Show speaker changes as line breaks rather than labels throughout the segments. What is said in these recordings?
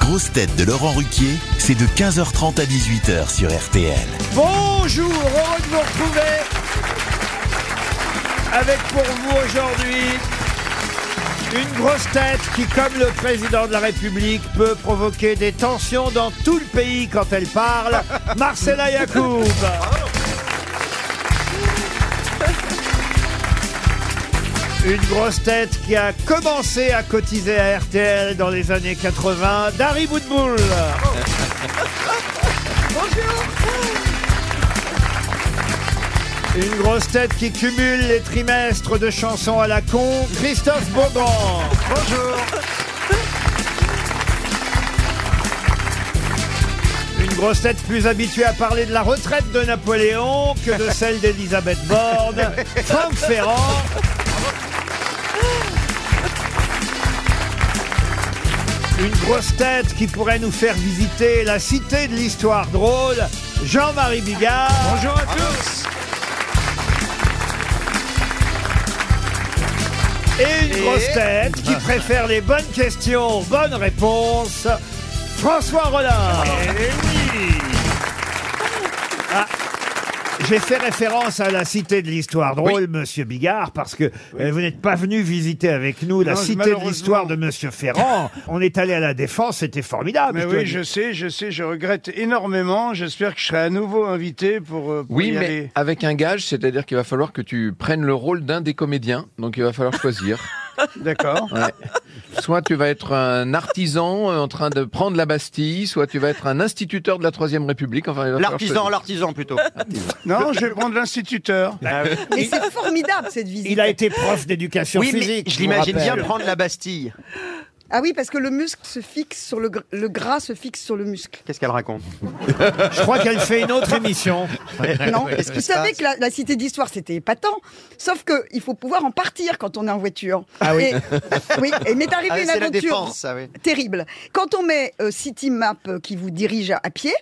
grosses têtes de Laurent Ruquier, c'est de 15h30 à 18h sur RTL.
Bonjour, heureux de vous retrouver avec pour vous aujourd'hui une grosse tête qui, comme le président de la République, peut provoquer des tensions dans tout le pays quand elle parle, Marcella Yacoub. Une grosse tête qui a commencé à cotiser à RTL dans les années 80, Dari Boudboul. Une grosse tête qui cumule les trimestres de chansons à la con, Christophe Beaugrand. Bonjour. Une grosse tête plus habituée à parler de la retraite de Napoléon que de celle d'Elisabeth Borne, Franck Ferrand. Une grosse tête qui pourrait nous faire visiter la cité de l'histoire drôle, Jean-Marie Bigard. Bonjour à tous. Et une grosse tête qui
Ah.
préfère les bonnes questions, aux bonnes réponses, François Rollin.
Eh
Ah, J'ai fait référence à la cité de l'histoire drôle, Monsieur Bigard, parce que euh, vous n'êtes pas venu visiter avec nous la
Non,
cité de
malheureusement.
l'histoire de Monsieur Ferrand. On est allé à la Défense, c'était
Ah,
formidable.
Mais
je dois
oui,
dire.
je sais, je sais, je regrette énormément. J'espère que je serai à nouveau invité pour, euh, pour
Oui,
y
mais
aller.
avec un gage, c'est-à-dire qu'il va falloir que tu prennes le rôle d'un des comédiens, donc il va falloir choisir.
D'accord.
Ouais. Soit tu vas être un artisan euh, en train de prendre la Bastille, soit tu vas être un instituteur de la Troisième République. Enfin, il va falloir
L'artisan,
choisir.
l'artisan plutôt. Ah
Non, je vais prendre l'instituteur.
Mais c'est formidable cette visite.
Il a été prof d'éducation
Oui, mais
physique.
je
vous
l'imagine bien
rappelle.
prendre la Bastille.
Ah oui, parce que le muscle se fixe sur le, gr- le gras se fixe sur le muscle.
Qu'est-ce qu'elle raconte
Je crois qu'elle fait une autre émission.
Non,
qu'est-ce
vous
qui se passe
savez que la, la cité d'histoire c'était épatant, sauf que il faut pouvoir en partir quand on est en voiture.
Ah oui.
Et, oui, et m'est arrivé
Ah,
une
C'est la
aventure
défense, ça, oui.
terrible. Quand on met euh, City Map euh, qui vous dirige à, à pied,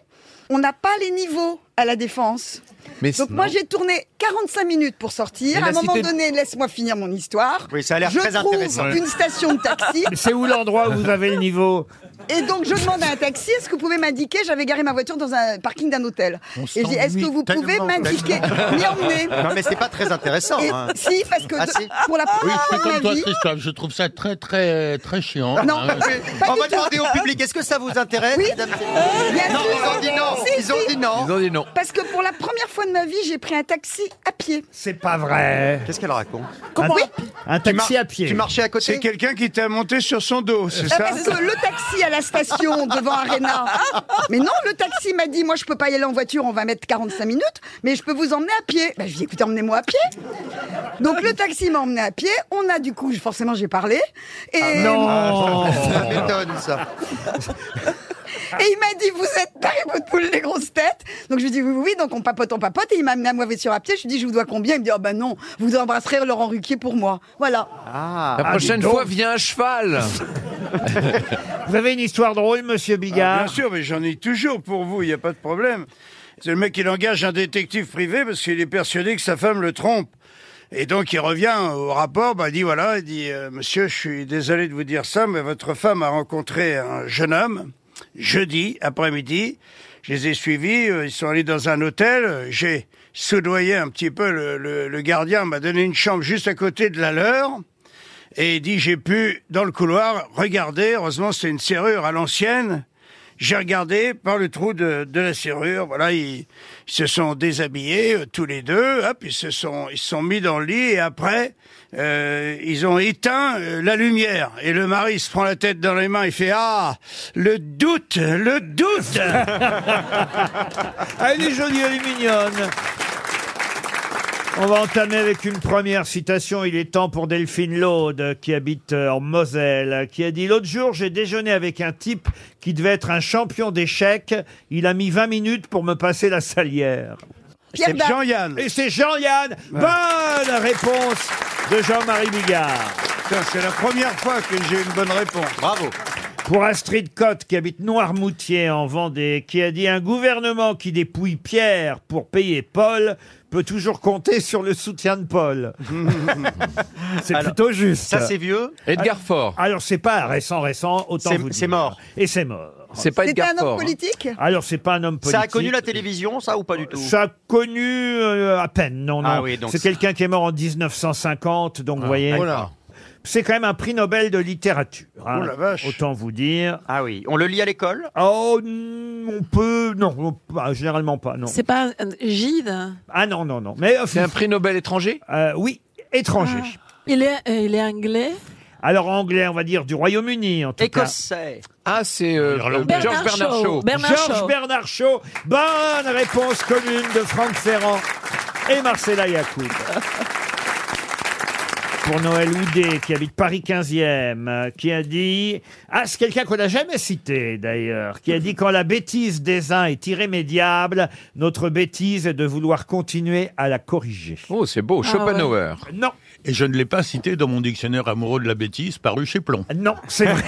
on n'a pas les niveaux à la défense.
Mais
Donc
sinon-
moi j'ai tourné 45 minutes pour sortir.
Mais
à un
la
moment
cité-
donné, laisse-moi finir mon histoire.
Oui, ça a l'air
je
très
trouve
intéressant.
une station de taxi
C'est où l'endroit où vous avez le niveau
Et donc, je demande à un taxi, est-ce que vous pouvez m'indiquer J'avais garé ma voiture dans un parking d'un hôtel. Et je dis, est-ce que vous pouvez m'indiquer M'y emmener
Non, mais c'est pas très intéressant.
Et
hein.
si, parce que
Ah,
de-
si.
pour la
Oui,
première
je suis
fois
comme
de ma
toi,
vie,
Christophe. Je trouve ça très, très, très chiant.
Non,
hein.
pas
On
du
va
tout.
demander au public, est-ce que ça vous intéresse
Oui.
mesdames et messieurs
Euh, Bien
Non,
sûr.
ils ont dit non.
Si,
Ils ont
si.
dit non.
Ils ont dit non.
Parce que pour la première fois de ma vie, j'ai pris un taxi à pied.
C'est pas vrai.
Qu'est-ce qu'elle raconte
Comment
Oui.
Un
Tu mar-
taxi à pied.
Tu marchais à côté
C'est quelqu'un qui t'a monté sur son dos, c'est
Ah,
ça
parce que le taxi à la station devant Arena. Mais non, le taxi m'a dit, moi je peux pas y aller en voiture, on va mettre 45 minutes, mais je peux vous emmener à pied. Bah, je lui ai dit, écoutez, emmenez-moi à pied. Donc le taxi m'a emmené à pied. On a du coup, forcément, j'ai parlé. Et,
Ah
Ah,
Non.
Ah,
Ça m'étonne, ça.
et il m'a dit, vous êtes Paris votre poule, les grosses têtes. Donc je lui ai dit, oui, oui, oui, donc on papote, on papote. Et il m'a amené à moi voiture à pied. Je lui ai dit, je vous dois combien Il me dit, ah ben non, vous embrasserez Laurent Ruquier pour moi. Voilà.
Ah.
La prochaine
donc.
fois, viens à cheval.
Vous avez une histoire drôle, Monsieur
Ah,
Bigard
Bien sûr, mais j'en ai toujours pour vous, il n'y a pas de problème. C'est le mec, il engage un détective privé parce qu'il est persuadé que sa femme le trompe. Et donc il revient au rapport, bah, il dit voilà, il dit euh, monsieur, je suis désolé de vous dire ça, mais votre femme a rencontré un jeune homme jeudi après-midi. Je les ai suivis, euh, ils sont allés dans un hôtel. euh, J'ai soudoyé un petit peu le, le- le gardien, m'a donné une chambre juste à côté de la leur. Et il dit j'ai pu dans le couloir regarder. Heureusement c'est une serrure à l'ancienne. J'ai regardé par le trou de, de la serrure. Voilà, ils, ils se sont déshabillés euh, tous les deux. Hop, ils se sont ils se sont mis dans le lit et après euh, ils ont éteint euh, la lumière. Et le mari se prend la tête dans les mains. Il fait ah le doute, le doute.
Ah, elle est jolie, elle est mignonne. On va entamer avec une première citation. Il est temps pour Delphine Laude, qui habite euh, en Moselle, qui a dit L'autre jour, j'ai déjeuné avec un type qui devait être un champion d'échecs. Il a mis 20 minutes pour me passer la salière.
Pierre
C'est
Dac.
Jean-Yann.
Et c'est Jean-Yann. Bonne réponse de Jean-Marie Bigard.
Putain, C'est la première fois que j'ai une bonne réponse.
Bravo.
Pour Astrid Cotte, qui habite Noirmoutier en Vendée, qui a dit un gouvernement qui dépouille Pierre pour payer Paul peut toujours compter sur le soutien de Paul. c'est
Alors,
plutôt juste.
Ça, c'est vieux.
Edgar Faure.
Alors c'est pas récent, récent, autant
C'est-
vous dire.
c'est mort.
Et c'est mort.
C'est pas
C'était
Edgar
un homme
Faure. hein.
politique
Alors c'est pas un homme politique.
Ça a connu la télévision, ça, ou pas du tout
Ça a connu euh, à peine, non, non.
Ah oui, donc Ah.
c'est
c'est-
quelqu'un qui est mort en 1950, donc vous voyez.
Voilà.
C'est quand même un prix Nobel de littérature. hein.
Oh la vache.
Autant vous dire.
Ah oui, on le lit à l'école
Oh, mm, on peut. Non, on- bah, généralement pas, non.
C'est pas un- Gide
Ah non, non, non. Mais euh,
C'est un prix Nobel étranger
euh, oui, étranger.
il est, euh, il est anglais.
Alors anglais, on va dire, du Royaume-Uni, en tout
Écossais.
Ah, c'est euh,
Irlandais.
Georges Bernard Shaw.
cas.
Bernard
Georges
Shaw.
Bernard Shaw. Bonne réponse commune de Franck Ferrand et Marcella Yacoub. Pour Noël Houdet, qui habite Paris 15e, euh, qui a dit... Ah, c'est quelqu'un qu'on n'a jamais cité, d'ailleurs, qui a dit « Quand la bêtise des uns est irrémédiable, notre bêtise est de vouloir continuer à la corriger.
Oh, c'est beau.
Ah,
Schopenhauer. »
Non,
Et je ne l'ai pas cité dans mon dictionnaire amoureux de la bêtise paru chez Plomb. Ah,
Non, c'est vrai.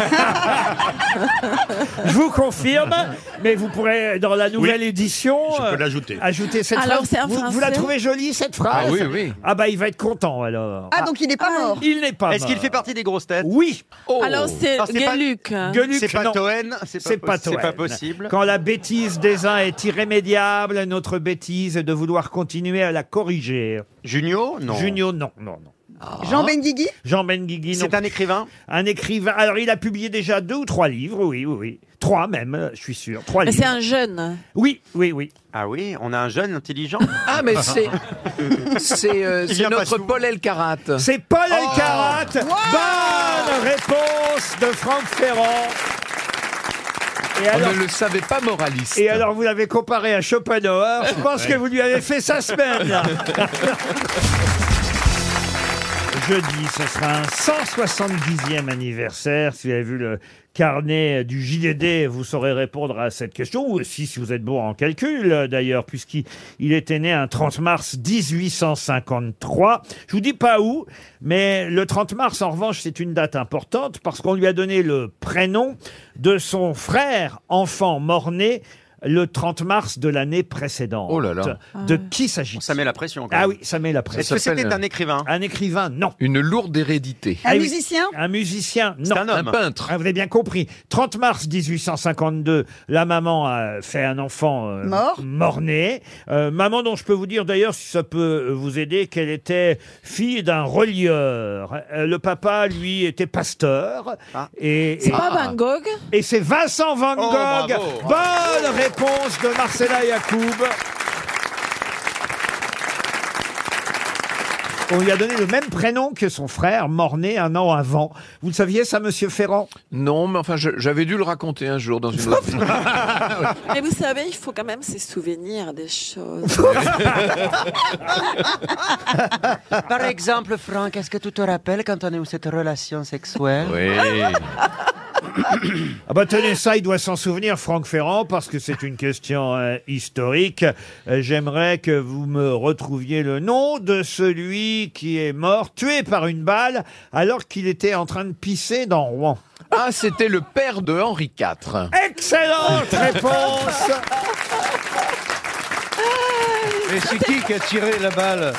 Je vous confirme, mais vous pourrez, dans la nouvelle édition,
je peux
euh,
l'ajouter.
ajouter cette
Alors,
phrase.
c'est un
vous, vous
Français
la trouvez jolie, cette
Ah
phrase
oui, oui.
Ah bah, il va être content, alors.
Ah, donc il n'est pas mort.
Il n'est pas
Est-ce qu'il
mort.
fait partie des grosses têtes
Oui,
Oh.
Alors c'est
Ah, c'est pas-
Gueluc.
Gueuluc,
C'est pas
non.
Toen,
C'est pas
possi- C'est
Toen.
pas possible.
Quand la bêtise des uns est irrémédiable, notre bêtise est de vouloir continuer à la corriger.
Junio Non. Ah.
Junio, non, non, non.
Jean Benguigui
Jean Benguigui, non.
C'est un écrivain
Un écrivain. Alors, il a publié déjà deux ou trois livres, oui, oui, oui. Trois même, euh, je suis sûr. Trois
Mais
livres.
c'est un jeune.
Oui, oui, oui.
Ah oui, on a un jeune intelligent.
Ah, mais c'est. C'est euh, c'est
vient pas Oh,
notre Oh.
souvent.
Paul Elkarat.
C'est Paul Elkarat. Bah, Bonne Ah, réponse de Franck Ferrand. Et
On
alors,
ne le savait pas moraliste.
et alors vous l'avez comparé à Schopenhauer. Je pense que vous lui avez fait sa semaine. là. Jeudi, ce sera un 170e anniversaire. Si vous avez vu le carnet du JDD, vous saurez répondre à cette question. Ou aussi, si vous êtes bon en calcul, euh, d'ailleurs, puisqu'il il était né un 30 mars 1853. Je vous dis pas où, mais le 30 mars, en revanche, c'est une date importante parce qu'on lui a donné le prénom de son frère enfant mort-né le 30 mars de l'année précédente.
Oh là là.
De qui s'agit-il
Ça met la pression. quand
Ah
même.
oui, ça met la pression.
Ah Est-ce que
s'appelle,
c'était
euh,
un écrivain
Un écrivain, non.
Une lourde hérédité.
Un
Eh oui.
musicien
Un musicien, non.
C'est un
Un
homme.
peintre.
Ah, vous avez bien compris. 30 mars 1852, la maman a fait un enfant euh,
Mort.
né maman dont je peux vous dire d'ailleurs, si ça peut euh, vous aider, qu'elle était fille d'un relieur. Euh, le papa, lui, était pasteur.
Ah.
Et,
C'est
et-
pas Van Gogh.
et c'est Vincent Van Gogh.
Oh, bravo.
Bonne réponse de Marcella Yacoub. On lui a donné le même prénom que son frère, mort-né un an avant. Vous le saviez, ça, monsieur Ferrand
Non, mais enfin, je- j'avais dû le raconter un jour dans une autre vie.
Mais vous savez, il faut quand même se souvenir des choses.
Ah,
Par exemple, Franck, est-ce que tu te rappelles quand on est dans cette relation sexuelle
Oui.
Ah bah tenez ça, il doit s'en souvenir, Franck Ferrand, parce que c'est une question euh, historique. Euh, J'aimerais que vous me retrouviez le nom de celui qui est mort, tué par une balle, alors qu'il était en train de pisser dans Rouen.
Ah, c'était le père de Henri IV.
Excellente réponse
Mais c'est qui qui a tiré la balle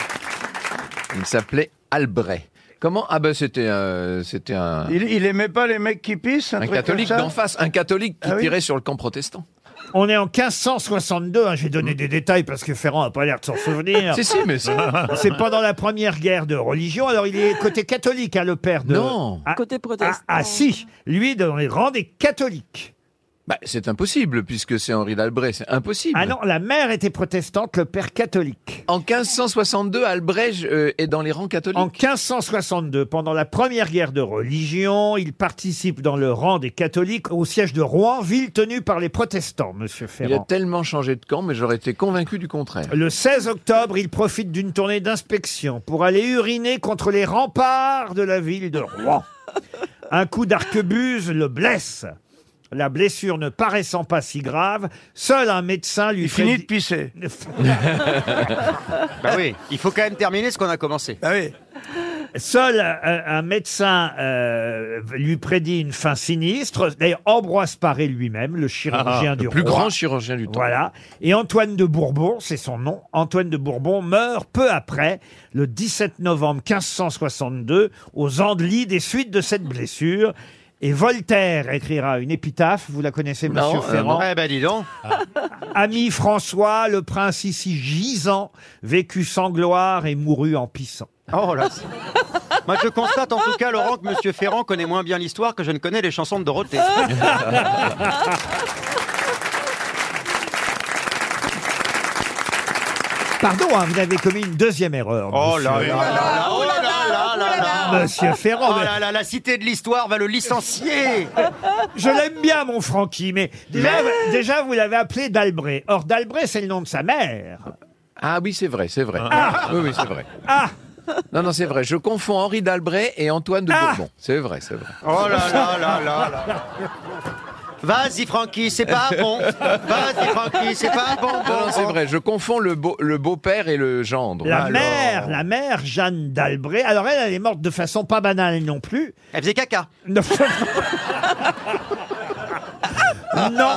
Il s'appelait Albret. Comment Ah ben c'était euh, c'était un,
il, il aimait pas les mecs qui pissent Un,
un
truc comme
catholique
ça
d'en face, un catholique qui
Ah oui.
tirait sur le camp protestant.
On est en 1562, hein, j'ai donné des détails parce que Ferrand a pas l'air de s'en souvenir.
Si si, mais c'est-
C'est pendant la première guerre de religion, alors il est côté catholique, hein, le père de...
Non.
Ah,
Côté
ah,
protestant.
ah, si, lui dans les rangs des catholiques.
bah, c'est impossible puisque c'est Henri d'Albret, c'est impossible.
Ah non, la mère était protestante, le père catholique.
En 1562, Albret euh, est dans les rangs catholiques.
En 1562, pendant la première guerre de religion, il participe dans le rang des catholiques au siège de Rouen, ville tenue par les protestants, monsieur
Il a
Ferrand.
tellement changé de camp, mais j'aurais été convaincu du contraire.
Le 16 octobre, il profite d'une tournée d'inspection pour aller uriner contre les remparts de la ville de Rouen. Un coup d'arquebuse le blesse. La blessure ne paraissant pas si grave, seul un médecin lui
Il
fait
finit de
di-
pisser.
Bah oui, il faut quand même terminer ce qu'on a commencé.
Ah oui.
Seul euh, un médecin euh, lui prédit une fin sinistre. D'ailleurs, Ambroise Paré lui-même, le chirurgien
Ah,
du
le plus
roi.
grand chirurgien du temps.
Voilà. Et Antoine de Bourbon, c'est son nom, Antoine de Bourbon meurt peu après, le 17 novembre 1562, aux Andelys, des suites de cette blessure. Et Voltaire écrira une épitaphe, vous la connaissez,
Non,
monsieur
euh,
Ferrand
non. Eh ben, dis donc.
Ah.
Ami François, le prince ici gisant, vécut sans gloire et mourut en pissant.
Oh là. Moi, je constate en tout cas, Laurent, que Monsieur Ferrand connaît moins bien l'histoire que je ne connais les chansons de Dorothée.
Pardon, hein, vous avez commis une deuxième erreur.
Oh
monsieur.
là là là là, oh là là là là.
Monsieur Ferrand,
Oh
mais-
là là, la cité de l'histoire va le licencier.
Je l'aime bien, mon Francky, mais déjà, déjà vous l'avez appelé d'Albret. Or, d'Albret, c'est le nom de sa mère.
Ah oui, c'est vrai, c'est vrai. Oui, oui, c'est vrai.
Ah
Non, non, c'est vrai. Je confonds Henri d'Albret et Antoine de
Ah
Bourbon. C'est vrai, c'est vrai.
Oh là là là là là. Vas-y, Francky, c'est pas bon. Vas-y, Francky, Bah, c'est pas bon.
Non, non, c'est vrai. Je confonds le beau- le beau-père et le gendre.
La
Alors.
mère, la mère Jeanne d'Albret. Alors, elle, elle est morte de façon pas banale non plus.
Elle faisait caca.
Non. Non,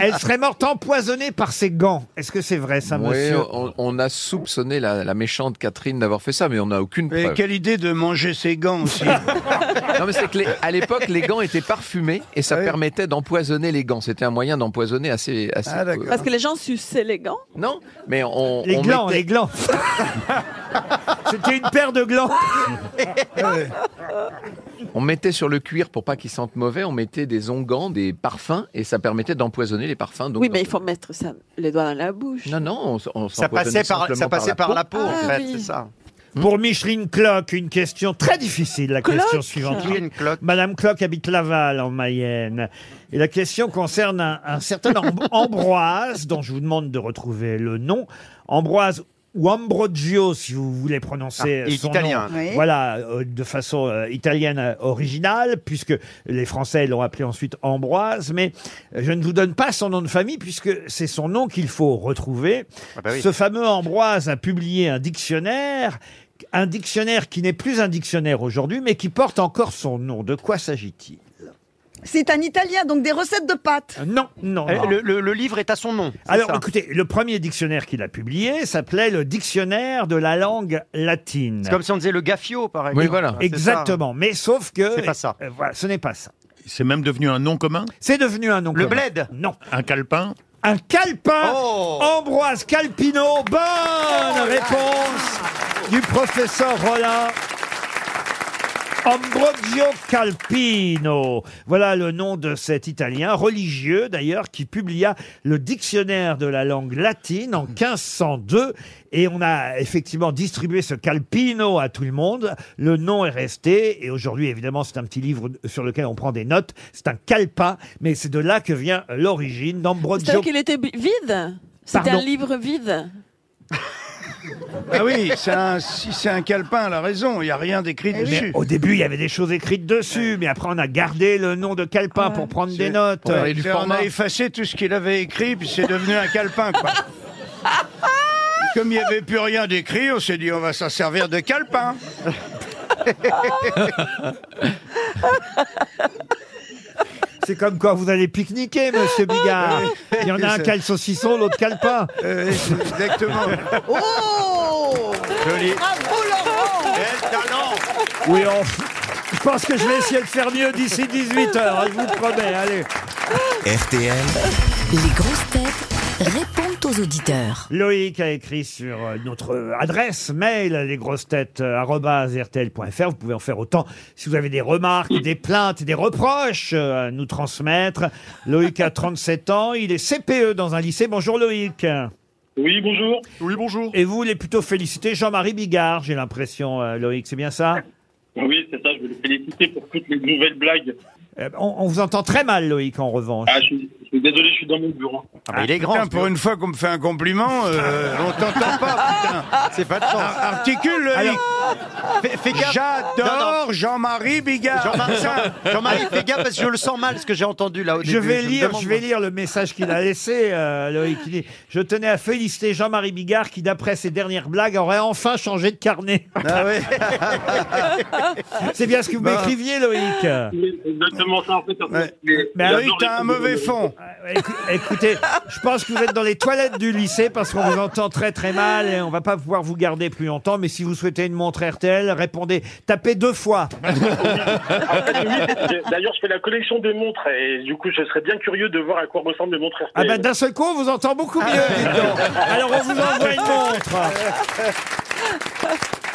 elle serait morte empoisonnée par ses gants. Est-ce que c'est vrai, ça,
Oui, oh.
monsieur
on, on a soupçonné la, la méchante Catherine d'avoir fait ça, mais on n'a aucune
Mais
preuve.
quelle idée de manger ses gants aussi.
Non, mais c'est que les- à l'époque, les gants étaient parfumés et ça
Oui.
permettait d'empoisonner les gants. C'était un moyen d'empoisonner assez. assez
Ah, d'accord.
Parce que les gens suçaient les gants.
Non, mais on.
Les
on
glands,
mettait-
les glands. C'était une paire de glands.
On mettait sur le cuir pour pas qu'il sente mauvais, on mettait des onguents, des parfums, et ça permettait d'empoisonner les parfums. Donc,
oui, mais il faut mettre ça- les doigts dans la bouche.
Non, non, on, s- on
Ça
s'empoisonnait
passait par, ça
simplement
passait par la peau, en
Ah,
fait,
oui.
c'est ça.
Pour Micheline Clock, une question très difficile, la
Clock
question suivante.
Une cloque.
Madame Clock habite Laval, en Mayenne. Et la question concerne un, un certain Am- Ambroise, dont je vous demande de retrouver le nom. Ambroise ou Ambrogio, si vous voulez prononcer
Ah, il est
son
italien.
nom.
Oui.
Voilà, euh, de façon euh, italienne euh, originale, puisque les Français l'ont appelé ensuite Ambroise. Mais euh, je ne vous donne pas son nom de famille, puisque c'est son nom qu'il faut retrouver.
Ah bah oui.
Ce fameux Ambroise a publié un dictionnaire, un dictionnaire qui n'est plus un dictionnaire aujourd'hui, mais qui porte encore son nom. De quoi s'agit-il
C'est un italien, donc des recettes de pâtes.
Euh, Non, non.
Eh,
non.
Le, le- le livre est à son nom. c'est
Alors
ça.
écoutez, le premier dictionnaire qu'il a publié s'appelait le dictionnaire de la langue latine.
c'est comme si on disait le gaffio, par exemple.
Oui, voilà.
C'est ça. hein.
Exactement, mais sauf que...
C'est pas ça.
Euh, voilà, ce n'est pas ça.
C'est même devenu un nom commun
C'est devenu un nom.
Le
commun.
bled.
Non.
Un calepin
Un calepin
Oh.
Ambroise Calpino. Bonne réponse du professeur Rollin. Ambrogio Calpino. Voilà le nom de cet Italien, religieux d'ailleurs, qui publia le dictionnaire de la langue latine en 1502. Et on a effectivement distribué ce Calpino à tout le monde. Le nom est resté. Et aujourd'hui, évidemment, c'est un petit livre sur lequel on prend des notes. C'est un calpa, mais c'est de là que vient l'origine
C'est-à-dire
d'Ambrogio.
qu'il était bi- vide. C'était
Pardon
un livre vide.
Ah oui, c'est un- si c'est un calepin, elle a raison, il n'y a rien d'écrit
Eh Mais
dessus.
au début, il y avait des choses écrites dessus, mais après, on a gardé le nom de Calpin pour prendre des notes.
pour parler du
C'est- on
format.
a effacé tout ce qu'il avait écrit, puis c'est devenu un calepin, quoi. Comme il n'y avait plus rien d'écrit, on s'est dit on va s'en servir de calepin.
C'est comme quand vous allez pique-niquer, monsieur Bigard. Il y en a un cale saucisson, l'autre Calpin.
Euh, c'est exactement.
Oh
Joli.
Bravo Laurent
Quel talent
Oui, on- je pense que je vais essayer de faire mieux d'ici 18 heures. hein, Je vous promets, allez.
RTL,
Les grosses têtes répondent aux auditeurs.
Loïc a écrit sur euh, notre adresse mail, lesgrossetêtes.rtl.fr. Vous pouvez en faire autant si vous avez des remarques, des plaintes, des reproches euh, à nous transmettre. Loïc a 37 ans, il est CPE dans un lycée. Bonjour Loïc.
Oui, bonjour. Oui, bonjour.
Et vous voulez plutôt féliciter Jean-Marie Bigard, j'ai l'impression, euh, Loïc, c'est bien ça
Oui, c'est ça, je vais le féliciter pour toutes les nouvelles blagues.
Euh, on, on vous entend très mal, Loïc, en revanche.
Ah, je suis, je suis désolé, je suis dans mon bureau.
Ah, mais Il est grand.
Putain,
ce
pour une fois qu'on me fait un compliment, euh, on t'entend pas, putain.
C'est pas de chance.
Articule, Loïc.
Alors,
J'adore Jean-Marie Bigard.
Jean-Marie, Jean- Jean-Marie, fais gaffe parce que je le sens mal ce que j'ai entendu là au
Je
début.
vais
me
lire,
demande-
je vais lire le message qu'il a laissé, euh, Loïc. Il dit, je tenais à féliciter Jean-Marie Bigard qui, d'après ses dernières blagues, aurait enfin changé de carnet. C'est bien ce que vous
Bah.
m'écriviez, Loïc.
Exactement ça, en fait. en fait,
Mais
j'adore
Loïc,
les
t'as un
trucs
mauvais
de-
fond. Écoutez, je pense que vous êtes dans les toilettes du lycée parce qu'on vous entend très très mal et on va pas pouvoir vous garder plus longtemps. Mais si vous souhaitez une montre RTL, répondez, tapez deux fois.
En fait, Ah, oui, j'ai- D'ailleurs, je fais la collection des montres et du coup, je serais bien curieux de voir à quoi ressemble les montres RTL.
Ah ben d'un seul coup, on vous entend beaucoup mieux. dites donc. Alors on vous envoie une montre.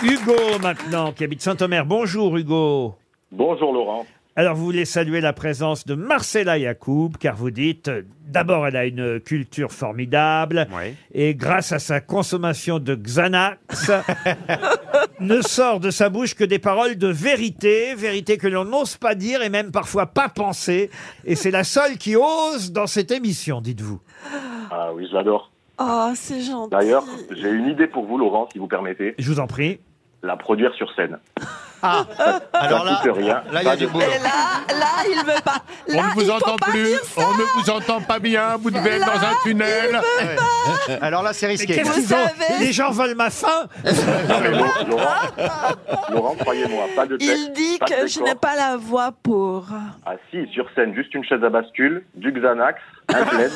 Hugo maintenant, qui habite Saint-Omer. Bonjour Hugo.
Bonjour Laurent.
Alors, vous voulez saluer la présence de Marcella Yacoub, car vous dites, euh, d'abord, elle a une culture formidable, et grâce à sa consommation de Xanax, ne sort de sa bouche que des paroles de vérité, vérité que l'on n'ose pas dire et même parfois pas penser. Et c'est la seule qui ose dans cette émission, dites-vous.
Ah oui, je l'adore.
Oh, c'est gentil.
D'ailleurs, j'ai une idée pour vous, Laurent, si vous permettez.
Je vous en prie.
La produire sur scène.
Ah,
Alors là, rien.
là, il y a
pas
du
de-
boulot.
Et là, là, il veut pas.
On
Là,
ne vous
il
entend
faut pas
plus,
dire ça.
on ne vous entend pas bien, vous devez être
Là,
dans un tunnel.
Alors là, c'est risqué.
qu'est-ce qu'ils ont
savez-
Les gens veulent ma faim
Non, mais Laurent, Laurent, Laurent, croyez-moi, pas de tête.
Il dit
pas de
que je n'ai
décor.
pas la voix pour.
Assis Ah sur scène, juste une chaise à bascule, du Xanax, un plaid.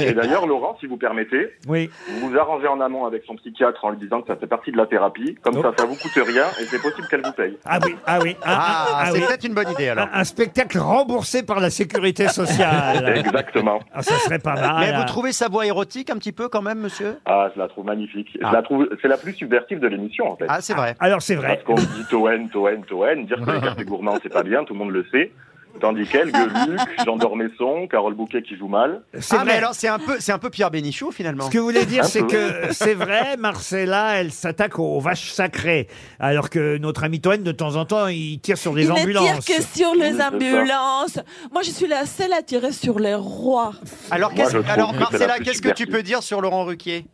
Et d'ailleurs, Laurent, si vous permettez,
Oui.
vous vous arrangez en amont avec son psychiatre en lui disant que ça fait partie de la thérapie. Comme ça, ça vous coûte rien et c'est possible qu'elle vous paye.
Ah oui, ah oui.
Ah, c'est
peut-être une bonne idée alors.
Un, un spectacle remboursé par la sécurité sociale.
Exactement.
Ah, ça serait pas mal.
Mais vous trouvez sa voix érotique un petit peu quand même, monsieur
Ah, je la trouve magnifique. Je la trouve, c'est la plus subversive de l'émission, en fait.
Ah, c'est vrai.
Alors, c'est vrai.
Parce qu'on dit Toen, Toen, Toen, dire que les cafés gourmands, c'est pas bien, tout le monde le sait. Tandis qu'elle, Gueluc, Jean Dormesson, Carole Bouquet qui joue mal.
Ah, mais alors c'est un peu, c'est un peu Pierre Bénichou finalement.
Ce que vous voulez dire, c'est que c'est vrai, Marcella, elle s'attaque aux vaches sacrées, alors que notre ami Toen, de temps en temps, il tire sur des
il
ambulances.
ne tire que sur les
Oui, c'est ça.
ambulances. Moi, je suis la seule à tirer sur les rois.
Alors,
Moi,
qu'est-ce-
je trouve
alors
que c'est la
Marcella,
plus
qu'est-ce que tu
subversive.
peux dire sur Laurent Ruquier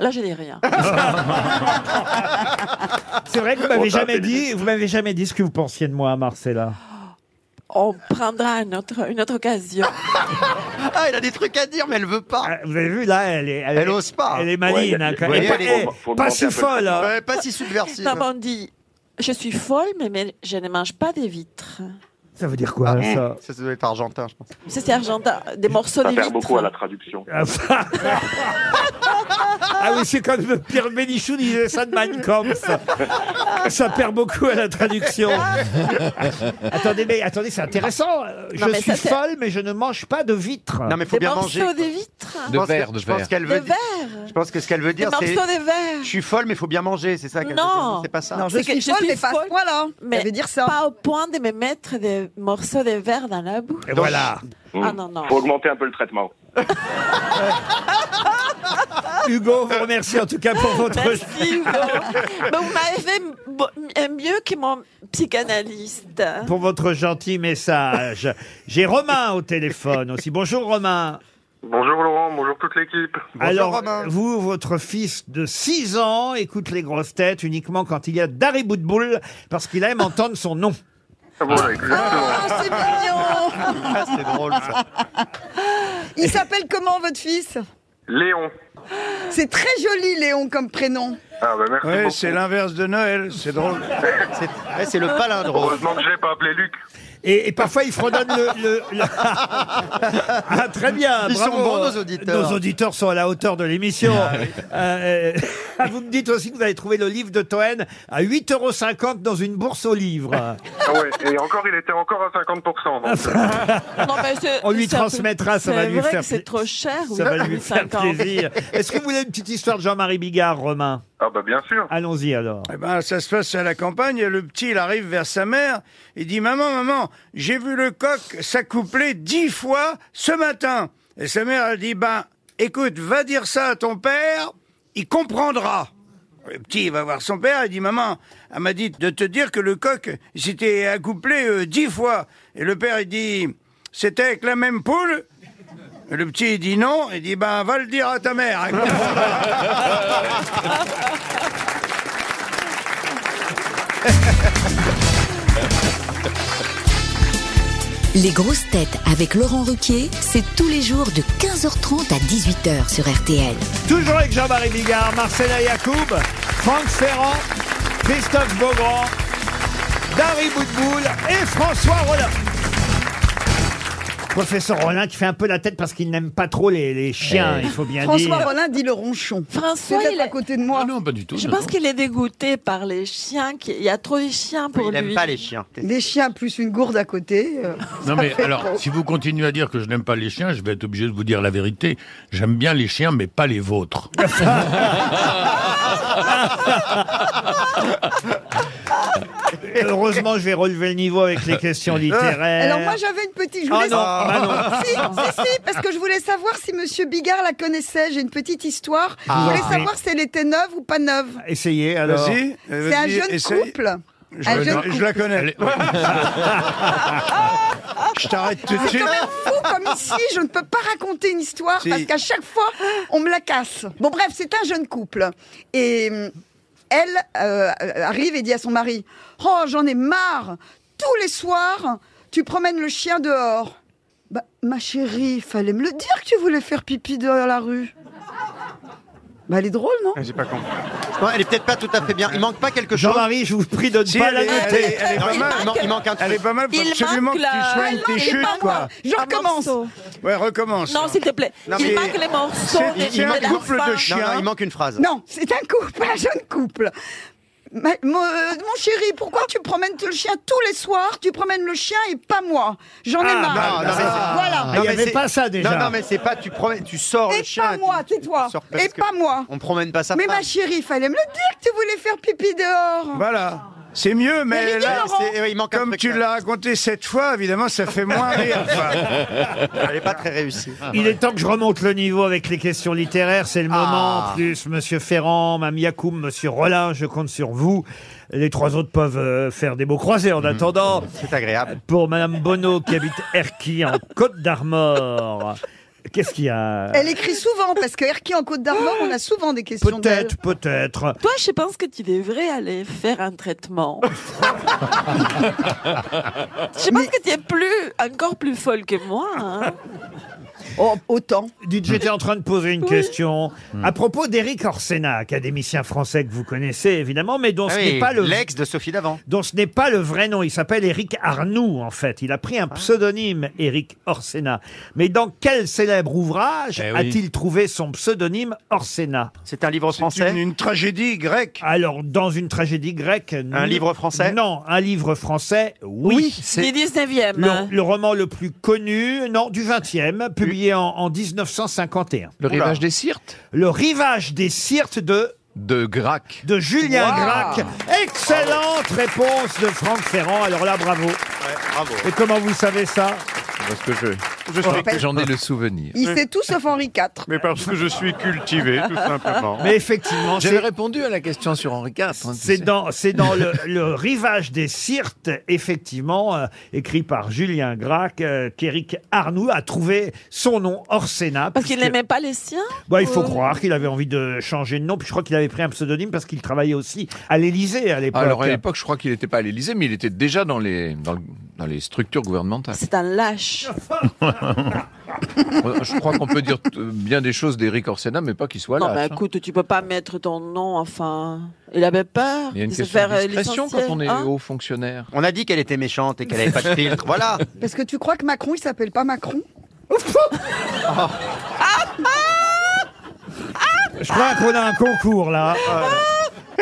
Là, je n'ai rien.
C'est vrai que vous
Oh,
m'avez
Bon, ça,
jamais
c'est
dit, vous m'avez jamais dit ce que vous pensiez de moi, Marcella.
On prendra une autre, une autre occasion.
Ah, elle a des trucs à dire, mais elle veut pas.
Ah, Vous avez vu là, elle est, elle,
ose pas.
Elle est maligne,
Ouais,
hein, quand
ouais,
même.
elle est-
Eh,
faut- faut
pas si
augmenter un peu.
folle. hein.
Ouais, pas si subversive.
Non, mais on dit, je suis folle, mais, mais je ne mange pas des vitres.
Ça veut dire quoi ça
Ça, ça doit être argentin, je pense.
Ça, c'est argentin. Des morceaux
Ça
de
perd
vitres.
beaucoup à la traduction.
Ah oui, c'est comme Pierre Bénichou disait ça de Mein Kampf. Ça perd beaucoup à la traduction. attendez, mais attendez, c'est intéressant. Je
Non, mais
suis
ça, c'est-
folle, mais je ne mange pas de vitres.
Non, mais faut
des
bien
morceaux
manger.
de vitres.
Je pense que- je pense qu'elle veut
Des
dire-
verres.
Je pense que ce qu'elle veut
Des
dire,
morceaux
c'est.
de verre.
Je suis folle, mais il faut bien manger, c'est ça qu'elle veut dire.
Non,
Non, C'est pas ça.
Non, je
C'est que
suis folle, mais pas à ce
là. Mais dire ça. Pas au point de me mettre des morceaux de verre dans la bouche.
Et voilà.
Ah non, non.
Faut augmenter un peu le traitement.
Hugo, vous remercie en tout cas pour votre.
Merci, Hugo. Mais vous m'avez bah, fait bo- m- mieux que mon psychanalyste.
Pour votre gentil message. J'ai Romain au téléphone aussi. Bonjour Romain.
Bonjour Laurent, bonjour toute l'équipe.
Alors, vous, votre fils de 6 ans, écoute les grosses têtes uniquement quand il y a Dari Boudboul, parce qu'il aime entendre son nom.
Ah,
Voilà, Ah exactement.
c'est mignon
Ah, c'est drôle ça.
Il s'appelle comment votre fils
Léon.
C'est très joli Léon comme prénom.
Ah bah merci
Ouais,
beaucoup.
c'est l'inverse de Noël, c'est drôle.
Ouais, c'est le palindrome.
Heureusement que je l'ai pas appelé Luc.
Et, et parfois, il fredonne le... le- le- Ah, très bien,
Ils
bravo.
sont bons, nos auditeurs. Ah,
Nos auditeurs sont à la hauteur de l'émission. Euh, euh, vous me dites aussi que vous avez trouvé le livre de Toen à 8,50 euros dans une bourse aux livres.
Ah ouais, et encore, il était encore à 50%. donc, euh,
Non, mais c'est-
On lui
Euh, c'est un peu-
transmettra, ça va
c'est
lui
vrai
faire
que C'est
pla-
trop cher.
Ça va
oui,
lui faire
50.
plaisir. Est-ce que vous voulez une petite histoire de Jean-Marie Bigard, Romain
ah bah bien sûr.
Allons-y alors.
Eh ben, ça se passe à la campagne. Le petit, il arrive vers sa mère. Il dit Maman, maman, j'ai vu le coq s'accoupler dix fois ce matin. Et sa mère, elle dit Ben, écoute, va dire ça à ton père, il comprendra. Le petit, il va voir son père. Il dit Maman, elle m'a dit de te dire que le coq il s'était accouplé euh, dix fois. Et le père, il dit C'était avec la même poule Le petit, il dit non, il dit, ben, va le dire à ta mère.
Les grosses têtes avec Laurent Ruquier, c'est tous les jours de 15h30 à 18h sur RTL.
Toujours avec Jean-Marie Bigard, Marcella Yacoub, Franck Ferrand, Christophe Beaugrand, Dari Boudboul et François Rollin. Professeur Rollin qui fait un peu la tête parce qu'il n'aime pas trop les, les chiens,
Eh.
il faut bien
François
dire.
Rollin dit le ronchon.
François,
C'est
il
peut-être à
est-
côté de moi.
non, pas du tout.
Je pense qu'il est dégoûté par les chiens. qui- Il y a trop de chiens pour lui.
chiens.
Des chiens plus une gourde à côté. euh, ça
Non mais
fait
alors,
trop.
si vous continuez à dire que je n'aime pas les chiens, je vais être obligé de vous dire la vérité. J'aime bien les chiens, mais pas les vôtres.
Heureusement, je vais relever le niveau avec les questions littéraires.
Alors moi j'avais une petite. Je
euh, Ah
voulais
non,
savoir-
ah non.
Si, si, si, parce que je voulais savoir si Monsieur Bigard la connaissait. J'ai une petite histoire.
Ah.
Je voulais
Oui.
savoir si elle était neuve ou pas neuve.
Essayez alors.
Vas-y, euh,
C'est un
vas-y,
jeune
essaye.
couple.
Je,
Un
la-
jeune
non, je la connais. je t'arrête tout de
C'est
suite.
Ah, quand même fou comme ici, je ne peux pas raconter une histoire
Si.
parce qu'à chaque fois, on me la casse. Bon bref, c'est un jeune couple. Et hum, elle euh, arrive et dit à son mari, « Oh, j'en ai marre Tous les soirs, tu promènes le chien dehors. Bah, ma chérie, fallait me le dire que tu voulais faire pipi dehors la rue. » Bah, elle est drôle, non
Ah, J'ai pas compris. elle est peut-être pas tout à fait bien. Il manque pas quelque chose.
Jean-Marie, je vous prie de ne
Si,
pas
elle
la
est- elle
noter.
est- elle est
Non,
pas
il
mal.
manque-
Il manque- il manque un truc.
Elle est pas mal, faut
Il
absolument
manque
que tu
la- Ah
soignes
Il
tes chutes,
manque
quoi.
un morceau.
Ouais, recommence.
hein.
Non, s'il te plaît.
Non, mais-
il manque les morceaux.
C'est-
des-
c'est un
des
couple de
enfants.
chiens.
Non, non, il manque une phrase.
Non, c'est un couple, un jeune couple. Ma- mon, euh, mon chéri, pourquoi tu promènes le chien tous les soirs Tu promènes le chien et pas moi. J'en ai
Ah,
marre.
non, non, mais c'est-
voilà.
Ah,
non,
Il y
mais
avait
c'est-
pas ça, déjà.
Non, non, mais c'est pas tu promènes, tu sors
Et
le chien.
pas moi, tais-toi.
sors parce
Et
que-
pas moi.
On promène pas ça.
Mais ma chérie, fallait me le dire que tu voulais faire pipi dehors.
Bah,
Voilà. C'est mieux, mais,
Mais dis-le,
là,
Laurent.
c'est- ouais, il manque un comme tu l'as raconté cette fois, évidemment, ça fait moins rire.
Elle est pas très réussie.
Il est temps que je remonte le niveau avec les questions littéraires. C'est le moment
Ah.
en plus. Monsieur Ferrand, Mme Yacoum, Monsieur Rollin, je compte sur vous. Les trois autres peuvent euh, faire des mots croisés en attendant.
Mhm. C'est agréable.
Pour Madame Bonneau qui habite Erquy en Côte d'Armor. Qu'est-ce qu'il y
euh.
a
Elle écrit souvent parce que Erki en Côte d'Armor, on a souvent des questions d'elle.
Peut-être, peut-être.
Toi, je pense que tu devrais aller faire un traitement. Je pense que tu es plus, encore plus folle que moi. hein.
autant.
Oh, Dites, j'étais en train de poser une question
Hmm.
à propos d'Éric Orsena, académicien français que vous connaissez évidemment, mais dont
Ah
ce
oui,
n'est pas le
L'ex de Sophie Davant.
dont ce n'est pas le vrai nom. Il s'appelle Éric Arnoux, en fait. Il a pris
Ah.
un pseudonyme, Éric Orsena. Mais dans quel célèbre ouvrage
Eh oui.
a-t-il trouvé son pseudonyme Orsena
C'est un livre
C'est
français.
une, une tragédie grecque.
Alors, dans une tragédie grecque...
Un
non.
livre français
Non, un livre français, oui.
Du hein. 19e.
Le, le roman le plus connu, non, du 20e, publié en, en 1951.
Le
Oula.
rivage des Sirtes
Le rivage des Sirtes de,
de Grac.
de Julien
Wow.
Gracq. Excellente réponse de Franck Ferrand. Alors là, bravo.
bravo.
Et comment vous savez ça
Parce que je,
Je suis-
que j'en ai le souvenir.
Il sait tout sauf Henri IV.
Mais parce que je suis cultivé, tout
Ah,
simplement.
Mais effectivement,
J'avais
c'est
répondu à la question sur Henri IV. hein, tu sais.
C'est dans, c'est dans le, le rivage des Sirtes, effectivement, euh, écrit par Julien Gracq, euh, qu'Éric Arnoux a trouvé son nom hors Sénat.
Parce qu'il
puisque-
n'aimait pas les siens.
bah, il faut
Euh,
croire qu'il avait envie de changer de nom, puis je crois qu'il avait pris un pseudonyme parce qu'il travaillait aussi à l'Élysée à l'époque.
Alors à l'époque, je crois qu'il n'était pas à l'Élysée, mais il était déjà dans les, dans, le- dans les structures gouvernementales.
C'est un lâche.
Euh, je crois qu'on peut dire t- bien des choses d'Éric Orsena, mais pas qu'il soit
Non,
là.
mais
hein.
Oh, bah, écoute, tu peux pas mettre ton nom, enfin. Il avait peur
Il y a une
de se
question
faire
de
euh,
discrétion quand
licencier,
on est
hein.
haut fonctionnaire.
On a dit qu'elle était méchante et qu'elle avait pas de filtre. Voilà.
Parce que tu crois que Macron, il s'appelle pas Macron
Je crois qu'on a un concours là.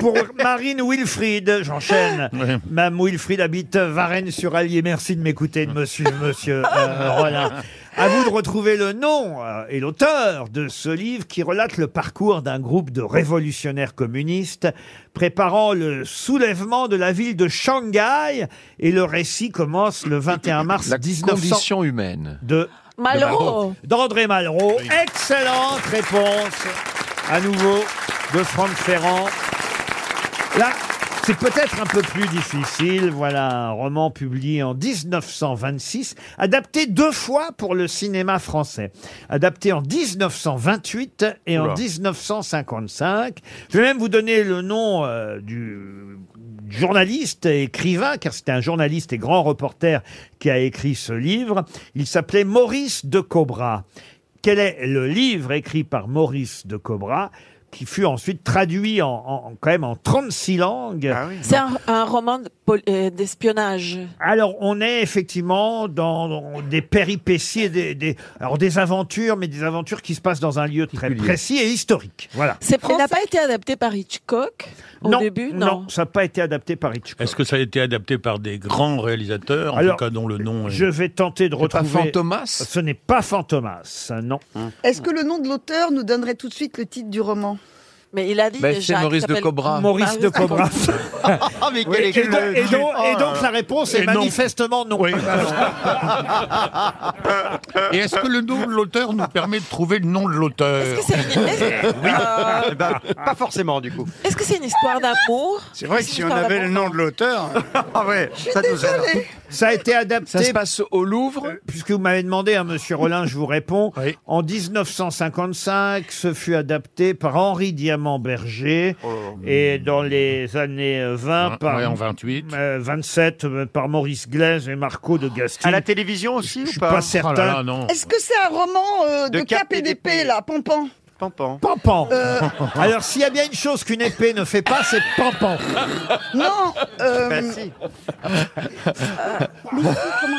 Pour Marine Wilfried, j'enchaîne.
Ouais.
Mme Wilfried habite Varennes-sur-Allier. Merci de m'écouter, de me suivre, monsieur euh, Rollin. À vous de retrouver le nom euh, et l'auteur de ce livre qui relate le parcours d'un groupe de révolutionnaires communistes préparant le soulèvement de la ville de Shanghai. Et le récit commence le 21 mars
La
1900
condition humaine.
de
Malheureux.
d'André Malraux. Excellente réponse à nouveau de Franck Ferrand. Là, C'est peut-être un peu plus difficile. Voilà un roman publié en 1926, adapté deux fois pour le cinéma français. Adapté en 1928 et en
Oula.
1955. Je vais même vous donner le nom euh, du journaliste et écrivain, car c'était un journaliste et grand reporter qui a écrit ce livre. Il s'appelait Maurice de Cobra. Quel est le livre écrit par Maurice de Cobra qui fut ensuite traduit en, en- quand même en 36 langues.
C'est un, un roman de pol- euh, d'espionnage.
Alors, on est effectivement dans des péripéties, et des, des- alors des aventures, mais des aventures qui se passent dans un lieu très précis et historique. Voilà.
C'est Il n'a pas été adapté par Hitchcock au
non,
début
non, ça n'a pas été adapté par Hitchcock.
Est-ce que ça a été adapté par des grands réalisateurs, en
Alors,
tout cas dont le nom est...
Je vais tenter de
pas
retrouver.
Fantomas
Ce n'est pas Fantomas, hein, non.
Est-ce que le nom de l'auteur nous donnerait tout de suite le titre du roman
Mais il a dit
Ben, déjà c'est qu'il Maurice de s'appelle Cobra. Maurice de Cobra.
Ah, mais
Oui,
quel
et,
est
donc,
le
et donc-
Oh
et
là
donc,
là.
la réponse est
Et non.
manifestement non.
Et est-ce que le nom de l'auteur nous permet de trouver le nom de l'auteur Euh,
Oui. Eh ben, pas forcément, du coup.
Est-ce que c'est une histoire d'amour
C'est vrai que si on avait le nom de l'auteur.
ah ouais, ça nous aide.
Ça a été adapté.
Ça se
passe au Louvre Puisque vous m'avez demandé, hein, monsieur Rollin, je vous réponds. En 1955, ce fut adapté par Henri Diamant Berger. et dans les années euh, 20,
Ouais,
par.
ouais, en 28.
euh, 27, euh, par Maurice Glaise et Marco de Gastine.
À la télévision aussi ou
suis
pas
pas certain. Oh là là, non.
Est-ce que c'est un roman euh, de,
De
cap,
cap
et d'épée, là, Pompan
Pampan.
Pampan.
Euh,
Alors, s'il y a bien une chose qu'une épée ne fait pas, c'est pampan.
Non euh,
Bah, si.
mais si, comment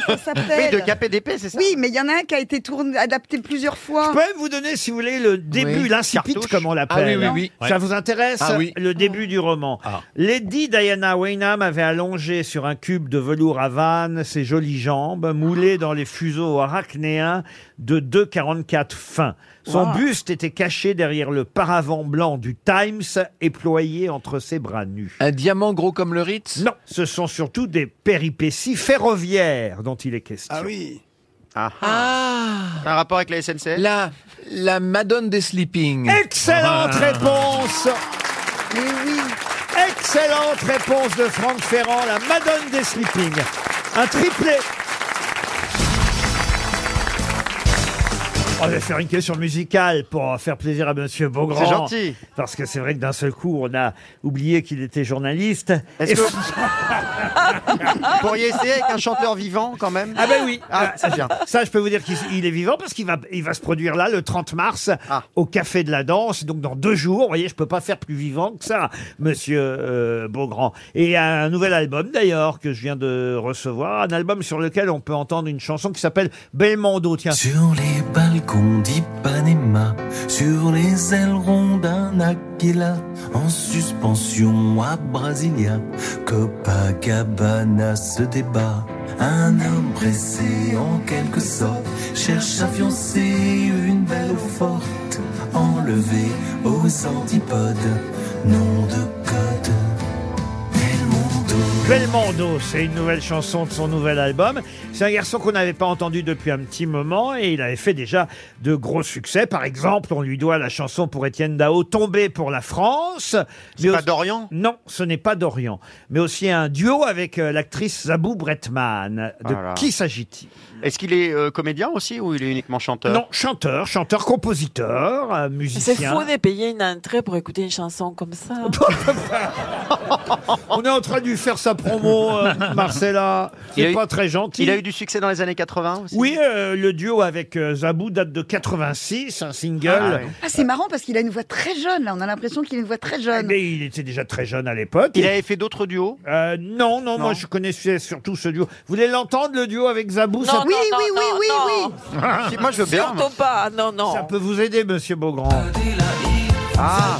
ça s'appelle
Oui, de cap et d'épée, c'est ça
Oui, mais il y en a un qui a été tourné, adapté plusieurs fois.
Je peux même vous donner, si vous voulez, le début,
Oui.
l'incipit,
Cartouche.
comme on l'appelle.
Ah oui, oui, oui.
Ça
Ouais.
vous intéresse
Ah oui.
Le début du roman.
Ah.
Lady Diana Waynham avait allongé sur un cube de velours à vannes ses jolies jambes, moulées dans les fuseaux arachnéens de 2,44 fins. Son
Wow.
buste était caché derrière le paravent blanc du Times et ployé entre ses bras nus. Un diamant gros comme le Ritz Non, ce sont surtout des péripéties ferroviaires dont il est question.
Ah oui. Ah. Un rapport avec la SNCF
La, la Madone des Sleeping.
Excellente
Ah.
réponse Excellente réponse de Franck Ferrand, la Madone des Sleeping. Un triplé On va faire une question musicale pour faire plaisir à Monsieur Beaugrand.
C'est gentil.
Parce que c'est vrai que d'un seul coup, on a oublié qu'il était journaliste.
Est-ce
Et-
que vous pourriez essayer avec un chanteur vivant quand même
Ah ben oui.
Ah, c'est bien.
Ça, je peux vous dire qu'il il est vivant parce qu'il va, il va se produire là le 30 mars
Ah.
au Café de la Danse. Donc dans deux jours, vous voyez, je peux pas faire plus vivant que ça, Monsieur euh, Beaugrand. Et il y a un nouvel album d'ailleurs que je viens de recevoir, un album sur lequel on peut entendre une chanson qui s'appelle Belmondo. Tiens.
Sur les balcons d'Ipanema, sur les ailerons d'un aquila, en suspension à Brasilia, Copacabana se débat. Un homme pressé en quelque sorte cherche à fiancer une belle forte, enlevée aux antipodes, nom de code.
Belmondo, c'est une nouvelle chanson de son nouvel album. C'est un garçon qu'on n'avait pas entendu depuis un petit moment et il avait fait déjà de gros succès. Par exemple, on lui doit la chanson pour Étienne Dao, Tomber pour la France. C'est pas
d'Orient
Non, ce n'est pas d'Orient. Mais aussi un duo avec euh, l'actrice Zabou Bretman. De
Voilà.
qui s'agit-il
Ah Est-ce qu'il est euh, comédien aussi ou il est uniquement chanteur
Non, chanteur, chanteur, compositeur, euh, musicien.
C'est fou de payer une entrée pour écouter une chanson comme ça.
On est en train de lui faire sa promo, euh, Marcella.
a
C'est
eu-
pas très gentil.
Il a eu du succès dans les années 80 aussi
Oui, euh, le duo avec euh, Zabou date de 86, un single.
Ah, c'est marrant parce qu'il a une voix très jeune, là. On a l'impression qu'il a une voix très jeune.
Mais Eh il était déjà très jeune à l'époque.
Il avait fait d'autres duos
Euh, non, non,
Non.
moi je connaissais surtout ce duo. Vous voulez l'entendre, le duo avec Zabou
Non,
Oui,
non, non,
oui,
non,
oui, oui,
non.
oui.
Si, moi, je veux bien,
Surtout
moi.
pas, non, non.
Ça peut vous aider, monsieur Beaugrand.
Ah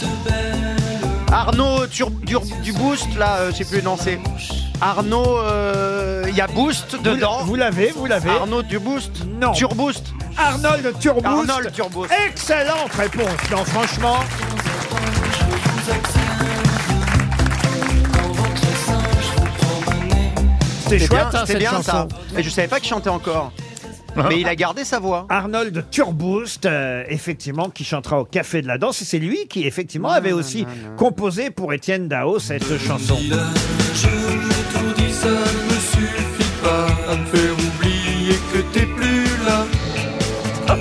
Arnaud Tur- Dur- du Boost, là, euh, je sais plus, non, c'est. Arnaud, euh, il y a Boost dedans.
Vous l'avez, vous l'avez.
Arnaud du Boost
Non.
Turboost
Arnold Turboost.
Arnold Turboost.
Excellente réponse. Non, franchement. C'est
bien,
chouette, hein,
c'était
cette
bien,
chanson. hein,
ça. Et je savais pas qu'il chantait encore. Mais il a gardé sa voix.
Arnold Turboost, euh, effectivement, qui chantera au Café de la Danse. Et c'est lui qui, effectivement,
Ah,
avait aussi composé pour Étienne Dao cette chanson.
Je me tout dis, ça ne me suffit pas à me faire oublier que t'es plus là.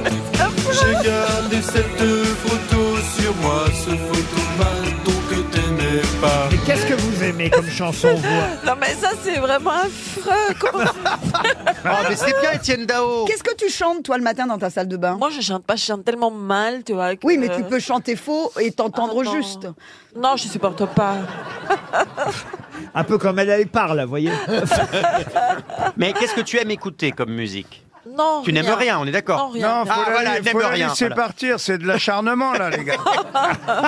J'ai gardé cette photo sur moi, ce photomaton que t'aimais pas.
Mais qu'est-ce que vous aimez comme chanson, vous
Non, mais ça, c'est vraiment affreux. Comment... Ah,
Ah,
mais c'est bien, Étienne Dao.
Qu'est-ce que tu chantes, toi, le matin, dans ta salle de bain
Moi, je chante pas, je chante tellement mal, tu vois. que-
Oui, mais tu peux chanter faux et t'entendre
Ah, non.
juste.
Non, je supporte pas.
Un peu comme elle, elle parle, vous voyez.
Mais qu'est-ce que tu aimes écouter comme musique
Non.
Tu n'aimes rien, on est d'accord
Non, rien.
Non,
faut
Ah,
la,
voilà,
la-
elle n'aime
faut la
rien,
laisser
voilà.
partir, c'est de l'acharnement là, les gars.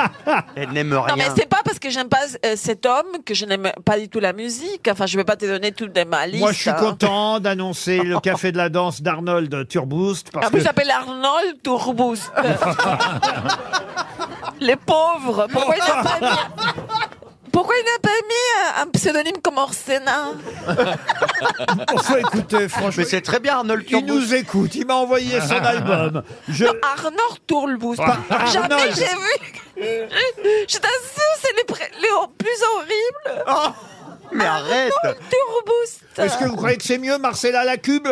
Elle n'aime
Non,
rien.
mais c'est pas parce que j'aime pas euh, cet homme que je n'aime pas du tout la musique. Enfin, je vais pas te donner toute de ma liste.
Moi, je suis
hein.
content d'annoncer le Café de la Danse d'Arnold Turboost. Parce
En plus,
que...
il s'appelle Ah, Arnold Tourbous. Les pauvres. Pourquoi il n'a pas mis, pourquoi il n'a pas mis un, un pseudonyme comme Orsena
Enfin, écoutez, franchement.
Mais c'est très bien, Arnold
Il nous écoute, il m'a envoyé son album. Je...
Non, Arnold Tourbous.
Pas Ah,
Jamais
Arnold.
j'ai vu. Je t'assure, c'est les, pré- les hor- plus horribles.
mais arrête
Arnold Tourbous.
Oh, Est-ce que vous croyez que c'est mieux, Marcella Lacube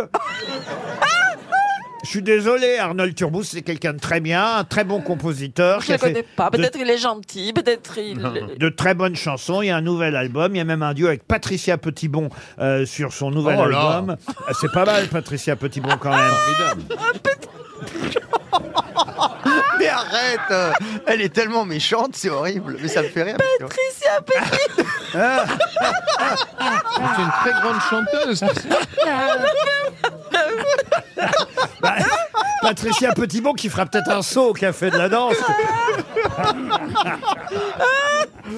Je suis désolé, Arnold Turbous, c'est quelqu'un de très bien, un très bon compositeur.
Je
qui
ne
a
le connais
fait
pas.
de-
Peut-être il est gentil, peut-être il.
Euh, de très bonnes chansons. Il y a un nouvel album. Il y a même un duo avec Patricia Petitbon euh, sur son nouvel
Oh là.
album. Euh, C'est pas mal, Patricia Petitbon, quand même.
Mais arrête euh, Elle est tellement méchante, c'est horrible. Mais ça me fait rire. parce que-
Patricia Petit.
C'est une très grande chanteuse.
Bah, Patricia Petitbon qui fera peut-être un saut au Café de la Danse.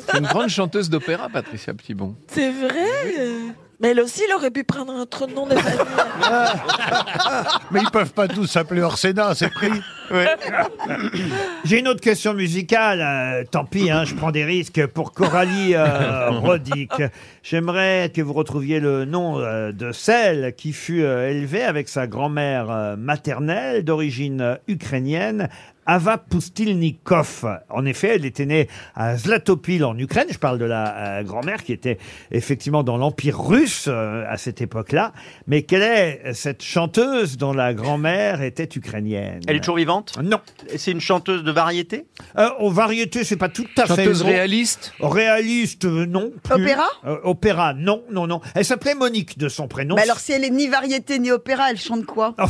C'est une grande chanteuse d'opéra, Patricia Petitbon.
C'est vrai. Mais elle aussi, il aurait pu prendre un autre nom de famille.
Mais ils peuvent pas tous s'appeler Orsena, c'est pris.
J'ai une autre question musicale. euh, tant pis, hein, je prends des risques pour Coralie euh, Rodic. J'aimerais que vous retrouviez le nom euh, de celle qui fut euh, élevée avec sa grand-mère euh, maternelle d'origine euh, ukrainienne. Ava Pustilnikov. En effet, elle était née à Zlatopil en Ukraine. Je parle de la euh, grand-mère qui était effectivement dans l'Empire russe euh, à cette époque-là. Mais quelle est euh, cette chanteuse dont la grand-mère était ukrainienne
Elle est toujours vivante
Non.
C'est une chanteuse de variété
Euh, aux variétés, c'est pas tout à fait.
Chanteuse
vrai.
réaliste
Réaliste, euh, non. plus.
Opéra
Euh, Opéra, non, non, non. Elle s'appelait Monique de son prénom.
Mais Bah alors, si elle est ni variété ni opéra, elle chante quoi
Oh.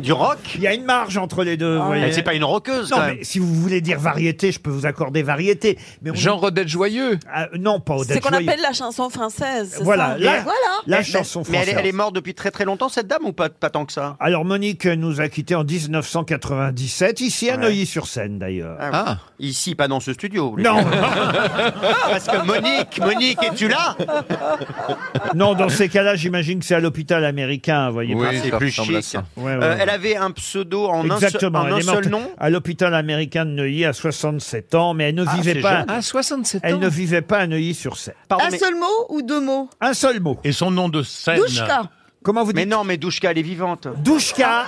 Du rock
Il y a une marge entre les deux. vous voyez.
Elle, c'est pas une rockeuse,
Non,
quand
mais
même.
si vous voulez dire variété, je peux vous accorder variété. Mais on-
Genre Odette Joyeux.
Ah, non, pas
C'est
Odette
ce qu'on
Joyeux.
appelle la chanson française. c'est
Voilà,
ça
la,
Voilà.
la
Mais-
chanson
Mais
française.
elle, est- elle est morte depuis très très longtemps, cette dame, ou pas, pas tant que ça
Alors Monique nous a quittés en 1997, ici à
Ouais.
Neuilly-sur-Seine d'ailleurs.
Ah oui.
Ah.
Ici, pas dans ce studio. lui.
Non,
Parce que Monique, Monique, es-tu là
non, dans ces cas-là, j'imagine que c'est à l'hôpital américain, vous voyez.
Ah, c'est
ça
plus
ressemble à
chic.
ça.
Ouais, ouais,
Euh,
ouais.
elle avait un pseudo en un, seul-
Exactement.
en
elle
un
est morte
seul nom
à l'hôpital américain de Neuilly à 67 ans, mais elle ne
Ah,
vivait
c'est
pas.
jeune.
Ah, 67
Elle
ans.
ne vivait pas à Neuilly-sur-Seine.
Pardon,
Un
mais,
seul mot ou deux mots
Un seul mot.
Et son nom de scène.
Douchka
Comment vous
mais
dites
non, mais Douchka, elle est vivante.
Douchka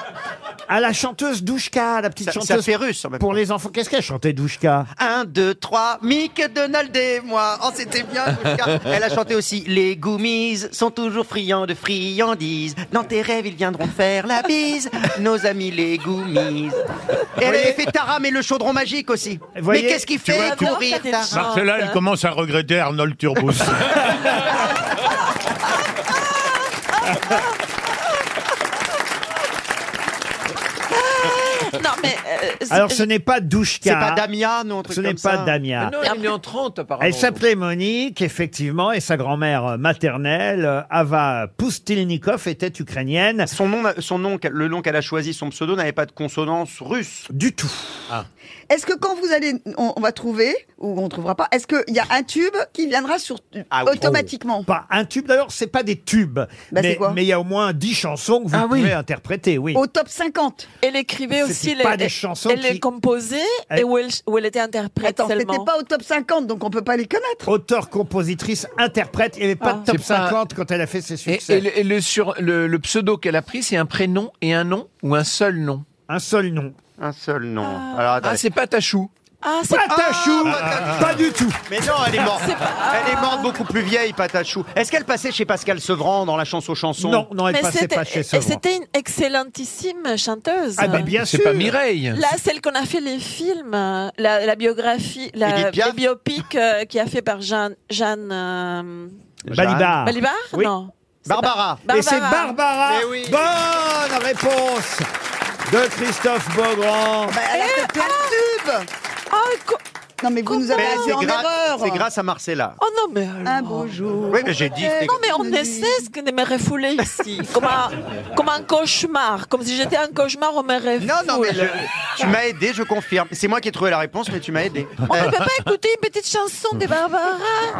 à la chanteuse Douchka, la petite
Ça, ça
chanteuse
fait russe, en même
pour les enfants. Qu'est-ce qu'elle chantait Douchka
1, 2, 3, Mick, Donald et moi. Oh, c'était bien, Douchka. Elle a chanté aussi Les goumises sont toujours friands de friandises. Dans tes rêves, ils viendront faire la bise. Nos amis, les goumises. Et elle avait fait Taram et le chaudron magique aussi.
Vous voyez,
mais qu'est-ce qu'il
tu vois,
fait
tu-
pour rire, Hein
Marcella,
Taram
Marcella, elle commence à regretter Arnold Turbous.
Non, mais. euh, c'est-
Alors ce n'est pas
C'est
Douchka.
pas Damien, non, un truc
Ce n'est
comme
pas
ça.
Damia.
Ah non, elle est née en 30, apparemment.
Elle s'appelait Monique, effectivement, et sa grand-mère maternelle, euh, Ava Pustilnikov, était ukrainienne.
Son nom, son nom, le nom qu'elle a choisi, son pseudo n'avait pas de consonance russe.
Du tout.
Ah.
Est-ce que quand vous allez, on, on va trouver, ou on ne trouvera pas, est-ce qu'il y a un tube qui viendra sur,
Ah oui.
automatiquement
Oh.
Bah,
Pas un tube, d'ailleurs, c'est pas des tubes.
c'est
mais
quoi
mais il y a au moins 10 chansons que vous
Ah oui.
pouvez interpréter, oui.
Au top 50
Elle écrivait aussi les,
pas des chansons
Elle est
qui-
composée et où elle, où elle était interprète
Attends, c'était
seulement.
pas au top 50, donc on peut pas les connaître.
Auteur, compositrice, interprète. Il n'y avait
Ah.
pas de top
C'est pas-
50 quand elle a fait ses
Et,
succès.
et le, et le sur, le, le pseudo qu'elle a pris, c'est un prénom et un nom ou un seul nom
Un seul nom.
Un seul nom. Alors, ah, c'est Patachou.
Ah,
c'est-
Patachou
Ah.
Pas du tout
Mais non, elle est morte.
C'est pas-
Elle est morte beaucoup plus vieille, Patachou. Est-ce qu'elle passait chez Pascal Sevran dans la chanson chanson
Non, non,
Mais c'était- et C'était une excellentissime chanteuse.
Ah
ben,
bah, bien
C'est sûr. pas Mireille.
Là, celle qu'on a fait les films, euh, la, la biographie, la,
Edith Piaf
le biopic euh, qui a fait par Jeanne... Jeanne euh,
Balibar.
Balibar
Oui.
Non. C'est
Barbara. Eh
pas-
Et c'est Barbara.
Mais oui.
Bonne réponse de Christophe Beaugrand.
Elle a fait Bah, plein de tubes. non mais vous nous avez
Mais
mis
Ah, c'est
en
grâce-
erreur.
C'est grâce à Marcella.
Oh non, mais alors...
Un beau jour.
Oui, mais j'ai dit. c'est-
Euh, Non, mais on essaie ce que de me refouler ici, comme un, comme un cauchemar, comme si j'étais un cauchemar, on me refoule.
Non, non, mais je- tu m'as aidé, je confirme. C'est moi qui ai trouvé la réponse, mais tu m'as aidé.
On ne peut pas écouter une petite chanson de Barbara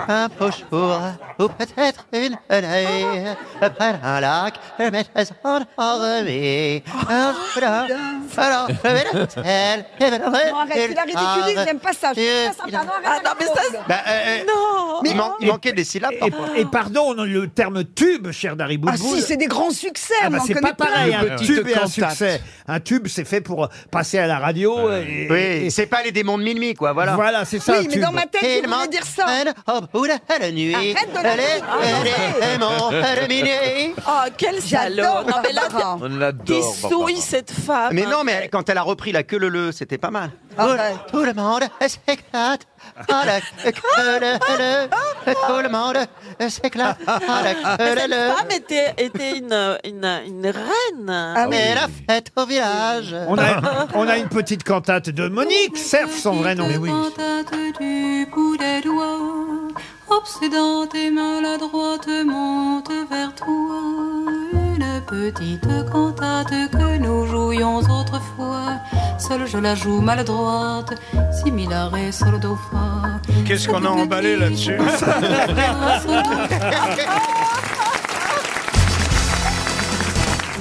Un poche pour, ou peut-être une honneur, après un lac, je mettrai son endormi. Alors, alors, je vais la selle, et je vais la-
Non, arrête, c'est la ridiculise, j'aime pas ça. Je trouve ça sympa. Non, arrête,
Ah non, mais ça,
arrête.
Bah, euh, euh,
Non
il, man- il manquait des syllabes.
Et, et pardon, non, le terme tube, cher Dari
Ah
Boudboul.
si, c'est des grands succès,
Ah
on
bah,
en
c'est
connaît
pas pareil,
plein.
un
Petite
tube et un
cantate.
succès. Un tube, c'est fait pour passer à la radio. et-
Ah, Oui,
et-
c'est pas les démons de Mimi, quoi, voilà.
Voilà, c'est ça.
Oui,
un
mais
tube.
dans ma tête,
Et
il
le
voulait
matin,
dire ça.
au bout de la nuit,
Arrête de la
les-
Ah,
faire.
les démons terminés.
Oh, quel
J'adore
salaud Non, mais là,
Barbara.
On
qui
l'adore. Barbara.
souille cette femme hein.
Mais non, mais quand elle a repris la queue le le, c'était pas mal.
Arrête.
Tout, tout le monde s'éclate. Ah, la queue le le. Tout le monde s'éclate. Ah, la
Euh, Mais
queue le
cette
le.
femme était, était une, une, une reine.
Ah
Mais
oui.
la fête au village.
On a, on a une petite cantate de Monique Cerf, son vrai nom.
Tête du bout des doigts, obsédante et maladroite, monte vers toi. Une petite cantate que nous jouions autrefois. Seule je la joue maladroite, similaire et sol do fa.
Qu'est-ce qu'on a emballé là-dessus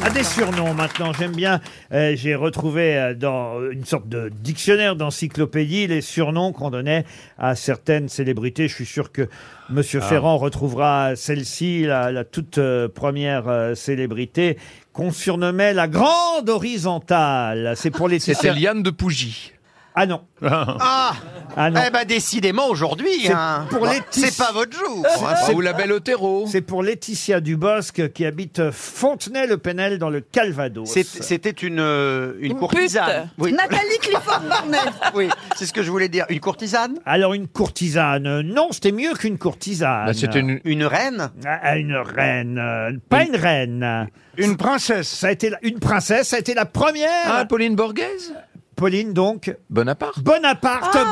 Ah, des surnoms maintenant, j'aime bien. Euh, J'ai retrouvé euh, dans une sorte de dictionnaire, d'encyclopédie, les surnoms qu'on donnait à certaines célébrités. Je suis sûr que Monsieur Ferrand retrouvera celle-ci, la, la toute euh, première euh, célébrité qu'on surnommait la grande horizontale. C'est pour les
C'était
t-shirts-
Liane de Pougy.
Ah non,
Ah,
ah non.
eh ben décidément aujourd'hui,
C'est
hein.
pour les
c'est
tissus.
pas votre jour. hein.
C'est-
Ou la belle Otero.
C'est pour Laetitia Dubosc qui habite Fontenay-le-Penel dans le Calvados.
C'est- C'était une, euh, une,
Une
courtisane. Oui,
Nathalie Clifford Barnett.
oui, c'est ce que je voulais dire. Une courtisane
Alors une courtisane, non, c'était mieux qu'une courtisane.
Bah, C'était une,
Une reine
Ah, une reine, euh, pas une reine.
Une princesse.
Ça a été la- une princesse, ça a été la première.
Ah, Pauline Borghese
Pauline donc
Bonaparte
Bonaparte.
Ah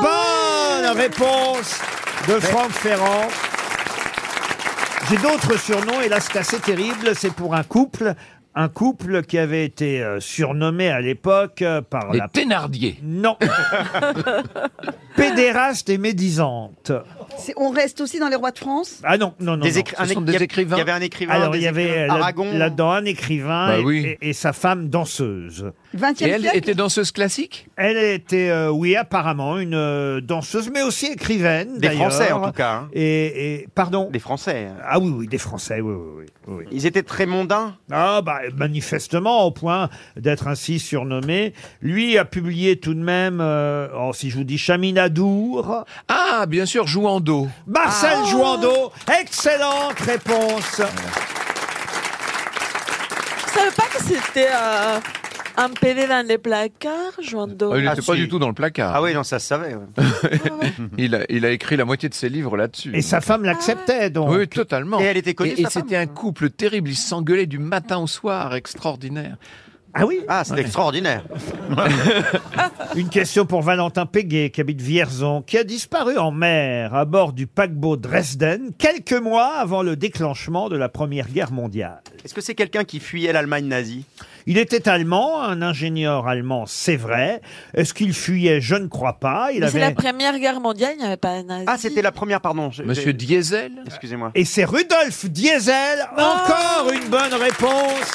bonne réponse de Franck Ferrand. J'ai d'autres surnoms et là c'est assez terrible. C'est pour un couple, un couple qui avait été euh, surnommé à l'époque euh, par
Les
la
Thénardier.
non pédéraste et médisante.
C'est- On reste aussi dans les rois de France.
Ah non non non.
Des
non.
écri- un
ce sont
éc-
des
il y a-
écrivains.
Il y avait un écrivain.
Alors
des
il y avait
écrivains.
euh, là-
Aragon.
là-dedans un écrivain
Bah
et-
oui.
et- et sa femme danseuse.
20e
Et elle
siècle.
était danseuse classique
Elle était, euh, oui, apparemment, une euh, danseuse, mais aussi écrivaine.
Des
d'ailleurs.
Français, en tout cas, hein.
Et, et- pardon.
Des Français. hein.
Ah oui, oui, des Français, oui, oui, oui, oui.
Ils étaient très mondains.
Ah bah manifestement au point d'être ainsi surnommé. Lui a publié tout de même, euh, oh, si je vous dis Chaminadour,
Ah, bien sûr, Jouando.
Marcel
Ah.
Jouandeau. Excellente réponse.
Je savais pas que c'était euh, un PD dans les placards, Joando.
Oh, il
Ah,
n'était pas
si.
du tout dans le placard.
Ah oui, non, ça se savait. ouais.
il, a, il a écrit la moitié de ses livres là-dessus.
Et sa femme l'acceptait donc.
Oui, totalement.
Et elle était connue,
Et, et
sa femme.
c'était un couple terrible. Ils s'engueulaient du matin au soir. Extraordinaire.
Ah oui.
Ah, c'est extraordinaire.
Une question pour Valentin Péguet, qui habite Vierzon, qui a disparu en mer à bord du paquebot Dresden quelques mois avant le déclenchement de la Première Guerre mondiale.
Est-ce que c'est quelqu'un qui fuyait l'Allemagne nazie
Il était allemand, un ingénieur allemand, c'est vrai. Est-ce qu'il fuyait Je ne crois pas. Il
Mais c'est la
avait...
première guerre mondiale, il n'y avait pas un nazi.
Ah, c'était la première, pardon. je-
Monsieur
j'ai-
Diesel
Excusez-moi.
Ah.
Et c'est Rudolf Diesel, encore une bonne réponse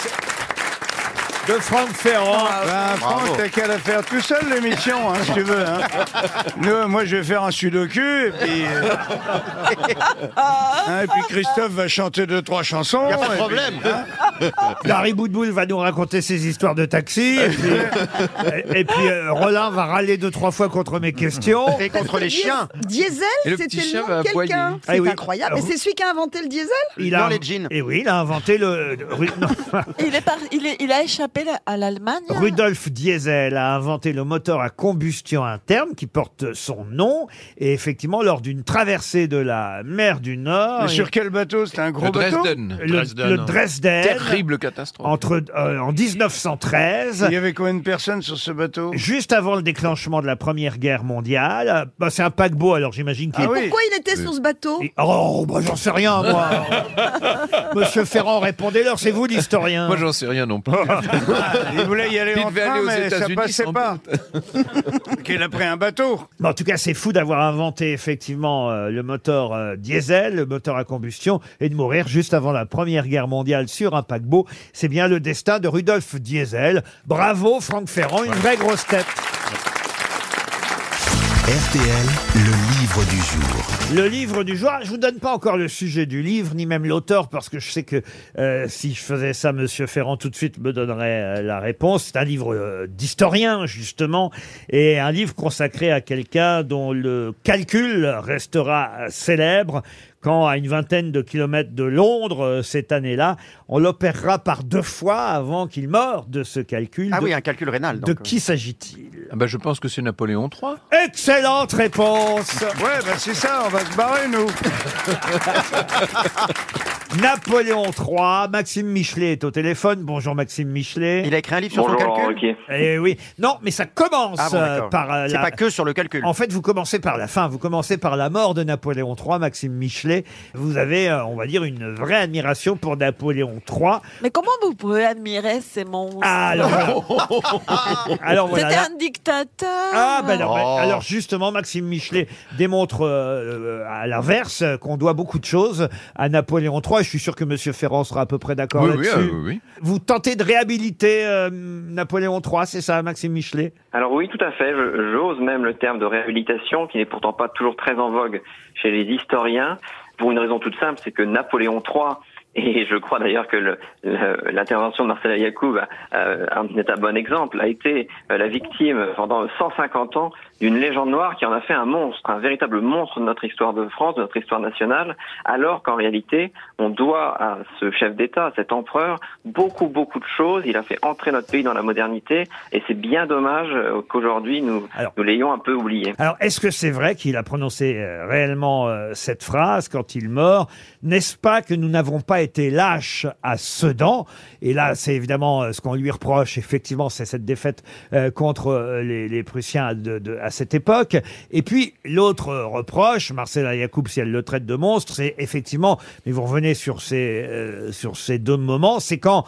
de Franck Ferrand.
Ben, Franck, t'as qu'à la faire tout seul, l'émission, hein, si tu veux. hein. Nous, moi, je vais faire un sudoku, et puis... euh, hein, et puis Christophe va chanter deux, trois chansons.
Y a pas
et
de
puis,
problème.
hein.
Larry Boudboul va nous raconter ses histoires de taxi. Et puis, et puis, euh, Roland va râler deux, trois fois contre mes questions.
Parce que Dies- Diesel, c'était le nom de quelqu'un. C'est
Ah oui.
incroyable. Mais
Alors,
c'est celui qui a inventé le diesel
jeans. Et oui, il a inventé le. le- Ru- non.
Il, est par- il, est- il a échappé la- à l'Allemagne.
Rudolf Diesel a inventé le moteur à combustion interne qui porte son nom. Et effectivement, lors d'une traversée de la mer du Nord.
Mais sur
il-
quel bateau C'était un gros
Le
bateau
Dresden. Le- Dresden. le Dresden. Terrible
catastrophe.
entre, euh, en 1913.
Il y avait combien de personnes sur ce bateau
Juste avant le déclenchement de la Première Guerre mondiale. Euh, bah, c'est un paquebot, alors j'imagine qu'il
Et Ah pourquoi il était sur ce bateau
Ah Oh, bah, j'en sais rien, moi. Monsieur Ferrand, répondez-leur, c'est vous l'historien.
Moi, j'en sais rien non plus.
Il voulait y aller
Il
en
devait
train,
aller aux
mais ça
États-Unis,
passait
sans
pas. Qu'il a pris un bateau.
Mais en tout cas, c'est fou d'avoir inventé effectivement euh, le moteur euh, diesel, le moteur à combustion, et de mourir juste avant la Première Guerre mondiale sur un paquebot. C'est bien le destin de Rudolf Diesel. Bravo, Franck Ferrand, une vraie grosse tête.
RTL, le livre du jour.
Le livre du jour, Ah, je vous donne pas encore le sujet du livre, ni même l'auteur, parce que je sais que euh, si je faisais ça, Monsieur Ferrand tout de suite me donnerait euh, la réponse. C'est un livre euh, d'historien, justement, et un livre consacré à quelqu'un dont le calcul restera euh, célèbre quand, à une vingtaine de kilomètres de Londres, euh, cette année-là, on l'opérera par deux fois avant qu'il meure de ce calcul.
Ah
De-
oui, un calcul rénal. euh.
De qui s'agit-il
Ah bah, je pense que c'est Napoléon III.
Excellente réponse
Ouais, bah c'est ça, on va se barrer, nous.
Napoléon III, Maxime Michelet est au téléphone. Bonjour Maxime Michelet. Il
a écrit un livre
sur son Bonjour, calcul Ruquier.
Eh oui. Non, mais ça commence
Ah bon,
euh,
d'accord.
par euh,
C'est
la-
pas que sur le calcul.
En fait, vous commencez par la fin. Vous commencez par la mort de Napoléon III, Maxime Michelet. Vous avez, euh, on va dire, une vraie admiration pour Napoléon III.
Mais comment vous pouvez admirer ces monstres
Ah, alors voilà. Alors voilà,
C'était
là-
un dictateur.
Ah, ben non, ben,
Oh.
alors justement, Maxime Michelet démontre euh, euh, à l'inverse euh, qu'on doit beaucoup de choses à Napoléon III. Je suis sûr que Monsieur Ferrand sera à peu près d'accord
Oui, oui,
là-dessus.
euh, oui,
Vous tentez de réhabiliter euh, Napoléon III, c'est ça, Maxime Michelet
Alors oui, tout à fait. Je- J'ose même le terme de réhabilitation, qui n'est pourtant pas toujours très en vogue chez les historiens, pour une raison toute simple, c'est que Napoléon III, et je crois d'ailleurs que le- le- l'intervention de Marcela Yacoub euh, en est un bon exemple, a été euh, la victime pendant 150 ans d'une légende noire qui en a fait un monstre, un véritable monstre de notre histoire de France, de notre histoire nationale, alors qu'en réalité, on doit à ce chef d'État, à cet empereur, beaucoup, beaucoup de choses. Il a fait entrer notre pays dans la modernité et c'est bien dommage euh, qu'aujourd'hui nous, nous l'ayons un peu oublié.
Alors, est-ce que c'est vrai qu'il a prononcé euh, réellement euh, cette phrase quand il meurt N'est-ce pas que nous n'avons pas été lâches à Sedan Et là, c'est évidemment euh, ce qu'on lui reproche, effectivement, c'est cette défaite euh, contre euh, les, les Prussiens de- de- à cette époque. Et puis, l'autre euh, reproche, Marcela Yacoub, si elle le traite de monstre, c'est effectivement, mais vous revenez sur ces, euh, sur ces deux moments, c'est quand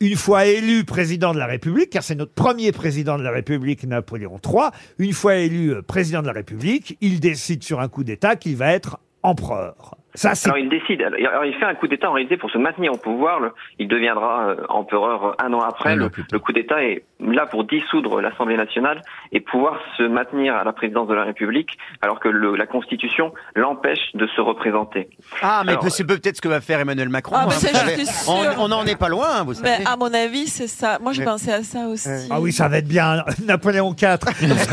une fois élu président de la République, car c'est notre premier président de la République, Napoléon III, une fois élu euh, président de la République, il décide sur un coup d'État qu'il va être empereur. Ça, c'est
Alors il décide, alors alors, il fait un coup d'État en réalité pour se maintenir au pouvoir, Le- il deviendra euh, empereur euh, un an après, le, le coup d'État est là pour dissoudre l'Assemblée nationale et pouvoir se maintenir à la présidence de la République alors que le- la Constitution l'empêche de se représenter.
Ah, mais
Alors,
c'est peut-être ce que va faire Emmanuel Macron.
Ah, mais
hein,
c'est
vous savez.
juste sûr.
on, on en est pas loin, hein, vous savez.
Mais ah, à mon avis, c'est ça. Moi, je
Mais-
pensais à ça aussi.
Ah oui, ça va être bien, Napoléon IV.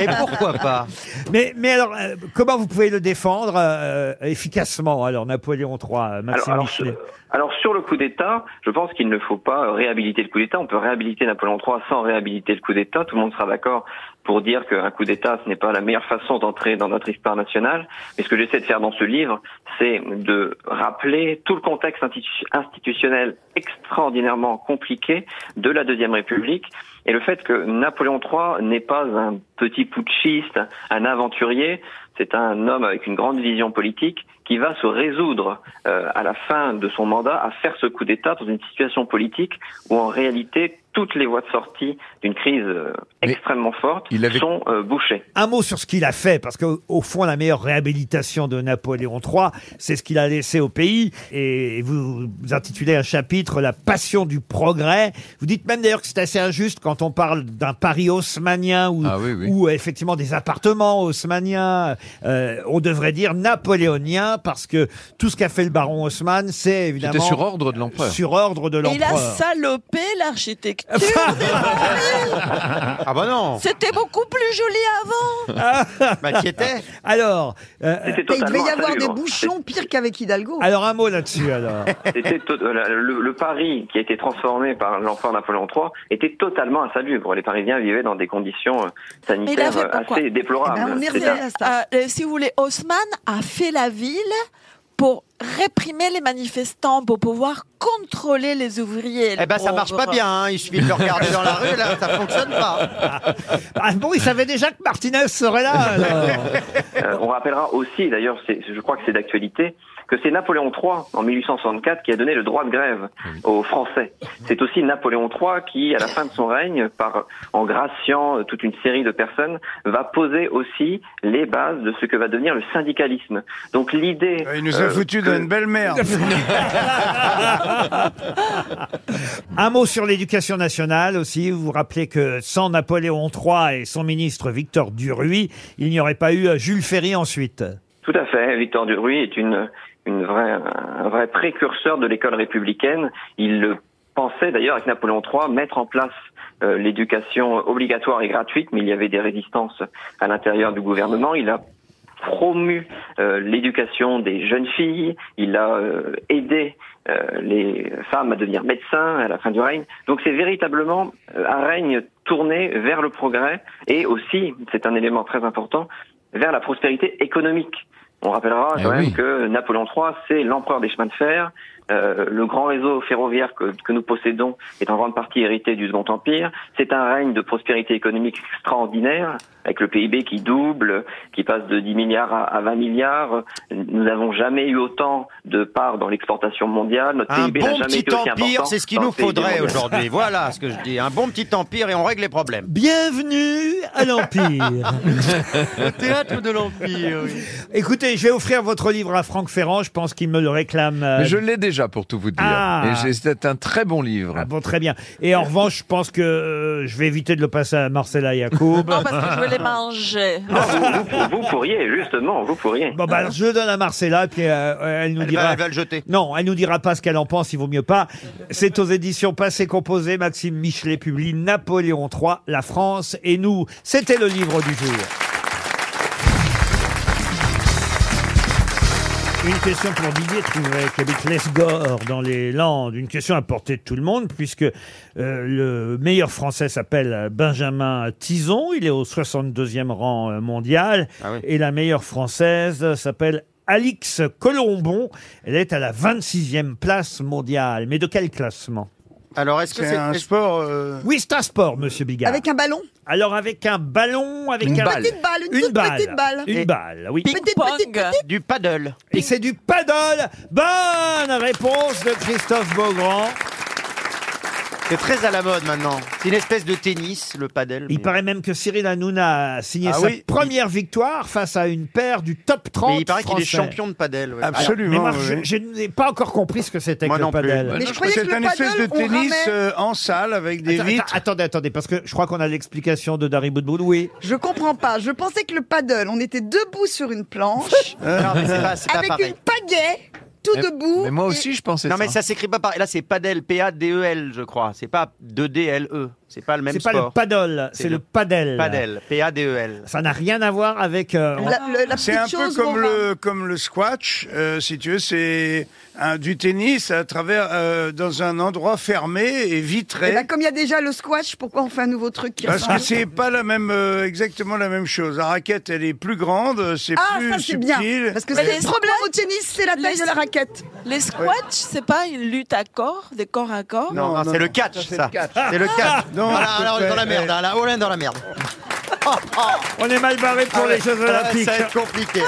Et pourquoi pas
mais, mais alors, euh, comment vous pouvez le défendre euh, efficacement, alors, Napoléon III, euh, Maxime
alors,
Michelet
Alors sur le coup d'État, je pense qu'il ne faut pas réhabiliter le coup d'État. On peut réhabiliter Napoléon III sans réhabiliter le coup d'État. Tout le monde sera d'accord pour dire qu'un coup d'État, ce n'est pas la meilleure façon d'entrer dans notre histoire nationale. Mais ce que j'essaie de faire dans ce livre, c'est de rappeler tout le contexte institu- institutionnel extraordinairement compliqué de la Deuxième République et le fait que Napoléon III n'est pas un petit putschiste, un aventurier, c'est un homme avec une grande vision politique qui va se résoudre euh, à la fin de son mandat à faire ce coup d'État dans une situation politique où en réalité toutes les voies de sortie d'une crise euh, extrêmement forte sont euh, bouchées.
Un mot sur ce qu'il a fait, parce qu'au au fond, la meilleure réhabilitation de Napoléon III, c'est ce qu'il a laissé au pays. Et vous, vous intitulez un chapitre La passion du progrès. Vous dites même d'ailleurs que c'est assez injuste quand on parle d'un Paris haussmanien ou,
Ah
ou effectivement des appartements haussmanniens. Euh, on devrait dire napoléonien, parce que tout ce qu'a fait le baron Haussmann, c'est évidemment.
sur ordre de l'empereur.
Sur ordre de
Il a
l'empereur.
salopé l'architecture. des Paris.
Ah bah non
C'était beaucoup plus joli avant.
Bah, t'y étais.
Alors. euh,
Mais il devait y avoir des bouchons pires qu'avec Hidalgo.
Alors un mot là-dessus alors.
C'était to- euh, la- le, le Paris qui a été transformé par l'empereur Napoléon III était totalement insalubre. Les Parisiens vivaient dans des conditions euh,
Mais il a
sanitaires
fait
euh,
pourquoi Eh ben,
assez déplorables.
Eh ben,
C'est un-
Euh, euh, si vous voulez, Haussmann a fait la ville pour réprimer les manifestants, pour pouvoir contrôler les ouvriers.
Eh ben, ça marche pas bien, hein. Il suffit de le regarder dans la rue, là, ça fonctionne pas.
Ah bon, il savait déjà que Martinez serait là alors.
Euh, on rappellera aussi, d'ailleurs, c'est- je crois que c'est d'actualité, que c'est Napoléon III, en 1864, qui a donné le droit de grève aux Français. C'est aussi Napoléon III qui, à la fin de son règne, par, en graciant euh, toute une série de personnes, va poser aussi les bases de ce que va devenir le syndicalisme. Donc l'idée...
Il nous a
euh,
foutu
que-
dans une belle merde.
Un mot sur l'éducation nationale aussi. Vous vous rappelez que sans Napoléon III et son ministre Victor Duruy, il n'y aurait pas eu euh, Jules Ferry ensuite.
Tout à fait. Victor Duruy est une, une vraie, un vrai précurseur de l'école républicaine. Il le pensait d'ailleurs avec Napoléon III mettre en place euh, l'éducation obligatoire et gratuite, mais il y avait des résistances à l'intérieur du gouvernement. Il a promu euh, l'éducation des jeunes filles, il a euh, aidé euh, les femmes à devenir médecins à la fin du règne. Donc c'est véritablement euh, un règne tourné vers le progrès et aussi, c'est un élément très important, vers la prospérité économique. On rappellera
Eh
quand même que Napoléon III, c'est l'empereur des chemins de fer. Euh, le grand réseau ferroviaire que, que nous possédons est en grande partie hérité du Second Empire. C'est un règne de prospérité économique extraordinaire, avec le PIB qui double, qui passe de 10 milliards à, à 20 milliards. Nous n'avons jamais eu autant de parts dans l'exportation mondiale. Notre
Un
PIB n'a
bon
jamais
petit
été aussi
empire,
important
c'est ce qu'il
dans
nous
le PIB
faudrait
mondial.
aujourd'hui. Voilà ce que je dis. Un bon petit empire et on règle les problèmes.
Bienvenue à l'Empire.
Le théâtre de l'Empire, oui.
Écoutez, je vais offrir votre livre à Franck Ferrand. Je pense qu'il me le réclame. euh,
Mais je l'ai déjà pour tout vous dire.
Ah.
Et j'ai- c'est un très bon livre.
Bon, très bien. Et en revanche, je pense que euh, je vais éviter de le passer à Marcella Yacoub.
Non, parce que je veux les manger.
Ah, vous- vous- vous pourriez, justement, vous pourriez.
Bon, bah, alors, je le donne à Marcella, puis euh, elle nous dira.
elle va le jeter.
Non, elle nous dira pas ce qu'elle en pense, il vaut mieux pas. C'est aux éditions Passé Composé, Maxime Michelet publie Napoléon III, La France et nous. C'était le livre du jour. Une question pour Didier Trouvet, qui habite Lesgore, dans les Landes. Une question à portée de tout le monde, puisque euh, le meilleur français s'appelle Benjamin Tison. Il est au 62e rang euh, mondial.
Ah
Et la meilleure française s'appelle Alix Colombon. Elle est à la 26e place mondiale. Mais de quel classement
Alors, est-ce que
C'est
c'est.
un euh,
est-ce-
Oui, c'est un sport, monsieur Bigard.
Avec un ballon
Alors, avec un ballon, avec
Une
un-
balle. Petite balle, une toute
balle.
petite balle.
Une
Et-
balle, oui.
Du paddle.
Et c'est du paddle. Bonne réponse de Christophe Beaugrand.
C'est très à la mode maintenant. C'est une espèce de tennis, le paddle.
Il paraît même que Cyril Hanouna a signé
Ah
sa
oui.
première victoire face à une paire du top 30
Mais il paraît qu'il est
français.
champion de paddle. ouais.
Mais
Absolument.
moi, je- je n'ai pas encore compris ce que c'était que
Moi
le
non plus.
padel.
Mais Mais je je
croyais que
C'est
le
un espèce de
paddle, on
tennis
ramait.
euh, en salle avec des
Attends,
vitres.
attends, attendez, attendez, parce que je crois qu'on a l'explication de Dari Boudboul, oui.
Je comprends pas. Je pensais que le paddle, on était debout sur une planche,
Non, mais c'est pas, c'est pas
avec
pareil.
une pagaie, tout
Mais-
debout.
Mais moi aussi, je pensais
Non,
ça.
mais ça s'écrit pas pareil. Là, c'est paddle, P-A-D-E-L, E je crois. C'est pas 2-D-L-E. E. C'est pas le même
C'est
sport.
pas le paddle, c'est le padel.
Paddle, P-A-D-E-l.
Ça n'a rien à voir avec. euh, on-
c'est un peu comme le, comme le squash, euh, si tu veux, c'est un- du tennis à travers, euh, dans un endroit fermé et vitré.
Et Eh ben, comme il y a déjà le squash, pourquoi on fait un nouveau truc qui
Parce que
ressemble
c'est pas la même, euh, exactement la même chose. La raquette, elle est plus grande, euh, c'est
Ah,
plus
ça c'est bien.
subtil.
Parce que c'est le problème au tennis, c'est la taille de la raquette.
Les squats, c'est pas une lutte à corps, de corps à corps
Oh Non, non, c'est le catch, ça.
catch.
C'est le catch.
Non,
Ah, là,
s'il te
là, on est dans
plaît,
la merde,
eh.
hein, là, on est dans la merde.
On est mal barré pour
Ah ouais,
les Jeux
ouais, ça va
Olympiques.
être
compliqué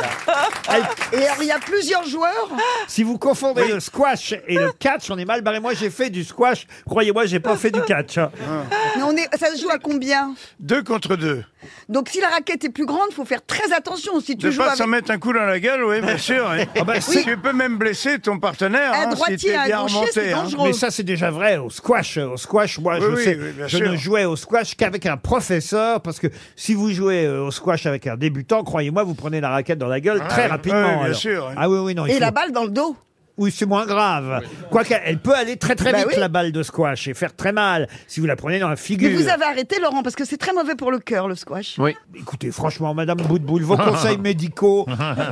Et alors, il y a plusieurs joueurs.
Si vous confondez le squash et le catch, on est mal barré. Moi, j'ai fait du squash. Croyez-moi, j'ai pas fait du catch. hein.
Ah.
Mais on est, ça se joue à combien
Deux contre deux.
Donc si la raquette est plus grande, faut faire très attention. Si tu
De
joues
pas
avec...
s'en mettre un coup dans la gueule, oui, bien sûr. hein.
Ah bah, c'est-
Tu peux même blesser ton partenaire
Un
hein,
droitier,
si t'es
un
bien
gaucher,
remonté.
c'est
hein.
dangereux.
Mais ça, c'est déjà vrai au squash. Au squash, moi,
Oui,
je
oui,
sais,
oui, bien
je
sûr.
ne jouais au squash qu'avec un professeur, parce que si vous jouez euh, au squash avec un débutant, croyez-moi, vous prenez la raquette dans la gueule
Ah
très
oui,
rapidement.
ah oui, bien
alors.
sûr, oui.
Ah oui, oui, non. il
Et
faut-
la balle dans le dos.
Oui, c'est moins grave. Quoique, elle peut aller très très
Bah
vite,
oui.
la balle de squash, et faire très mal si vous la prenez dans la
Mais
figure.
vous avez arrêté, Laurent, parce que c'est très mauvais pour le cœur, le squash.
Oui. Écoutez, franchement, Madame Boutboul, vos conseils médicaux.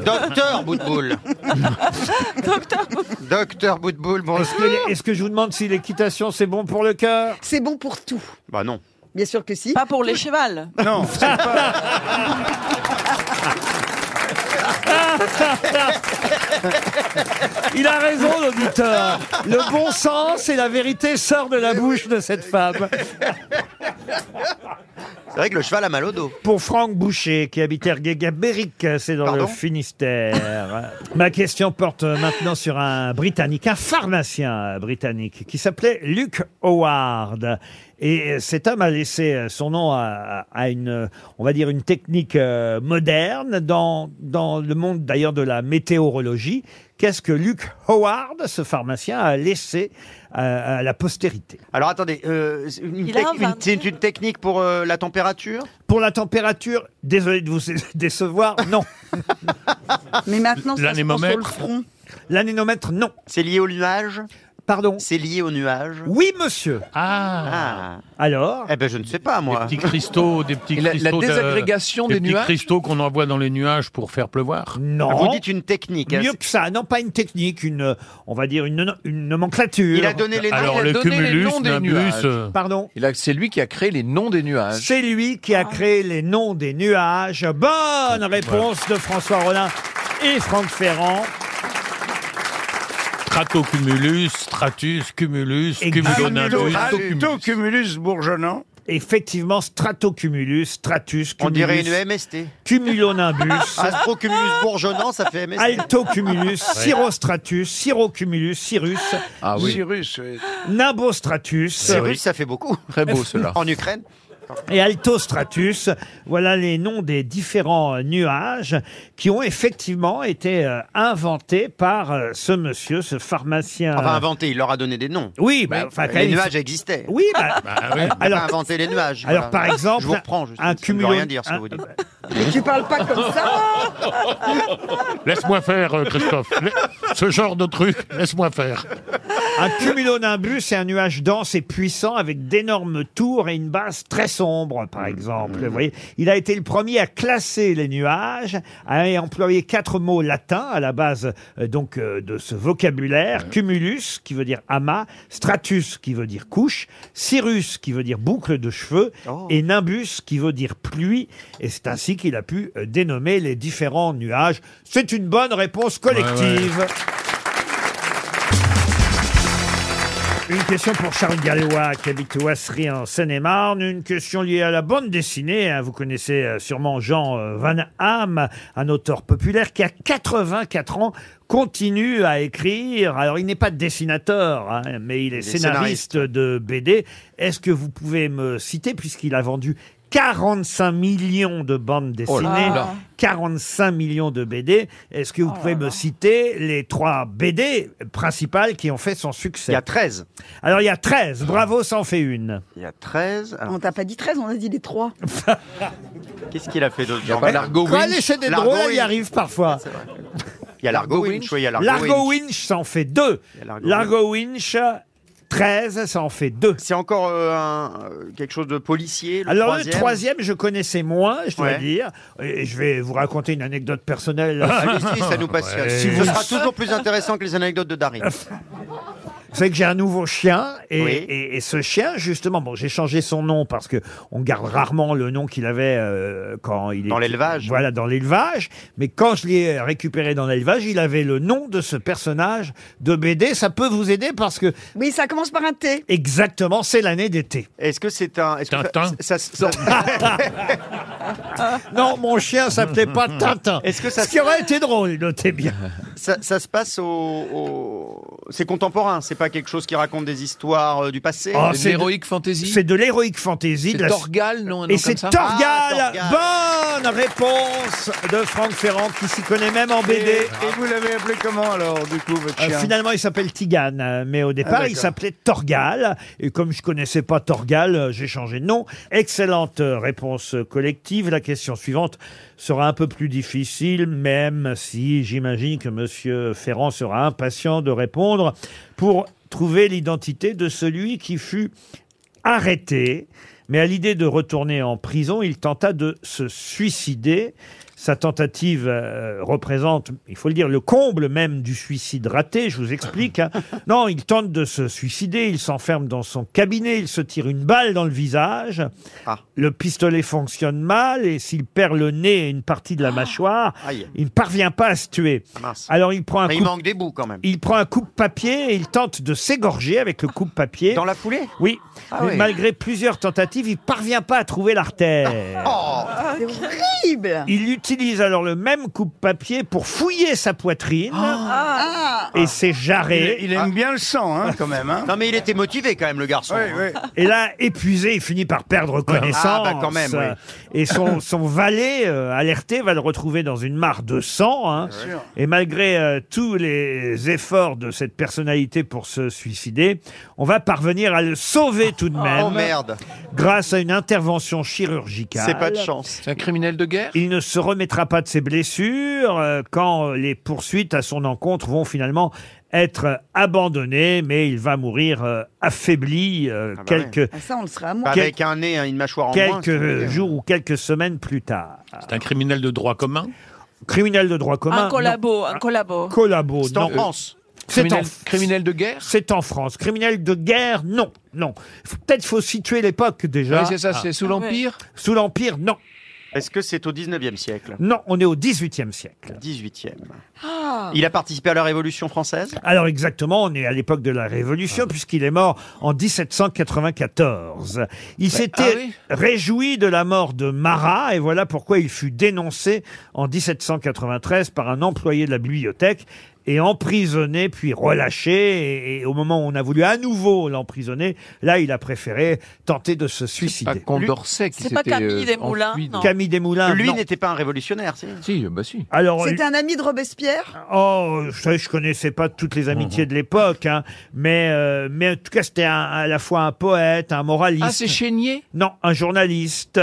Docteur Boutboul.
Docteur Boutboul, bonjour. Est-ce que, est-ce que je vous demande si l'équitation, c'est bon pour le cœur
C'est bon pour tout.
Bah non.
Bien sûr que si.
Pas pour les chevals.
Non,
c'est pas.
Ah,
Il a raison, l'auditeur. Le bon sens et la vérité sortent de la bouche de cette femme.
C'est vrai que le cheval a mal au dos.
Pour Franck Boucher, qui habite Erguéga-Béric, c'est dans le Finistère. Ma question porte maintenant sur un Britannique, un pharmacien britannique, qui s'appelait Luke Howard. Et cet homme a laissé son nom à, à une, on va dire, une technique euh, moderne dans, dans le monde d'ailleurs de la météorologie. Qu'est-ce que Luke Howard, ce pharmacien, a laissé euh, à, à la postérité
Alors attendez, euh, c'est une
Il a
tec-
un
une-
vingt-deux.
c'est une technique pour euh, la température
Pour la température, désolé de vous décevoir, non.
Mais maintenant, ça se prend sur le
L'anémomètre
front.
L'anémomètre, non.
C'est lié au nuage
Pardon
C'est lié au nuage
Oui, monsieur.
Ah.
Alors
Eh ben je ne sais pas moi.
Des petits cristaux, des petits
Et la- la
cristaux de-
désagrégation des
des petits
nuages
cristaux qu'on envoie dans les nuages pour faire pleuvoir.
Non.
Vous dites une technique. hein,
Mieux
c'est-
que ça, non pas une technique, une, on va dire une, une nomenclature.
Il a donné les noms. Alors,
le cumulus, nimbus, euh,
Pardon
Il a- C'est lui qui a créé les noms des nuages.
C'est lui qui a créé les noms des nuages. Bonne réponse de François Rollin et Franck Ferrand.
Stratocumulus, stratus, cumulus, cumulonimbus.
Stratocumulus bourgeonnant. Effectivement, stratocumulus, stratus,
On
cumulus.
dirait une MST.
Cumulonimbus.
Astrocumulus bourgeonnant, ça fait MST.
Altocumulus,
Ouais.
Cirostratus, Sirocumulus, Cyrus,
Ah oui.
Cyrus, oui.
Nimbostratus.
Cyrus, ça fait beaucoup.
Très beau, cela.
En Ukraine
Eh et Altostratus. Voilà les noms des différents euh, nuages qui ont effectivement été euh, inventés par euh, ce monsieur, ce pharmacien.
Enfin, Ah, bah, inventé, il leur a donné des noms.
Oui, bah, enfin, quand
les
même, ils
nuages
sont-
existaient.
Oui, bah,
alors
alors,
inventé les nuages.
alors, par
voilà.
exemple,
je vous reprends. Je
un
ne
cumulo-
rien dire ce que
un-
vous dites.
Hein
Mais tu parles pas comme ça.
Laisse-moi faire, euh, Christophe. Ce genre de truc, laisse-moi faire.
un cumulonimbus, c'est un nuage dense et puissant avec d'énormes tours et une base très sombre, par exemple. Vous voyez, il a été le premier à classer les nuages, à employer quatre mots latins à la base euh, donc euh, de ce vocabulaire cumulus, qui veut dire amas, stratus, qui veut dire couche, cirrus, qui veut dire boucle de cheveux, et nimbus, qui veut dire pluie. Et c'est ainsi qu'il a pu euh, dénommer les différents nuages. C'est une bonne réponse collective. Une question pour Charles Gallois, qui habite Ouasserie en Seine-et-Marne. Une question liée à la bande dessinée. hein. Vous connaissez euh, sûrement Jean euh, Van Hamme, un auteur populaire qui, à 84 ans, continue à écrire. Alors, il n'est pas dessinateur, hein, mais il est
Il est
scénariste de BD. Est-ce que vous pouvez me citer, puisqu'il a vendu 45 millions de bandes
Oh
dessinées,
là là.
45 millions de BD. Est-ce
Oh
que vous pouvez me citer les trois BD principales qui ont fait son succès
Il y a 13.
Alors il y a 13, bravo, ça en fait une.
Il y a 13. Alors,
On t'a pas dit 13, on a dit les trois.
qu'est-ce qu'il a fait d'autre
a
genre
pas Largo
Quoi,
Winch
les chaînes des
Largo
drôles, elle y
Winch.
arrive parfois.
Il y a Largo Winch. oui, il y a Largo,
Largo
Winch.
Winch, ça en fait deux.
y a Largo
Largo Winch, 13, ça en fait deux.
C'est encore euh, un, euh, quelque chose de policier. Le
Alors
troisième.
le troisième, je connaissais moins, je dois
Ouais.
dire. Et je vais vous raconter une anecdote personnelle.
Allez-y, Ah, ça nous passionne.
Ah, Si
Ce
vous-
sera toujours plus intéressant que les anecdotes de Darry.
Vous savez que j'ai un nouveau chien et,
Oui.
et- et ce chien, justement, bon, j'ai changé son nom parce que on garde rarement le nom qu'il avait euh, quand il dans l'élevage. Voilà, dans l'élevage. Mais quand je l'ai récupéré dans l'élevage, il avait le nom de ce personnage de BD. Ça peut vous aider parce que
oui, ça commence par un T.
Exactement, c'est l'année d'été.
Est-ce que c'est un. Est-ce
Tintin.
Ça, ça-
non, mon chien s'appelait pas Tintin.
Est-ce que ça
Ce qui aurait été drôle, notez bien.
Ça, ça se passe au. au- C'est contemporain, c'est pas quelque chose qui raconte des histoires euh, du passé.
Oh, c'est de- C'est de l'héroïque fantasy.
C'est
de la-
Torgal, non, un nom
Et c'est
comme ça
Torgal.
Ah,
Bonne réponse de Franck Ferrand qui s'y connaît même en
Et,
BD.
et vous l'avez appelé comment alors, du coup, votre
Euh,
chien
finalement, il s'appelle Tigane, euh, mais au départ,
Ah,
il
d'accord.
s'appelait Torgal. Et comme je connaissais pas Torgal, euh, j'ai changé de nom. Excellente euh, réponse collective. La question suivante sera un peu plus difficile, même si j'imagine que Monsieur Ferrand sera impatient de répondre pour trouver l'identité de celui qui fut arrêté. Mais à l'idée de retourner en prison, il tenta de se suicider. Sa tentative euh, représente, il faut le dire, le comble même du suicide raté, je vous explique. hein. Non, il tente de se suicider, il s'enferme dans son cabinet, il se tire une balle dans le visage.
Ah.
Le pistolet fonctionne mal et s'il perd le nez et une partie de la mâchoire,
Ah. Aïe.
il ne parvient pas à se tuer.
Mince.
Alors il prend un
Mais il
coup-
manque des bouts quand même.
il prend un coupe-papier et il tente de s'égorger avec le coupe-papier. Dans
la foulée
Oui.
Ah
Mais
ouais.
Malgré plusieurs tentatives, il parvient pas à trouver l'artère.
C'est horrible.
Il utilise alors le même coupe-papier pour fouiller sa poitrine
Ah.
et Ah. ses jarrets.
Il, il aime bien le sang, hein, quand même. Hein.
Non, mais il était motivé quand même, le garçon. hein.
Oui, oui.
Et là, épuisé, il finit par perdre connaissance.
Ah, bah, quand même, oui.
Euh, Et son, son valet, euh, alerté, va le retrouver dans une mare de sang. hein.
sûr.
Et malgré euh, tous les efforts de cette personnalité pour se suicider, on va parvenir à le sauver tout de même.
Oh, merde.
Grâce à une intervention chirurgicale.
C'est pas de chance.
C'est un criminel de guerre Il ne se remettra pas de ses blessures euh, quand les poursuites à son encontre vont finalement être abandonnées, mais il va mourir euh, affaibli euh,
bah
quelques,
ouais.
Ah, ça, on le sera à
Bah,
moi.
Avec un nez, une mâchoire en moins.
quelques
ça veut dire.
jours ou quelques semaines plus tard.
C'est un criminel de droit commun
Criminel de droit commun.
Un collabo, un collabo.
non. Collabo.
C'est en
non.
France.
C'est en,
Criminel-
criminel de guerre C'est en France. Criminel de guerre, non. non. Faut- Peut-être faut situer l'époque déjà.
Oui, c'est ça, c'est sous Ah ouais. l'Empire
Sous l'Empire, non.
Est-ce que c'est au 19e siècle
Non, on est au 18e siècle.
18e. Il a participé à la Révolution française Ah.
Alors exactement, on est à l'époque de la Révolution puisqu'il est mort en 1794. Il s'était
Ah oui
réjoui de la mort de Marat et voilà pourquoi il fut dénoncé en 1793 par un employé de la bibliothèque et emprisonné puis relâché et, et au moment où on a voulu à nouveau l'emprisonner, là il a préféré tenter de se suicider.
Condorcet qui
C'est pas
s'était,
Camille
euh,
Desmoulins,
enfui de-
non.
Camille Desmoulins.
Lui
non.
n'était pas un révolutionnaire, si
Si, bah si.
Alors
C'était un ami de Robespierre
Oh, je savais, je connaissais pas toutes les amitiés de l'époque, hein, mais euh, mais en tout cas c'était un- à la fois un poète, un moraliste.
Ah, c'est Chénier
Non, un journaliste.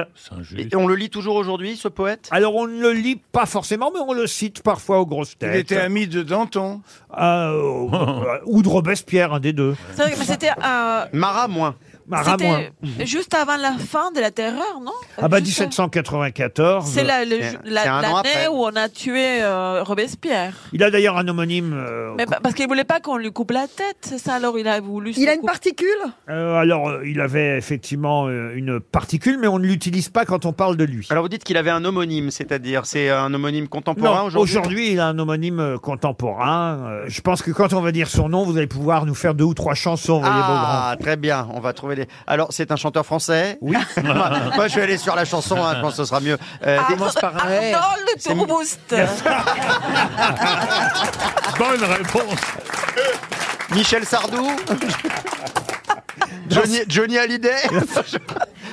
Et on le lit toujours aujourd'hui, ce poète
Alors on ne le lit pas forcément, mais on le cite parfois aux grosses
Il
têtes.
était ami de Danton.
Ah, euh, euh, ou de Robespierre, un des deux.
C'est vrai que- mais c'était euh,
Marat moins.
Marat
c'était
moins.
juste avant la fin de la terreur, non
Ah bah
Juste-
1794.
C'est la- le-
C'est-
la-
c'est un an
l'année
après.
où on a tué euh, Robespierre.
Il a d'ailleurs un homonyme. euh,
Mais pa- parce qu'il voulait pas qu'on lui coupe la tête, c'est ça Alors il a voulu. Il a une
particule
euh, alors euh, il avait effectivement euh, une particule, mais on ne l'utilise pas quand on parle de lui.
Alors vous dites qu'il avait un homonyme, c'est-à-dire c'est un homonyme contemporain
Non,
aujourd'hui
il a un homonyme euh, contemporain. Euh, je pense que quand on va dire son nom, vous allez pouvoir nous faire deux ou trois chansons. voyez,
Ah, très bien, on va trouver les... Alors, c'est un chanteur français
Oui.
moi, moi, je vais aller sur la chanson, hein, je pense que ce sera mieux. Euh,
Ar-
des-
Arnold
C'est-
Tourboost.
Bonne réponse.
Michel Sardou Johnny, Johnny Hallyday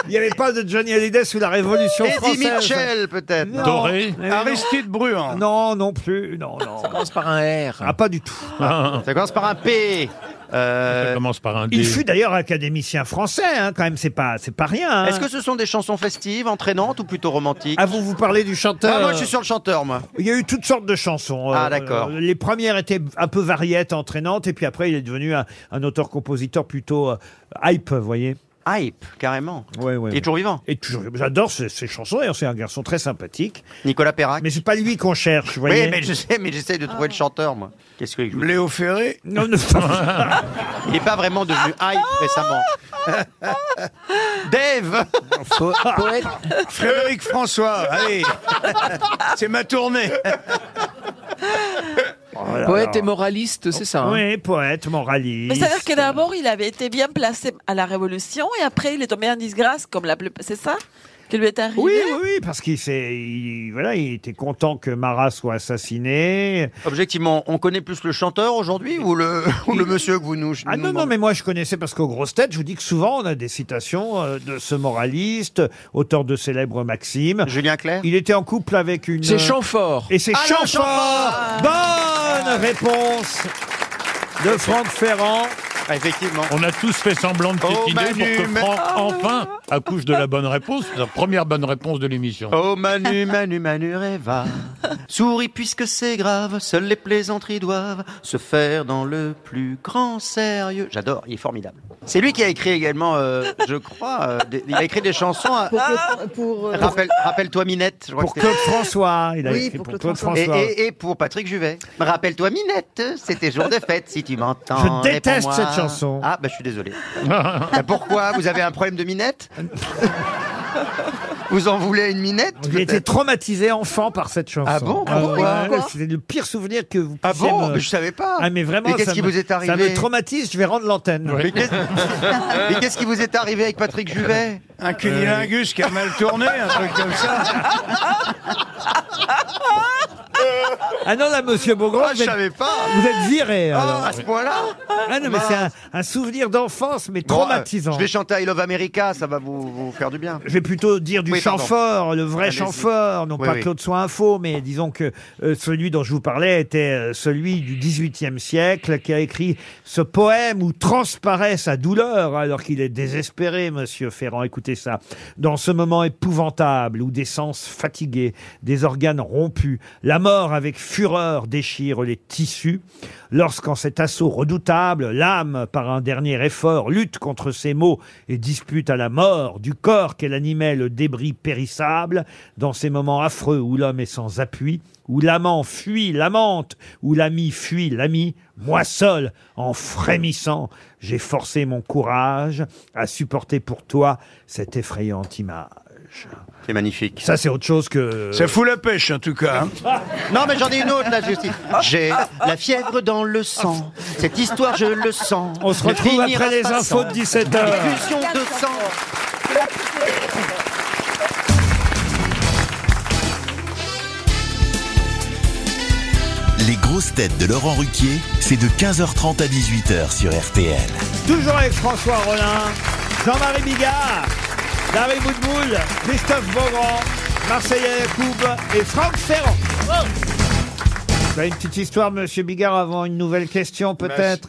Il n'y avait pas de Johnny Hallyday sous la Révolution
Eddie
française.
Mitchell, peut-être.
Non.
Doré.
Mais non.
Aristide Bruand.
Non, non plus. Non, non. Ça
commence par un R.
Ah, pas du tout.
Ça commence par un P. Euh,
Ça commence par un D.
Il fut d'ailleurs académicien français, hein, quand même, c'est pas, c'est pas rien. hein.
Est-ce que ce sont des chansons festives, entraînantes ou plutôt romantiques
Ah, vous vous parlez du chanteur
Ah, moi, je suis sur le chanteur, moi.
Il y a eu toutes sortes de chansons.
Ah, d'accord.
euh, les premières étaient un peu variéttes, entraînantes, et puis après, il est devenu un, un auteur-compositeur plutôt euh, hype, vous voyez.
hype, carrément.
Ouais, ouais,
Il est toujours vivant.
Et toujours, j'adore ses, ses chansons. D'ailleurs, c'est un garçon très sympathique.
Nicolas Perrac.
Mais c'est pas lui qu'on cherche, vous voyez.
Oui, mais je sais, mais j'essaie de trouver le chanteur, moi. Qu'est-ce que
Léo Ferré
Ah. Non, non.
Il n'est pas vraiment devenu hype récemment. Dave
Poète Frédéric François, allez C'est ma tournée
Poète et moraliste, c'est ça. hein
Oh Oui, poète, moraliste.
Mais c'est-à-dire que d'abord, il avait été bien placé à la Révolution et après, il est tombé en disgrâce, comme la plus... C'est ça qui lui est arrivé
Oui, oui, oui, parce qu'il s'est, il- voilà, il était content que Marat soit assassiné.
Oh, Objectivement, on connaît plus le chanteur aujourd'hui ou le, ou le monsieur que vous nous.
Ah
nous
non, non, mais moi je connaissais parce qu'aux grosses têtes, je vous dis que souvent on a des citations euh, de ce moraliste, auteur de célèbres maximes.
Julien Clerc
Il était en couple avec une...
C'est Chamfort.
Et c'est
Alain
Chamfort
Chamfort
Bonne réponse de Franck Ferrand.
Effectivement.
On a tous fait semblant de
Oh,
piétiner pour
Manu,
que
mais-
Franck, enfin, accouche de la bonne réponse, la première bonne réponse de l'émission.
Oh Manu, Manu, Manu, Reva, souris puisque c'est grave, seules les plaisanteries doivent se faire dans le plus grand sérieux. J'adore, il est formidable. C'est lui qui a écrit également, euh, je crois, euh, des- il a écrit des chansons. à-
Ah. euh,
Rappelle- Rappelle-toi Minette. je crois
Pour
que c'était-
Claude François, il a
Oui,
écrit
pour
pour
Claude
Claude
Et,
François.
et- et pour Patrick Juvet. Rappelle-toi Minette, c'était jour de fête si tu m'entends.
Je déteste
réponds-moi.
cette chanson.
Ah bah je suis désolé. Bah, pourquoi Vous avez un problème de Minette Vous en voulez à une Minette
J'ai été
peut-être
traumatisé enfant par cette chanson.
Ah bon Pourquoi Pourquoi
C'était le pire souvenir que vous
Ah
puissiez
bon
me-
Mais je savais pas.
Ah mais vraiment,
Mais qu'est-ce
ça
qui
me-
vous est arrivé
Ça me traumatise, je vais rendre l'antenne.
Mais qu'est-ce mais qu'est-ce qui vous est arrivé avec Patrick Juvet
Un cunilingus qui a mal tourné, un truc comme ça
Ah non, là, monsieur Beaugrand,
Ah, je
vous êtes-
savais pas.
Vous êtes viré. alors.
Ah, à ce point-là
Ah non, mais
Mince.
c'est un, un souvenir d'enfance, mais
Bon, euh,
traumatisant.
Je vais chanter I Love America, ça va vous, vous faire du bien.
Je vais plutôt dire du
Oui, pardon.
Chamfort, le vrai
Allez-y.
Chamfort, non
Oui,
pas
oui.
Claude Soin Info, mais disons que euh, celui dont je vous parlais était euh, celui du XVIIIe siècle qui a écrit ce poème où transparaît sa douleur alors qu'il est désespéré, monsieur Ferrand. Écoutez ça. Dans ce moment épouvantable où des sens fatigués, des organes rompus, la mort avec fureur déchire les tissus, lorsqu'en cet assaut redoutable, l'âme, par un dernier effort, lutte contre ses maux et dispute à la mort du corps qu'elle animait le débris périssable, dans ces moments affreux où l'homme est sans appui, où l'amant fuit l'amante, où l'ami fuit l'ami, moi seul, en frémissant, j'ai forcé mon courage à supporter pour toi cette effrayante image.
C'est magnifique.
Ça, c'est autre chose que...
Ça fout la pêche, en tout cas. hein.
Non, mais j'en ai une autre là, Justine. J'ai la fièvre dans le sang. Cette histoire, je le sens.
On se
Ne
retrouve
finira
après les
pas
infos
sans.
de 17h.
Effusion de sang.
Les grosses têtes de Laurent Ruquier, c'est de 15h30 à 18h sur RTL.
Toujours avec François Rollin, Jean-Marie Bigard, Larry Boudboul, Christophe Beaugrand, Marseille Yacoub et Franck Ferrand. Vous avez une petite histoire, monsieur Bigard, avant une nouvelle question, peut-être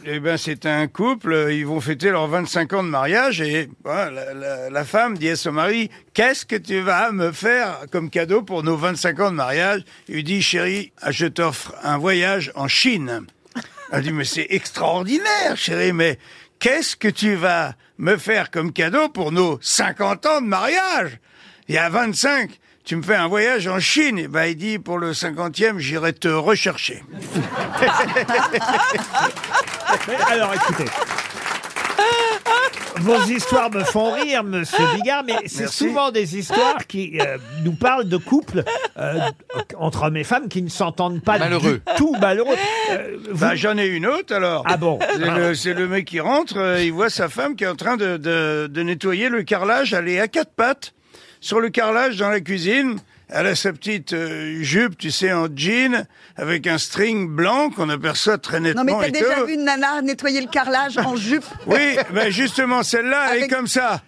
Bah, c'est- eh ben, c'est un couple, euh, ils vont fêter leurs 25 ans de mariage et bah, la, la- la femme dit à son mari Qu'est-ce que tu vas me faire comme cadeau pour nos 25 ans de mariage Il lui dit Chérie, je t'offre un voyage en Chine. Elle dit Mais c'est extraordinaire, chérie, mais qu'est-ce que tu vas me faire comme cadeau pour nos 50 ans de mariage Il y a 25, tu me fais un voyage en Chine. Et ben, il dit Pour le 50e, j'irai te rechercher.
Mais Alors, écoutez. Euh, Vos histoires me font rire, monsieur Bigard, mais c'est
Merci.
souvent des histoires qui euh, nous parlent de couples euh, entre hommes et femmes qui ne s'entendent pas
Malheureux.
du tout malheureux. Euh, vous-
Bah, j'en ai une autre alors.
Ah bon
C'est le, c'est le mec qui rentre, euh, il voit sa femme qui est en train de, de- de nettoyer le carrelage. Elle est à quatre pattes sur le carrelage dans la cuisine. Elle a sa petite euh, jupe, tu sais, en jean, avec un string blanc qu'on aperçoit très
Non,
nettement.
mais t'as
et
déjà
tout.
vu une nana nettoyer le carrelage en jupe
Oui, ben justement, celle-là, elle est comme ça.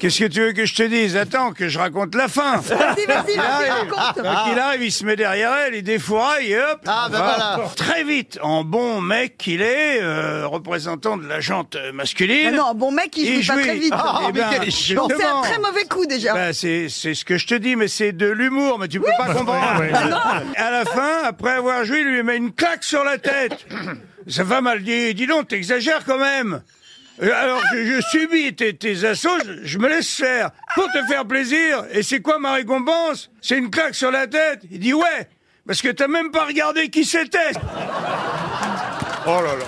Qu'est-ce que tu veux que je te dise Attends, que je raconte la fin. Ah,
Vas-y, vas-y,
Il
vas-y,
arrive.
raconte. Ah.
Donc il arrive, il se met derrière elle, il défouraille et hop.
Ah, ben
va.
voilà.
Très vite, en bon mec qu'il est, euh, représentant de la jante masculine.
Mais non, bon mec, il joue pas
jouit.
très vite. Ah,
Eh ben,
Donc, c'est un
justement.
très mauvais coup déjà.
Ben, c'est c'est ce que je te dis, mais c'est de l'humour, mais tu peux pas comprendre.
ouais.
Ah,
À la fin, après avoir joué, il lui met une claque sur la tête. Sa femme, elle dit, dis donc, t'exagères quand même. Et Alors, je, je subis tes, tes assauts, je, je me laisse faire. Pour te faire plaisir. Et c'est quoi ma récompense C'est une claque sur la tête. Il dit ouais, parce que t'as même pas regardé qui c'était. Oh là là.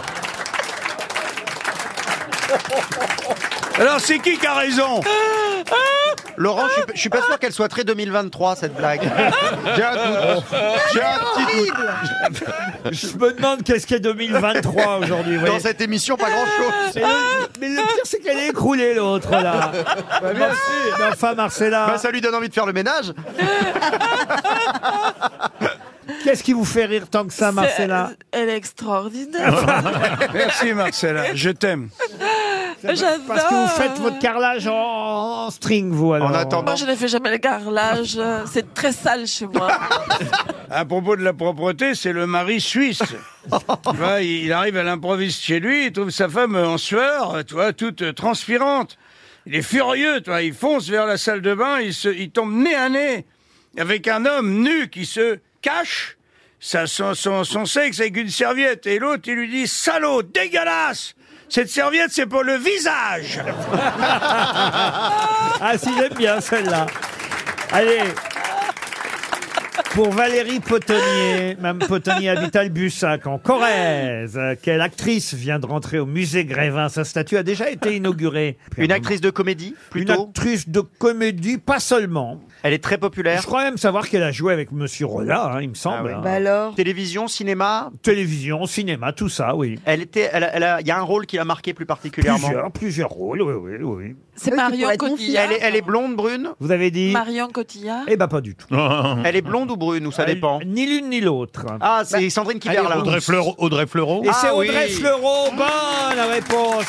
Alors, c'est qui qui a raison
Laurent, je suis pas- je suis pas sûr qu'elle soit très 2023, cette blague. J'ai un doute. J'ai un petit doute.
Je me demande qu'est-ce qu'est 2023 aujourd'hui. vous voyez.
Dans cette émission, pas grand-chose.
Mais le- mais le pire, c'est qu'elle est écroulée, l'autre, là.
Bah, bien
Mais enfin, Marcella.
Bah, ça lui donne envie de faire le ménage.
Qu'est-ce qui vous fait rire tant que ça, Marcella
C'est- Elle est extraordinaire.
Merci Marcella, je t'aime.
J'adore.
Parce que vous faites votre carrelage en, en string, vous, alors.
Moi, je ne fais jamais le carrelage. euh, C'est très sale chez moi.
À propos de la propreté, c'est le mari suisse. Tu vois, il il arrive à l'improviste chez lui, il trouve sa femme en sueur, tu vois, toute euh, transpirante. Il est furieux, tu vois, il fonce vers la salle de bain, il, se, il tombe nez à nez avec un homme nu qui se cache sa- son, son- son sexe avec une serviette. Et l'autre, il lui dit « Salaud, dégueulasse Cette serviette, c'est pour le visage
Ah, si, j'aime bien celle-là. Allez. Pour Valérie Potonnier, Mme Potonnier habite Albusac en Corrèze. Euh, Quelle actrice vient de rentrer au musée Grévin Sa statue a déjà été inaugurée.
Une actrice de comédie,
Une actrice de comédie, pas seulement.
Elle est très populaire. Ah
Je crois même savoir qu'elle a joué avec Monsieur Rolla, hein, il me semble. hein.
Bah alors
Télévision, cinéma.
Télévision, cinéma, tout ça, oui.
Elle était, elle, a- elle a- il y a un rôle qui l'a marqué plus particulièrement.
Plusieurs, plusieurs rôles, oui, oui, oui.
C'est Marion Cotillard.
Elle est, elle est blonde, brune.
Vous avez dit
Marion Cotillard.
Eh ben, pas du tout.
Elle est blonde ou brune, ou ça dépend.
Euh, Ni l'une ni l'autre.
Ah, c'est Sandrine Kiber là.
Audrey Fleurot. Audrey Fleurot.
Et c'est
Ah oui.
Audrey Fleurot, bonne réponse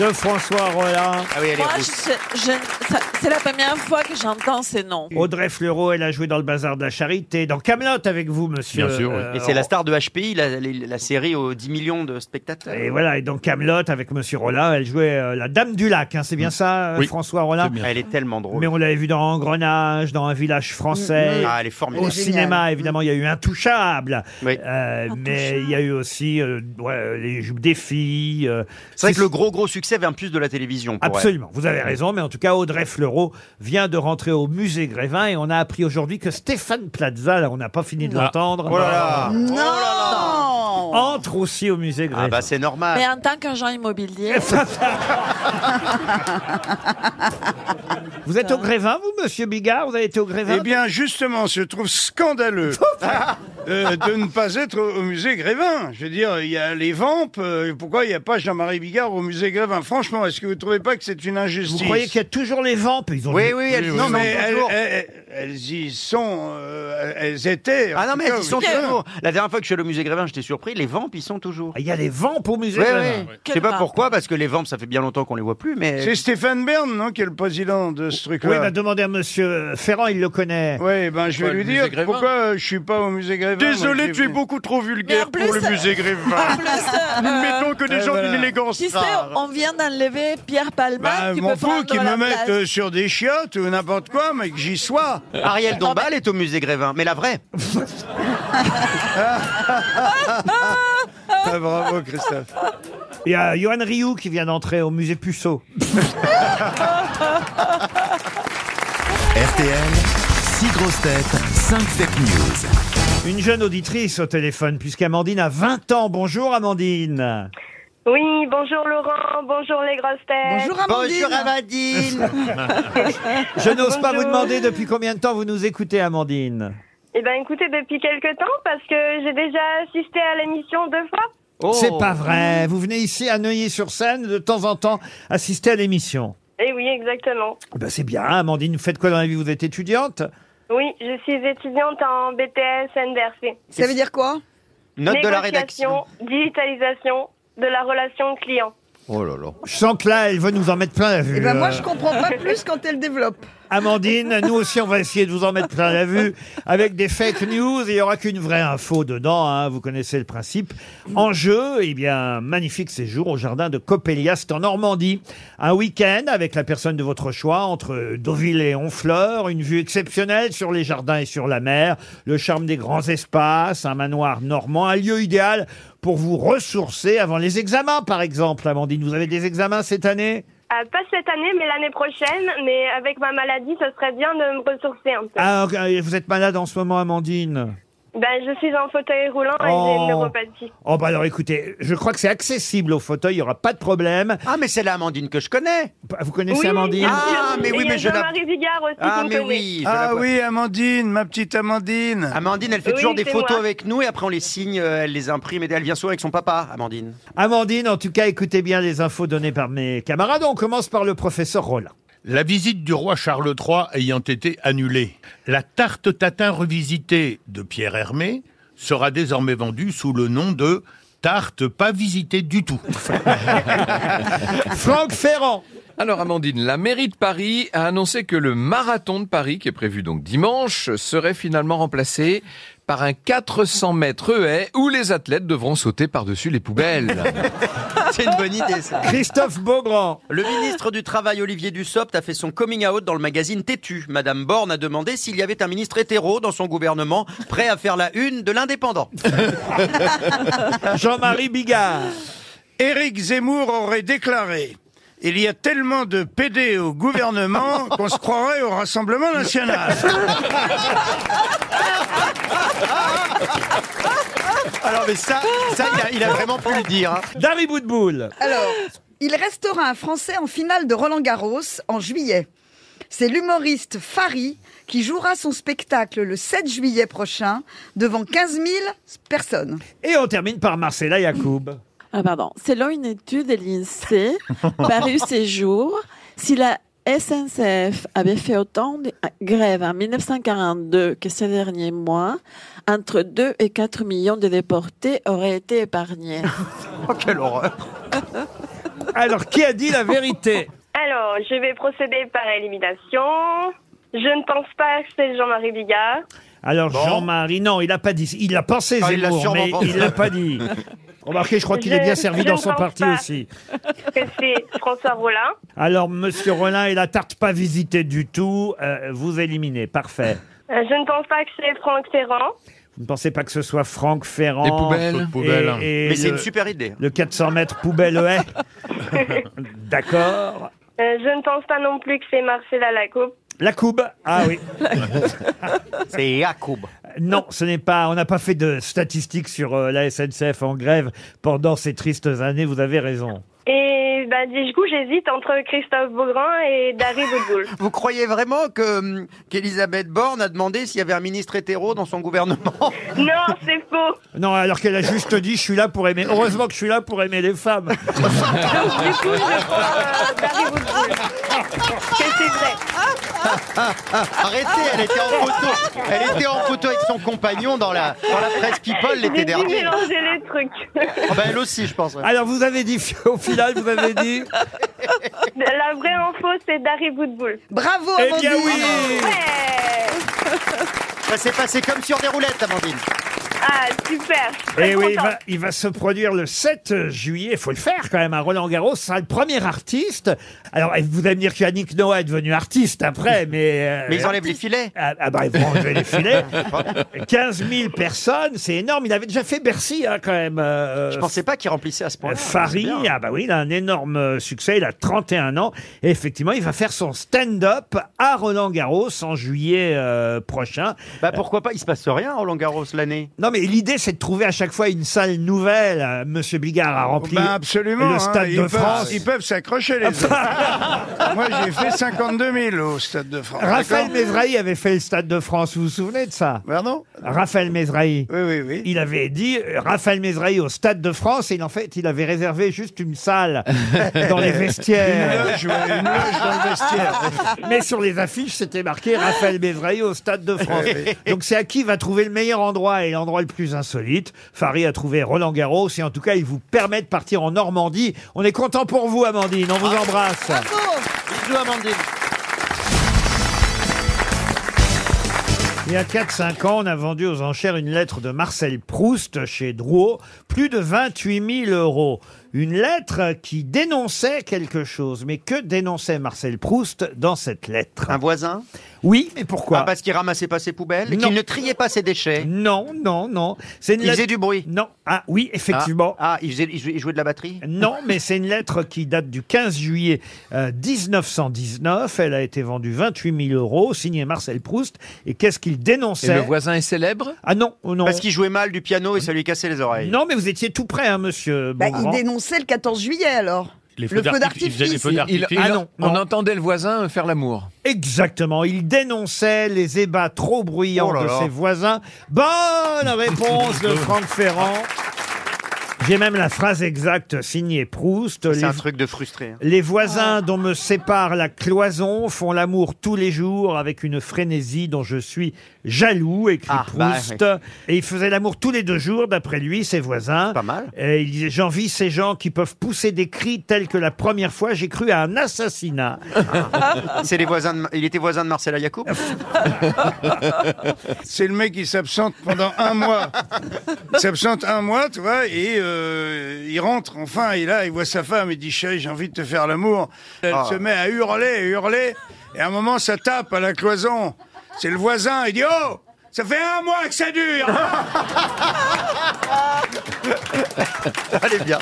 de François Rollin.
Ah oui,
Moi, je- je- je- ça- c'est la première fois que j'entends ces noms.
Audrey Fleurot, elle a joué dans le Bazar de la Charité, dans Camelot avec vous, monsieur. euh,
Et c'est la star de HPI, la, la- la série aux 10 millions de spectateurs.
Et voilà, et dans Camelot avec monsieur Rollin, elle jouait euh, la Dame du Lac, hein, c'est bien ça, euh,
Mmh. Oui.
François Rollin
Elle est tellement drôle.
Mais on l'avait vu dans Engrenage, dans Un village français.
Mm, mm. Ah, elle est formidable.
Au
Elle est
cinéma,
géniale. Mmh.
évidemment, il y a eu Intouchable.
Oui.
Euh, mais il y a eu aussi euh, ouais, Les Jupes des filles. euh,
C'est vrai que le gros gros succès vient plus de la télévision. pour elle.
Absolument, vous avez raison, mais en tout cas, Audrey Fleurot vient de rentrer au musée Grévin et on a appris aujourd'hui que Stéphane Plaza, là, on n'a pas fini de
Ah.
l'entendre,
Oh là là.
euh,
Non
entre aussi au musée Grévin.
Ah bah c'est normal.
Mais euh, en tant qu'agent immobilier.
Vous êtes au Grévin, vous, monsieur Bigard Vous avez été au Grévin
Eh bien, justement, je trouve scandaleux euh, de ne pas être au, au musée Grévin. Je veux dire, il y a les Vampes, euh, pourquoi il n'y a pas Jean-Marie Bigard au musée Grévin Franchement, est-ce que vous ne trouvez pas que c'est une injustice
Vous croyez qu'il y a toujours les vampes ils ont
Oui,
dit-
oui, elles y
Non,
sont
mais elles,
toujours.
elles- elles y sont, euh, elles étaient.
Ah non, mais elles y sont toujours.
toujours.
La dernière fois que je suis allé au musée Grévin, j'étais surpris, les vampes, ils sont toujours.
Ah, Il y a les vampes au musée
Oui,
Grévin.
oui. Je sais pas pourquoi, parce que les vampes, ça fait bien longtemps qu'on les voit plus, mais.
C'est Stéphane Bern, non, qui est le président de ce truc-là
Oui, on a demandé à monsieur Ferrand, il le connaît.
Oui, ben je vais
Ouais,
lui
le musée
dire
Grévin.
pourquoi euh, je suis pas au musée Grévin.
Désolé, tu es
beaucoup trop
Mais
vulgaire
en plus, en plus, euh,
Eh,
Tu sais, on vient d'enlever Pierre Palma.
Bah,
qui
m'en
peut
fous
prendre
qu'ils
la
me mettent
place.
euh, sur des chiottes ou n'importe quoi, mais que j'y sois.
Euh, Ariel Dombal est au musée Grévin, mais la vraie.
Ah, bravo, Christophe.
Il y a Johan Rioux qui vient d'entrer au musée Puceau.
RTL, 6 grosses têtes, 5 fake news.
Une jeune auditrice au téléphone, puisqu'Amandine a 20 ans. Bonjour Amandine.
Oui, bonjour Laurent, bonjour les grosses têtes.
Bonjour Amandine. Bonjour
Ah,
Je n'ose pas vous
Bonjour.
demander depuis combien de temps vous nous écoutez, Amandine.
Eh ben écoutez, depuis quelques temps, parce que j'ai déjà assisté à l'émission deux fois.
Oh.
C'est pas vrai. Vous venez ici à Neuilly-sur-Seine de temps en temps assister à l'émission.
Eh oui, exactement.
Ah ben, c'est bien, Amandine. Vous faites quoi dans la vie Vous êtes étudiante
Oui, je suis étudiante en BTS NDRC.
Ça veut dire quoi
Note de la
Négociation, Digitalisation de la relation client.
Oh Je sens que là, elle veut nous en mettre plein la vue.
Eh ben moi
Euh,
je comprends pas plus quand elle développe.
Amandine, nous aussi, on va essayer de vous en mettre plein la vue avec des fake news. Il n'y aura qu'une vraie info dedans. hein. Vous connaissez le principe. En jeu, eh bien, magnifique séjour au jardin de Coppelia. C'est en Normandie. Un week-end avec la personne de votre choix entre Deauville et Honfleur. Une vue exceptionnelle sur les jardins et sur la mer. Le charme des grands espaces. Un manoir normand. Un lieu idéal pour vous ressourcer avant les examens, par exemple. Amandine, vous avez des examens cette année?
Euh, pas cette année, mais l'année prochaine. Mais avec ma maladie, ça serait bien de me ressourcer un peu.
Ah, ok, vous êtes malade en ce moment, Amandine
Ben, je suis en fauteuil roulant et j'ai
Oh.
une neuropathie.
Oh bah alors écoutez, je crois que c'est accessible au fauteuil, il n'y aura pas de problème. Ah mais c'est la Amandine que je connais. Vous connaissez Amandine
Ah,
mais oui, mais je la-
Jean-Marie Vigard aussi.
Ah,
qu'on
mais
connaît.
oui.
Ah oui, Amandine, ma petite Amandine.
Amandine, elle fait
Oui,
toujours des
c'est
photos
moi.
avec nous et après on les signe, euh, elle les imprime et elle vient souvent avec son papa, Amandine.
Amandine, en tout cas, écoutez bien les infos données par mes camarades. On commence par le professeur Rollin.
La visite du roi Charles III ayant été annulée, la tarte tatin revisitée de Pierre Hermé sera désormais vendue sous le nom de tarte pas visitée du tout.
Franck Ferrand.
Alors Amandine, la mairie de Paris a annoncé que le marathon de Paris, qui est prévu donc dimanche, serait finalement remplacé par un 400 mètres haies où les athlètes devront sauter par-dessus les poubelles.
C'est une bonne idée, ça.
Christophe Beaugrand.
Le ministre du Travail, Olivier Dussopt, a fait son coming out dans le magazine Têtu. Madame Borne a demandé s'il y avait un ministre hétéro dans son gouvernement prêt à faire la une de l'indépendant.
Jean-Marie Bigard.
Ah. Éric Zemmour aurait déclaré Il y a tellement de PD au gouvernement qu'on se croirait au Rassemblement national.
Alors, mais ça,
Ah,
ça il, a, il a vraiment pu le dire. hein.
Dari Boudboul.
Alors, il restera un Français en finale de Roland Garros en juillet. C'est l'humoriste Fari qui jouera son spectacle le 7 juillet prochain devant 15 000 personnes.
Et on termine par Marcella Yacoub.
Ah, pardon. Selon une étude de l'INSEE parue ces jours, si la SNCF avait fait autant de grèves en 1942 que ces derniers mois, entre 2 et 4 millions de déportés auraient été épargnés.
Oh, quelle horreur
Alors, qui a dit la vérité
Alors, je vais procéder par élimination. Je ne pense pas que c'est Jean-Marie Bigard.
Alors Jean-Marie, non, il n'a pas dit. Il l'a pensé,
Ah, il l'a
Zemmour,
sûrement
mais
pensé.
il l'a pas dit. Remarquez, je crois qu'il est
Je-
bien servi
je
dans
ne
son
pense
parti
pas.
aussi.
Que c'est François Rollin.
Alors, Monsieur Rollin et la tarte pas visitée du tout, euh, vous éliminez. Parfait.
Euh, Je ne pense pas que c'est Franck Ferrand.
Vous ne pensez pas que ce soit Franck Ferrand
Les poubelles.
et-
Les poubelles.
et
Mais c'est
le-
une super idée.
Le 400 mètres poubelle haie. D'accord.
Euh, je ne pense pas non plus que c'est Marcella Lacoupe.
La coupe. Ah oui.
C'est Yacoub.
Non, ce n'est pas. On n'a pas fait de statistiques sur euh, la SNCF en grève pendant ces tristes années. Vous avez raison.
Et bah, du coup, j'hésite entre Christophe Beaugrand et Dari Boudboul.
Vous croyez vraiment que hum, qu'Elisabeth Borne a demandé s'il y avait un ministre hétéro dans son gouvernement
non, c'est faux.
Non, alors qu'elle a juste dit, je suis là pour aimer. Heureusement que je suis là pour aimer les femmes.
Donc, du coup, je prends euh, Dari Boudboul. Que c'est vrai.
Arrêtez, elle était en photo. Elle était en photo avec son compagnon dans la, dans la presse People l'été
J'ai dû
dernier.
mélanger les trucs.
Ah bah, elle aussi, je pense. ouais.
Alors vous avez dit, au final, vous avez dit.
La vraie info, c'est Dari Boudboul.
Bravo
Eh
Amandine
bien oui
Ouais.
Ça s'est passé comme sur des roulettes, Amandine.
Ah, super. Je suis très
Eh oui, il
contente.
va, il va se produire le 7 juillet. Il faut le faire quand même. À Roland Garros, ce sera le premier artiste. Alors, eh, vous allez me dire qu'Yannick Noah est devenu artiste après, mais. euh,
Mais ils enlèvent les filets.
Ah, ah bah, ils vont enlever les filets. 15 000 personnes, c'est énorme. Il avait déjà fait Bercy, hein, quand même. euh,
Je pensais pas qu'ils remplissaient à ce point-là.
Fari,
C'est bien.
ah bah oui, il a un énorme euh, succès, il a 31 ans. Et effectivement, il va faire son stand-up à Roland Garros en juillet euh, prochain.
Bah pourquoi pas Il se passe rien, Roland Garros l'année.
Non, mais l'idée, c'est de trouver à chaque fois une salle nouvelle. Euh, Monsieur Bigard a rempli
Ben absolument.
le
hein,
Stade
ils,
de
peuvent,
France.
ils peuvent s'accrocher les autres. Moi, j'ai fait 52 000 au Stade de France.
Raphaël
d'accord
Mesrahi avait fait le Stade de France, vous vous souvenez de ça
Pardon
Raphaël Mesrahi.
Oui, oui, oui.
Il avait dit euh, Raphaël Mesrahi au Stade de France, et il- en fait, il avait réservé juste une salle dans les vestiaires.
Une loge, ouais, une loge dans le vestiaire.
Mais sur les affiches, c'était marqué Raphaël Bézraillé au Stade de France.
Oui,
Donc c'est à qui va trouver le meilleur endroit et l'endroit le plus insolite. Farid a trouvé Roland Garros et en tout cas, il vous permet de partir en Normandie. On
Ah.
est content pour vous, Amandine. On vous embrasse.
Bisous, Amandine.
Il y a 4-5 ans, on a vendu aux enchères une lettre de Marcel Proust chez Drouot, plus de 28 000 euros. Une lettre qui dénonçait quelque chose. Mais que dénonçait Marcel Proust dans cette lettre Un
voisin
Oui, mais pourquoi
Ah, parce qu'il ramassait pas ses poubelles,
Non.
qu'il ne triait pas ses déchets.
Non, non, non. C'est
Il faisait du
bruit Non. Ah oui, effectivement.
Ah, ah, il, faisait- il jouait, il jouait de la batterie
Non, mais c'est une lettre qui date du 15 juillet euh, 1919. Elle a été vendue 28 000 euros, signée Marcel Proust. Et qu'est-ce qu'il dénonçait
Et le voisin est célèbre
Ah non, oh non.
Parce qu'il jouait mal du piano et ça lui cassait les oreilles.
Non, mais vous étiez tout près, hein, monsieur.
Bah, il
Beaugrand.
dénonçait le 14 juillet alors. le feu d'artifice.
Il- il-
Ah non,
on entendait le voisin faire l'amour.
Exactement. Il dénonçait les ébats trop bruyants
Oh là
de
là.
ses voisins. Bonne réponse de Franck Ferrand. J'ai même la phrase exacte signée Proust.
C'est
Les-
un truc de frustré. hein.
Les voisins dont me sépare la cloison font l'amour tous les jours avec une frénésie dont je suis jaloux, écrit
Ah, bah,
Proust. Et il faisait l'amour tous les deux jours, d'après lui, ses voisins. Pas mal. Et il disait, j'envie ces gens qui peuvent pousser des cris tels que la première fois j'ai cru à un assassinat.
C'est les voisins de- Il était voisin de Marcela Yacoub
Ah,
C'est le mec qui s'absente pendant un mois. Il s'absente un mois, tu vois, et euh, il rentre enfin, et là, il voit sa femme, il dit Chérie, j'ai envie de te faire l'amour. Elle
Ah.
se met à hurler, à hurler, et à un moment, ça tape à la cloison. C'est le voisin, il dit Oh Ça fait un mois que ça dure
Allez bien.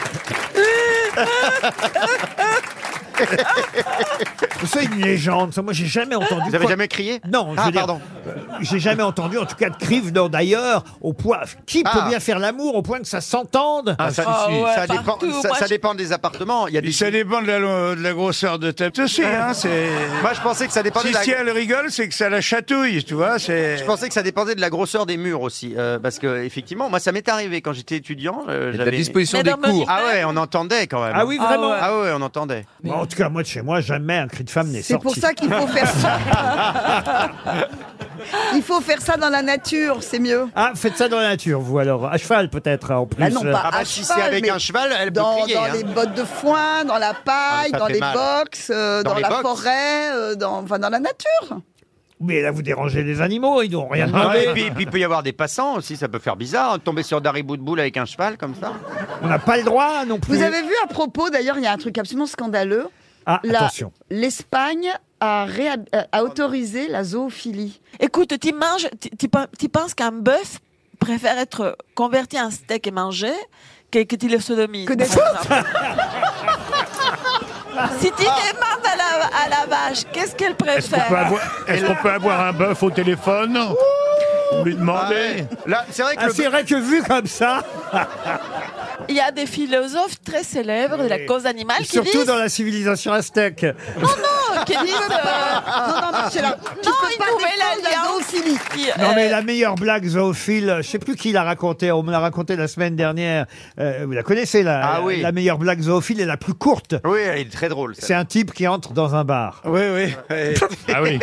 C'est une légende. Ça, moi, j'ai jamais entendu.
Vous avez
quoi-
jamais crié
Non. je
Ah,
veux dire,
pardon.
euh, J'ai jamais entendu, en tout cas, de cri venant d'ailleurs, au point. Qui
Ah.
peut bien faire l'amour au point que ça s'entende
ça,
Ah,
ça dépend, ça- ça dépend des appartements. Il y a des...
Ça dépend de la, lo- de la grosseur de ta aussi, hein, c'est...
Moi, je pensais que ça dépendait
Si,
de la...
si elle rigole, c'est que ça la chatouille, tu vois, c'est...
Je pensais que ça dépendait de la grosseur des murs aussi, euh, parce que effectivement, moi ça m'est arrivé quand j'étais étudiant. euh,
Et de la
j'avais-
disposition Mais des dans mon cours.
Ah ouais, on entendait quand même.
Ah oui, vraiment
Ah ouais, on entendait.
Bon, en tout cas, moi de chez moi, jamais un cri de femme n'est
C'est
sorti.
pour ça qu'il faut faire ça. Il faut faire ça dans la nature, c'est mieux.
Ah, faites ça dans la nature, vous alors. À cheval, peut-être, en plus.
Bah non, pas
Euh,
à
si c'est
cheval,
avec
mais
un cheval, elle peut
dans,
crier,
dans
hein.
les bottes de foin, dans la paille,
ça
dans
fait
les
mal.
box, euh,
Dans
dans,
les
la
box.
forêt, euh, dans, enfin, dans la nature.
Mais là, vous dérangez les animaux, ils n'ont rien
Ah ouais,
demandé.
et puis, et puis, il peut y avoir des passants aussi, ça peut faire bizarre, hein, tomber sur Dari Boudboul avec un cheval comme ça.
On n'a pas le droit non plus.
Vous avez vu à propos, d'ailleurs, il y a un truc absolument scandaleux.
Ah,
La-
attention.
L'Espagne a, réhab- euh, a autorisé la zoophilie.
Écoute, tu manges, tu- tu pe- tu penses qu'un bœuf préfère être converti en steak et mangé que que tu le sodomises
Que des
par exemple. Si tu demandes à la, à la vache, qu'est-ce qu'elle
Est-ce qu'on
préfère
peut avoir, est-ce qu'on peut avoir un bœuf au téléphone Vous lui demandez
Là, c'est vrai que
Ah,
le-
c'est vrai que vu comme ça,
Il y a des philosophes très célèbres de la cause animale qui
surtout
disent
dans la civilisation aztèque.
non, qui disent euh,
Non, non, mais c'est la... Tu
non,
peux
une
pas
nouvelle
défendre la
alliance
zoophilie.
qui,
Non
euh,
mais la meilleure blague zoophile, je sais plus qui l'a racontée, on me l'a racontée la semaine dernière. Euh, vous la connaissez la,
Ah
la-
oui.
la meilleure blague zoophile est la plus courte.
Oui, elle est très drôle.
C'est
celle-là.
un type qui entre dans un bar.
Oui, oui. oui.
Ah oui.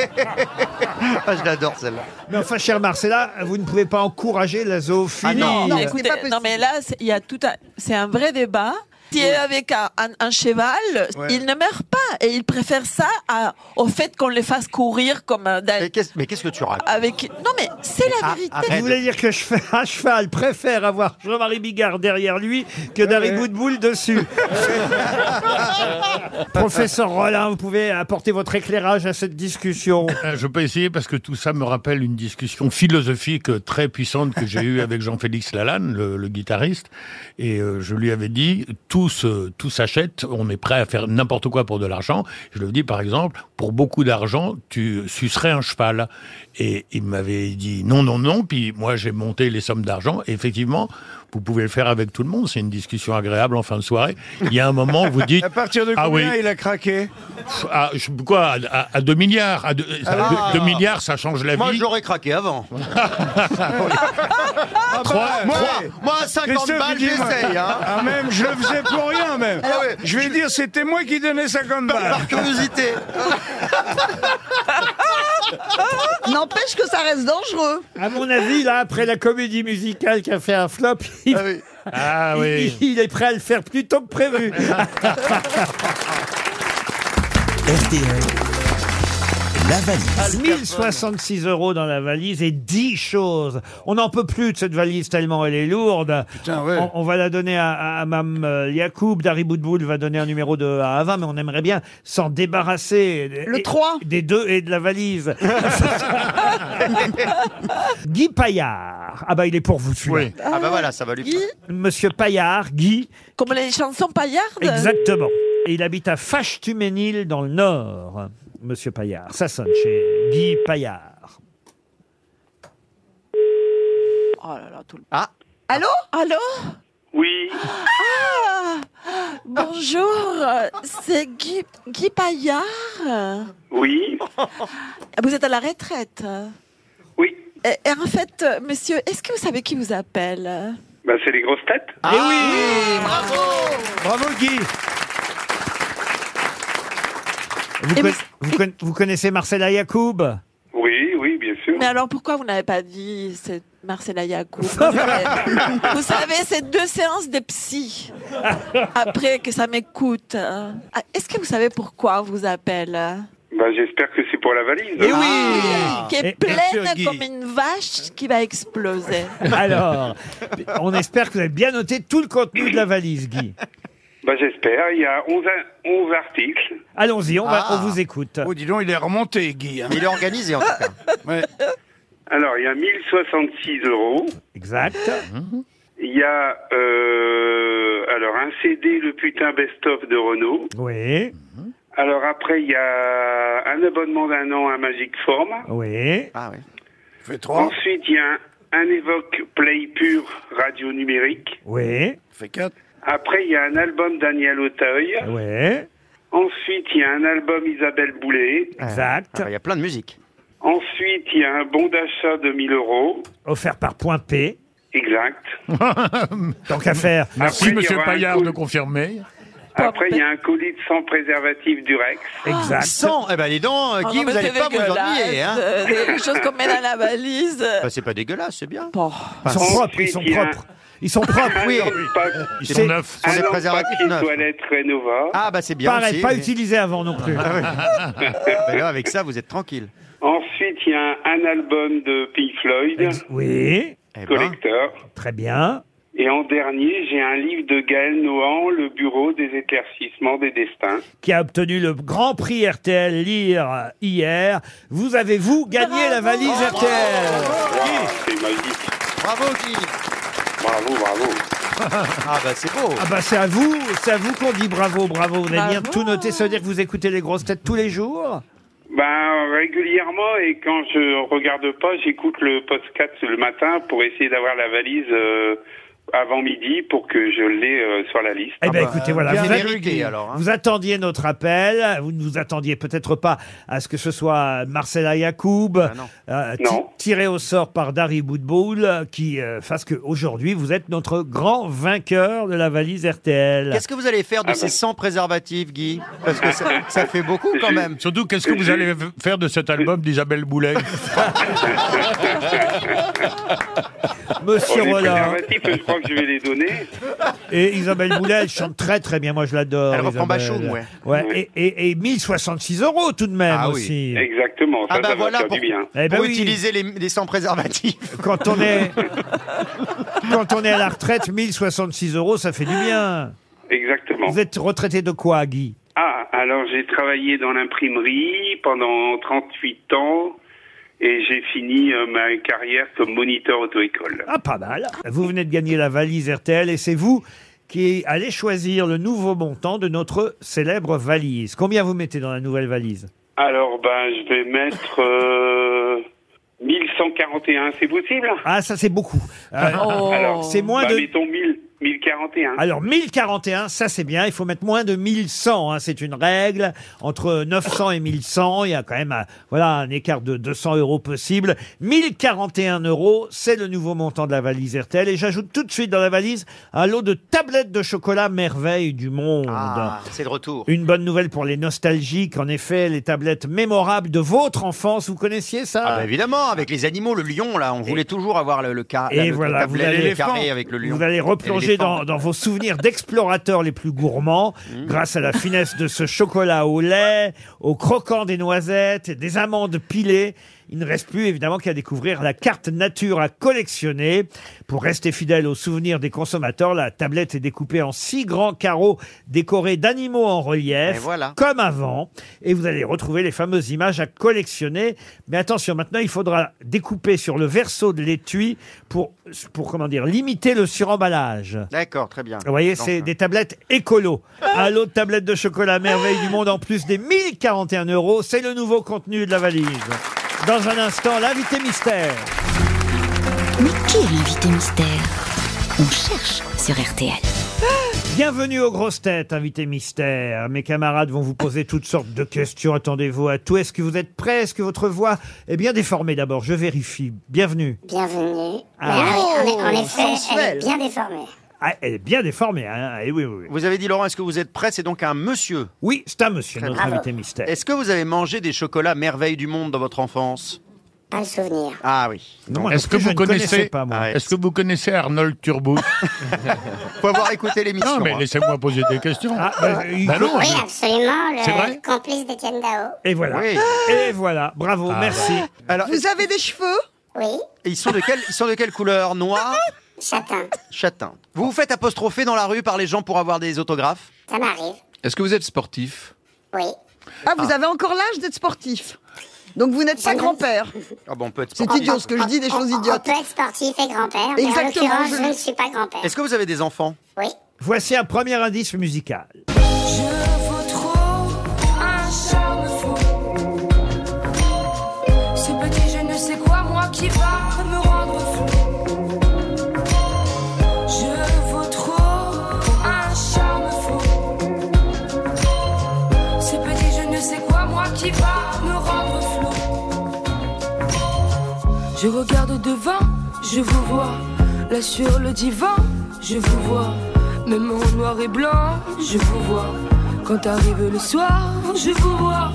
Ah, je l'adore celle-là.
Mais enfin, cher Marcella, vous ne pouvez pas encourager la zoophilie. Euh,
Ah non.
Non,
Mais
écoutez,
c'est pas possible.
non, mais là, c'est- il y a tout un, c'est un vrai débat. Si est avec un, un- un cheval,
Ouais.
il ne meurt pas et il préfère ça à- au fait qu'on le fasse courir comme un- d'un-
Mais qu'est-ce mais qu'est-ce que tu racontes
avec. Non, mais c'est la
Ah,
vérité.
arrête.
Vous voulez dire que je fais un cheval préfère avoir Jean-Marie Bigard derrière lui que Dari Boudboul dessus Professeur Rollin, vous pouvez apporter votre éclairage à cette discussion.
Euh, Je peux essayer parce que tout ça me rappelle une discussion philosophique euh, très puissante que j'ai eue avec Jean-Félix Lalanne, le, le guitariste, et euh, je lui avais dit tout se- tout s'achète, on est prêt à faire n'importe quoi pour de l'argent. Je lui ai dit par exemple pour beaucoup d'argent tu sucerais un cheval, et il m'avait dit non non non. Puis moi j'ai monté les sommes d'argent. Et Effectivement, vous pouvez le faire avec tout le monde. C'est une discussion agréable en fin de soirée. Il y a un moment où vous dites
À partir de
ah oui
combien il a craqué
pff, à, ah, je- quoi à, à- à 2 milliards à euh, 2
Ah.
milliards ça change la
Moi,
vie.
j'aurais craqué avant.
Ah bah,
Trois-
Ah, bah, Moi,
trois-
moi à 50
Christophe,
balles,
il dit, moi-
j'essaye. Hein.
Ah même, je le faisais pour rien même.
Ah ouais.
Je vais dire, c'était moi qui donnais 50 balles.
Par curiosité.
N'empêche que ça reste dangereux.
À mon avis, là, après la comédie musicale qui a fait un flop, il,
Ah oui.
Ah oui.
il- il est prêt à le faire plus tôt que prévu.
RTL, La valise.
1066 euros dans la valise et 10 choses. On n'en peut plus de cette valise tellement elle est lourde. on, on va la donner à, à, à Mme euh, Yacoub. Dari Boudboul va donner un numéro de à Ava, mais on aimerait bien s'en débarrasser. Le 3 Des deux et de la valise. Guy Paillard. Ah bah il est pour vous celui-là.
Ah bah voilà, ça va lui.
Monsieur Paillard, Guy.
Comme les chansons paillardes
Exactement. Et il habite à Fâche-Tuménil dans le Nord, Monsieur Paillard. Ça sonne chez Guy Paillard.
Oh là là, tout le...
Ah
Allô
Allô
Oui.
Ah Bonjour, c'est Guy, Guy Paillard
Oui.
Vous êtes à la retraite
Oui.
Et, et en fait, euh, monsieur, est-ce que vous savez qui vous appelle
Ben, c'est les grosses têtes.
Ah
Eh oui
Bravo
Bravo Guy vous,
Et
conna-
vous-
vous conna- vous connaissez Marcella Yacoub
Oui, oui, bien sûr.
Mais alors pourquoi vous n'avez pas dit c'est Marcella Yacoub Vous savez- Vous savez, c'est deux séances de psy après que ça m'écoute. Ah, Est-ce que vous savez pourquoi on vous appelle hein?
Ben, j'espère que c'est pour la valise. Ah.
Eh oui
Ah, Qui est
Et-
pleine
Monsieur Guy.
comme une vache qui va exploser.
Alors, on espère que vous avez bien noté tout le contenu de la valise, Guy.
Ben, j'espère. Il y a 11, a- 11 articles.
Allons-y, on, va-
Ah.
on vous écoute.
Oh, dis donc, il est remonté, Guy. hein.
Il est organisé en tout cas.
Alors, il y a 1066 euros. Mm-hmm.
Exact.
Il y a euh, alors un CD, le putain best-of de Renault.
Oui,
Alors après, il y a un abonnement d'un an à Magic Form.
oui.
Ah oui.
Fait trois.
Ensuite, il y a un, un Evoque Play Pur radio numérique.
Oui,
Fait quatre.
Après, il y a un album d'Aniel Auteuil.
oui,
Ensuite, il y a un album Isabelle Boulay.
exact.
Alors, il y a plein de musique.
Ensuite, il y a un bon d'achat de 1000 euros.
Offert par Point P.
Exact.
Tant qu'à faire.
Merci,
Après, il y
monsieur
aura un
Paillard,
coup.
de confirmer.
Après, il y a un colis de sang préservatif du Rex.
Exact.
100 Eh ben dis donc,
Oh
Guy,
non, mais
vous allez
c'est
pas vous ennuyer.
dégueulasse.
Hein
Euh, Des choses qu'on met dans la valise.
Bah, c'est pas dégueulasse, c'est bien.
Bon.
Ils sont propres, ils sont
il y a-
propres. Ils sont propres.
Oui.
Un an de pa-
Ils
C'est-
sont neufs.
Ce sont
un
des
an de
préservatifs
papier
neufs.
toilette Renova.
Ah bah c'est bien
Pareil,
aussi.
pas
oui. Ah,
utilisé avant non plus.
Bah, là, avec ça, vous êtes tranquille.
Ensuite, il y a un, un album de Pink Floyd,
Ex- Oui,
Eh ben,
collecteur.
très bien.
Et en dernier, j'ai un livre de Gaël Nohan, Le Bureau des éclaircissements des destins.
Qui a obtenu le grand prix RTL Lire euh, hier. Vous avez, vous, gagné la valise RTL.
Waouh, Ah, c'est magique.
bravo Guy.
Bravo, bravo.
Ah bah c'est beau.
Ah bah c'est à vous, c'est à vous qu'on dit bravo, bravo. Vous avez bien
Bravo.
tout noté, ça veut dire que vous écoutez les grosses têtes tous les jours
Ben, régulièrement, et quand je regarde pas, j'écoute le podcast le matin pour essayer d'avoir la valise euh, avant midi pour que je l'ai euh, sur la liste.
Eh ben
bah,
écoutez, voilà,
bien
vous,
mérité,
attendiez-
alors, hein.
vous attendiez notre appel, vous ne vous attendiez peut-être pas à ce que ce soit Marcella Yacoub,
non.
euh, ti-
Non.
tirée au sort par Dari Boudboul, euh, qui euh, fasse que aujourd'hui vous êtes notre grand vainqueur de la valise RTL.
Qu'est-ce que vous allez faire de
Ah
ces
bah.
100 préservatifs, Guy Parce que ça, ça fait beaucoup quand même.
Surtout, qu'est-ce que vous allez v- faire de cet album d'Isabelle Boulay
Monsieur
Pour les
Roland
préservatifs, je crois que je vais les donner.
Ah et Isabelle Boulet, elle chante très très bien, moi je l'adore.
Elle reprend
Isabelle.
Bachoum, ouais.
ouais. Et, et, et 1066 euros tout de même
Ah oui.
aussi.
Exactement, ça,
Ah bah
ça
voilà
va faire
pour-
du bien.
Eh ben
Pour
oui.
utiliser les, les 100 préservatifs.
Quand on est quand on est à la retraite, 1066 euros, ça fait du bien.
Exactement.
Vous êtes retraité de quoi, Guy
Ah, alors j'ai travaillé dans l'imprimerie pendant 38 ans et j'ai fini euh, ma carrière comme moniteur auto-école.
Ah, pas mal. Vous venez de gagner la valise RTL et c'est vous qui allez choisir le nouveau montant de notre célèbre valise. Combien vous mettez dans la nouvelle valise
Alors, ben, je vais mettre euh, 1141, c'est possible
Ah, ça c'est beaucoup. Euh,
Oh.
Alors,
C'est moins
bah,
de...
mettons 1000, 1041.
Alors 1041, ça c'est bien, il faut mettre moins de 1100, hein, c'est une règle. Entre 900 et 1100, il y a quand même euh, voilà, un écart de 200 euros possible. 1041 euros, c'est le nouveau montant de la valise RTL. Et j'ajoute tout de suite dans la valise un lot de tablettes de chocolat merveille du monde.
Ah, c'est de retour.
Une bonne nouvelle pour les nostalgiques, en effet, les tablettes mémorables de votre enfance, vous connaissiez ça
Ah bah évidemment, avec les animaux, le lion, là, on voulait toujours avoir le, le, car-
Et
le
voilà, vous
tablette
allez-
carré avec le lion.
Vous allez
Et
replonger puiser dans, dans vos souvenirs d'explorateurs les plus gourmands
Mm.
grâce à la finesse de ce chocolat au lait, au croquant des noisettes, et des amandes pilées. Il ne reste plus évidemment qu'à découvrir la carte nature à collectionner. Pour rester fidèle aux souvenirs des consommateurs, la tablette est découpée en six grands carreaux décorés d'animaux en relief,
Et voilà.
comme avant. Et vous allez retrouver les fameuses images à collectionner. Mais attention, maintenant, il faudra découper sur le verso de l'étui pour, pour comment dire, limiter le suremballage.
D'accord, très bien.
Vous voyez,
Hein. Donc,
c'est des tablettes écolo. Un lot de tablettes de chocolat merveille du monde en plus des 1041 euros. C'est le nouveau contenu de la valise. Dans un instant, l'invité mystère.
Mais qui est l'invité mystère On cherche sur RTL.
Bienvenue aux grosses têtes, invité mystère. Mes camarades vont vous poser toutes sortes de questions. Attendez-vous à tout. Est-ce que vous êtes prêts Est-ce que votre voix est bien déformée d'abord Je vérifie. Bienvenue.
Bienvenue.
Ah.
Mais ah oui, en, en
Oh,
effet, elle
sensuelle.
est bien déformée.
Ah, elle est bien déformée, hein Eh oui, oui, oui.
Vous avez dit, Laurent, est-ce que vous êtes prêt C'est donc un monsieur.
Oui, c'est un monsieur,
notre Bravo. invité mystère.
Est-ce que vous avez mangé des chocolats merveilles du monde dans votre enfance
Pas le souvenir.
Ah oui. Ah
Non,
Est-ce que
je
vous
ne connaissais
connaissez
pas, moi.
Est-ce que vous connaissez Arnold Turbo
Faut avoir écouté l'émission.
Non, mais
hein.
laissez-moi poser des questions.
bah, il-
Bah non,
oui,
je-
absolument,
C'est vrai
le complice d'Etienne Dao.
Et voilà.
Oui.
Et voilà. Bravo,
Ah,
merci.
ouais. Alors,
Vous avez des cheveux
Oui,
et ils sont de quelle, ils sont de quelle couleur Noir,
châtain.
châtain. Vous vous faites apostropher dans la rue par les gens pour avoir des autographes
Ça m'arrive.
Est-ce que vous êtes sportif
Oui.
Ah, vous avez encore l'âge d'être sportif. Donc vous n'êtes pas grand-père.
Ah bon, on peut être
C'est
sportif.
idiot ce que je dis, des choses
On- On
idiotes.
peut être sportif et grand-père, mais en
Exactement,
l'occurrence,
je-
je ne suis pas grand-père.
Est-ce que vous avez des enfants
Oui.
Voici un premier indice musical.
Un charme fou. Ce petit je ne sais quoi, moi qui va me rendre fou. Je vaux trop un charme fou. Ce petit je ne sais quoi, moi qui va me rendre flou. Je regarde devant, je vous vois. Là sur le divan, je vous vois. Même en noir et blanc, je vous vois. Quand arrive le soir, je vous vois.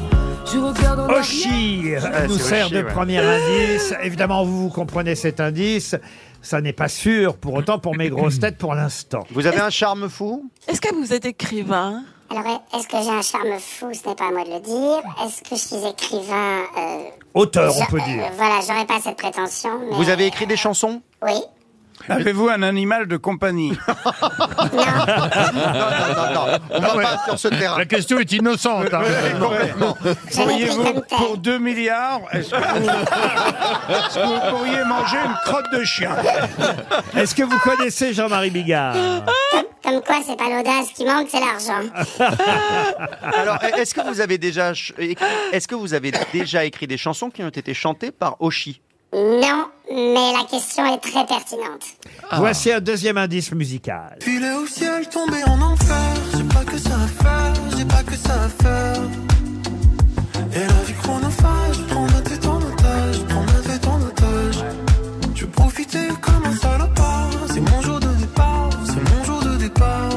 Je regarde en
Oh, Oshi
arrière.
Euh, nous sert de premier indice. Évidemment, vous, vous comprenez cet indice. Ça n'est pas sûr, pour autant, pour mes grosses têtes pour l'instant.
Vous avez un charme fou
Est-ce que vous êtes écrivain
Alors, est-ce que j'ai un charme fou Ce n'est pas à moi de le dire. Est-ce que je suis écrivain euh,
Auteur, on
je-
peut
euh,
dire.
Voilà, j'aurais pas cette prétention. Mais...
Vous avez écrit des chansons
Oui.
Avez-vous un animal de compagnie
Non, non, non, non.
Ah
On
Ah
va pas sur ce terrain.
La question est innocente. hein.
J'en ai pris
Pourriez-vous,
comme tel.
pour 2 milliards, est-ce que, vous... est-ce que vous pourriez manger une crotte de chien
Est-ce que vous connaissez Jean-Marie Bigard
Comme quoi, c'est pas l'audace qui manque, c'est l'argent.
Alors, est-ce que vous avez déjà ch- écrit, est-ce que vous avez déjà écrit des chansons qui ont été chantées par Oshi
Non, mais la question est très pertinente.
Ah.
Voici un deuxième indice musical.
Filé au ciel, tombé en enfer. J'ai pas que ça à faire, j'ai pas que ça à faire. Et la vie chronophage, prends ma tête en otage, prends ma tête en otage. Je veux profiter comme un salopard. C'est mon jour de départ, c'est mon jour de départ.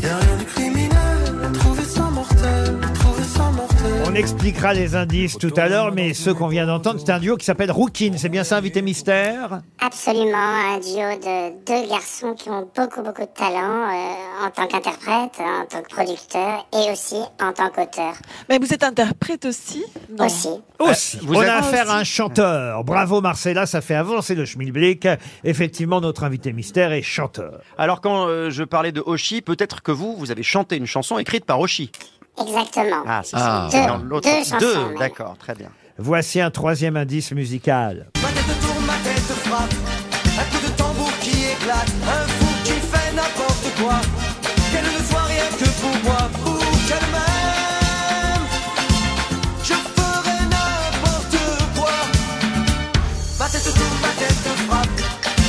Y'a rien de criminel, trouver ça mortel, trouver ça mortel.
On expliquera les indices tout à l'heure, mais ceux qu'on vient d'entendre, c'est un duo qui s'appelle Rookin. C'est bien ça, invité mystère
Absolument, un duo de deux garçons qui ont beaucoup beaucoup de talent euh, en tant qu'interprète, en tant que producteur et aussi en tant qu'auteur.
Mais vous êtes interprète aussi Non.
Aussi.
Aussi,
Euh, vous
on
êtes-
a affaire à
Aussi.
un chanteur. Bravo Marcella, ça fait avancer le schmilblick. Effectivement, notre invité mystère est chanteur.
Alors quand euh, je parlais de Oshi, peut-être que vous, vous avez chanté une chanson écrite par Oshi.
Exactement.
Ah, c'est
Ah.
ça.
Deux-
Dans l'autre-
deux chansons,
Deux,
même.
d'accord, très bien.
Voici un troisième indice musical.
Ma tête tourne, ma tête frappe. Un coup de tambour qui éclate. Un fou qui fait n'importe quoi. Qu'elle ne soit rien que pour moi, pour qu'elle m'aime. Je ferai n'importe quoi. Ma tête tourne, ma tête frappe.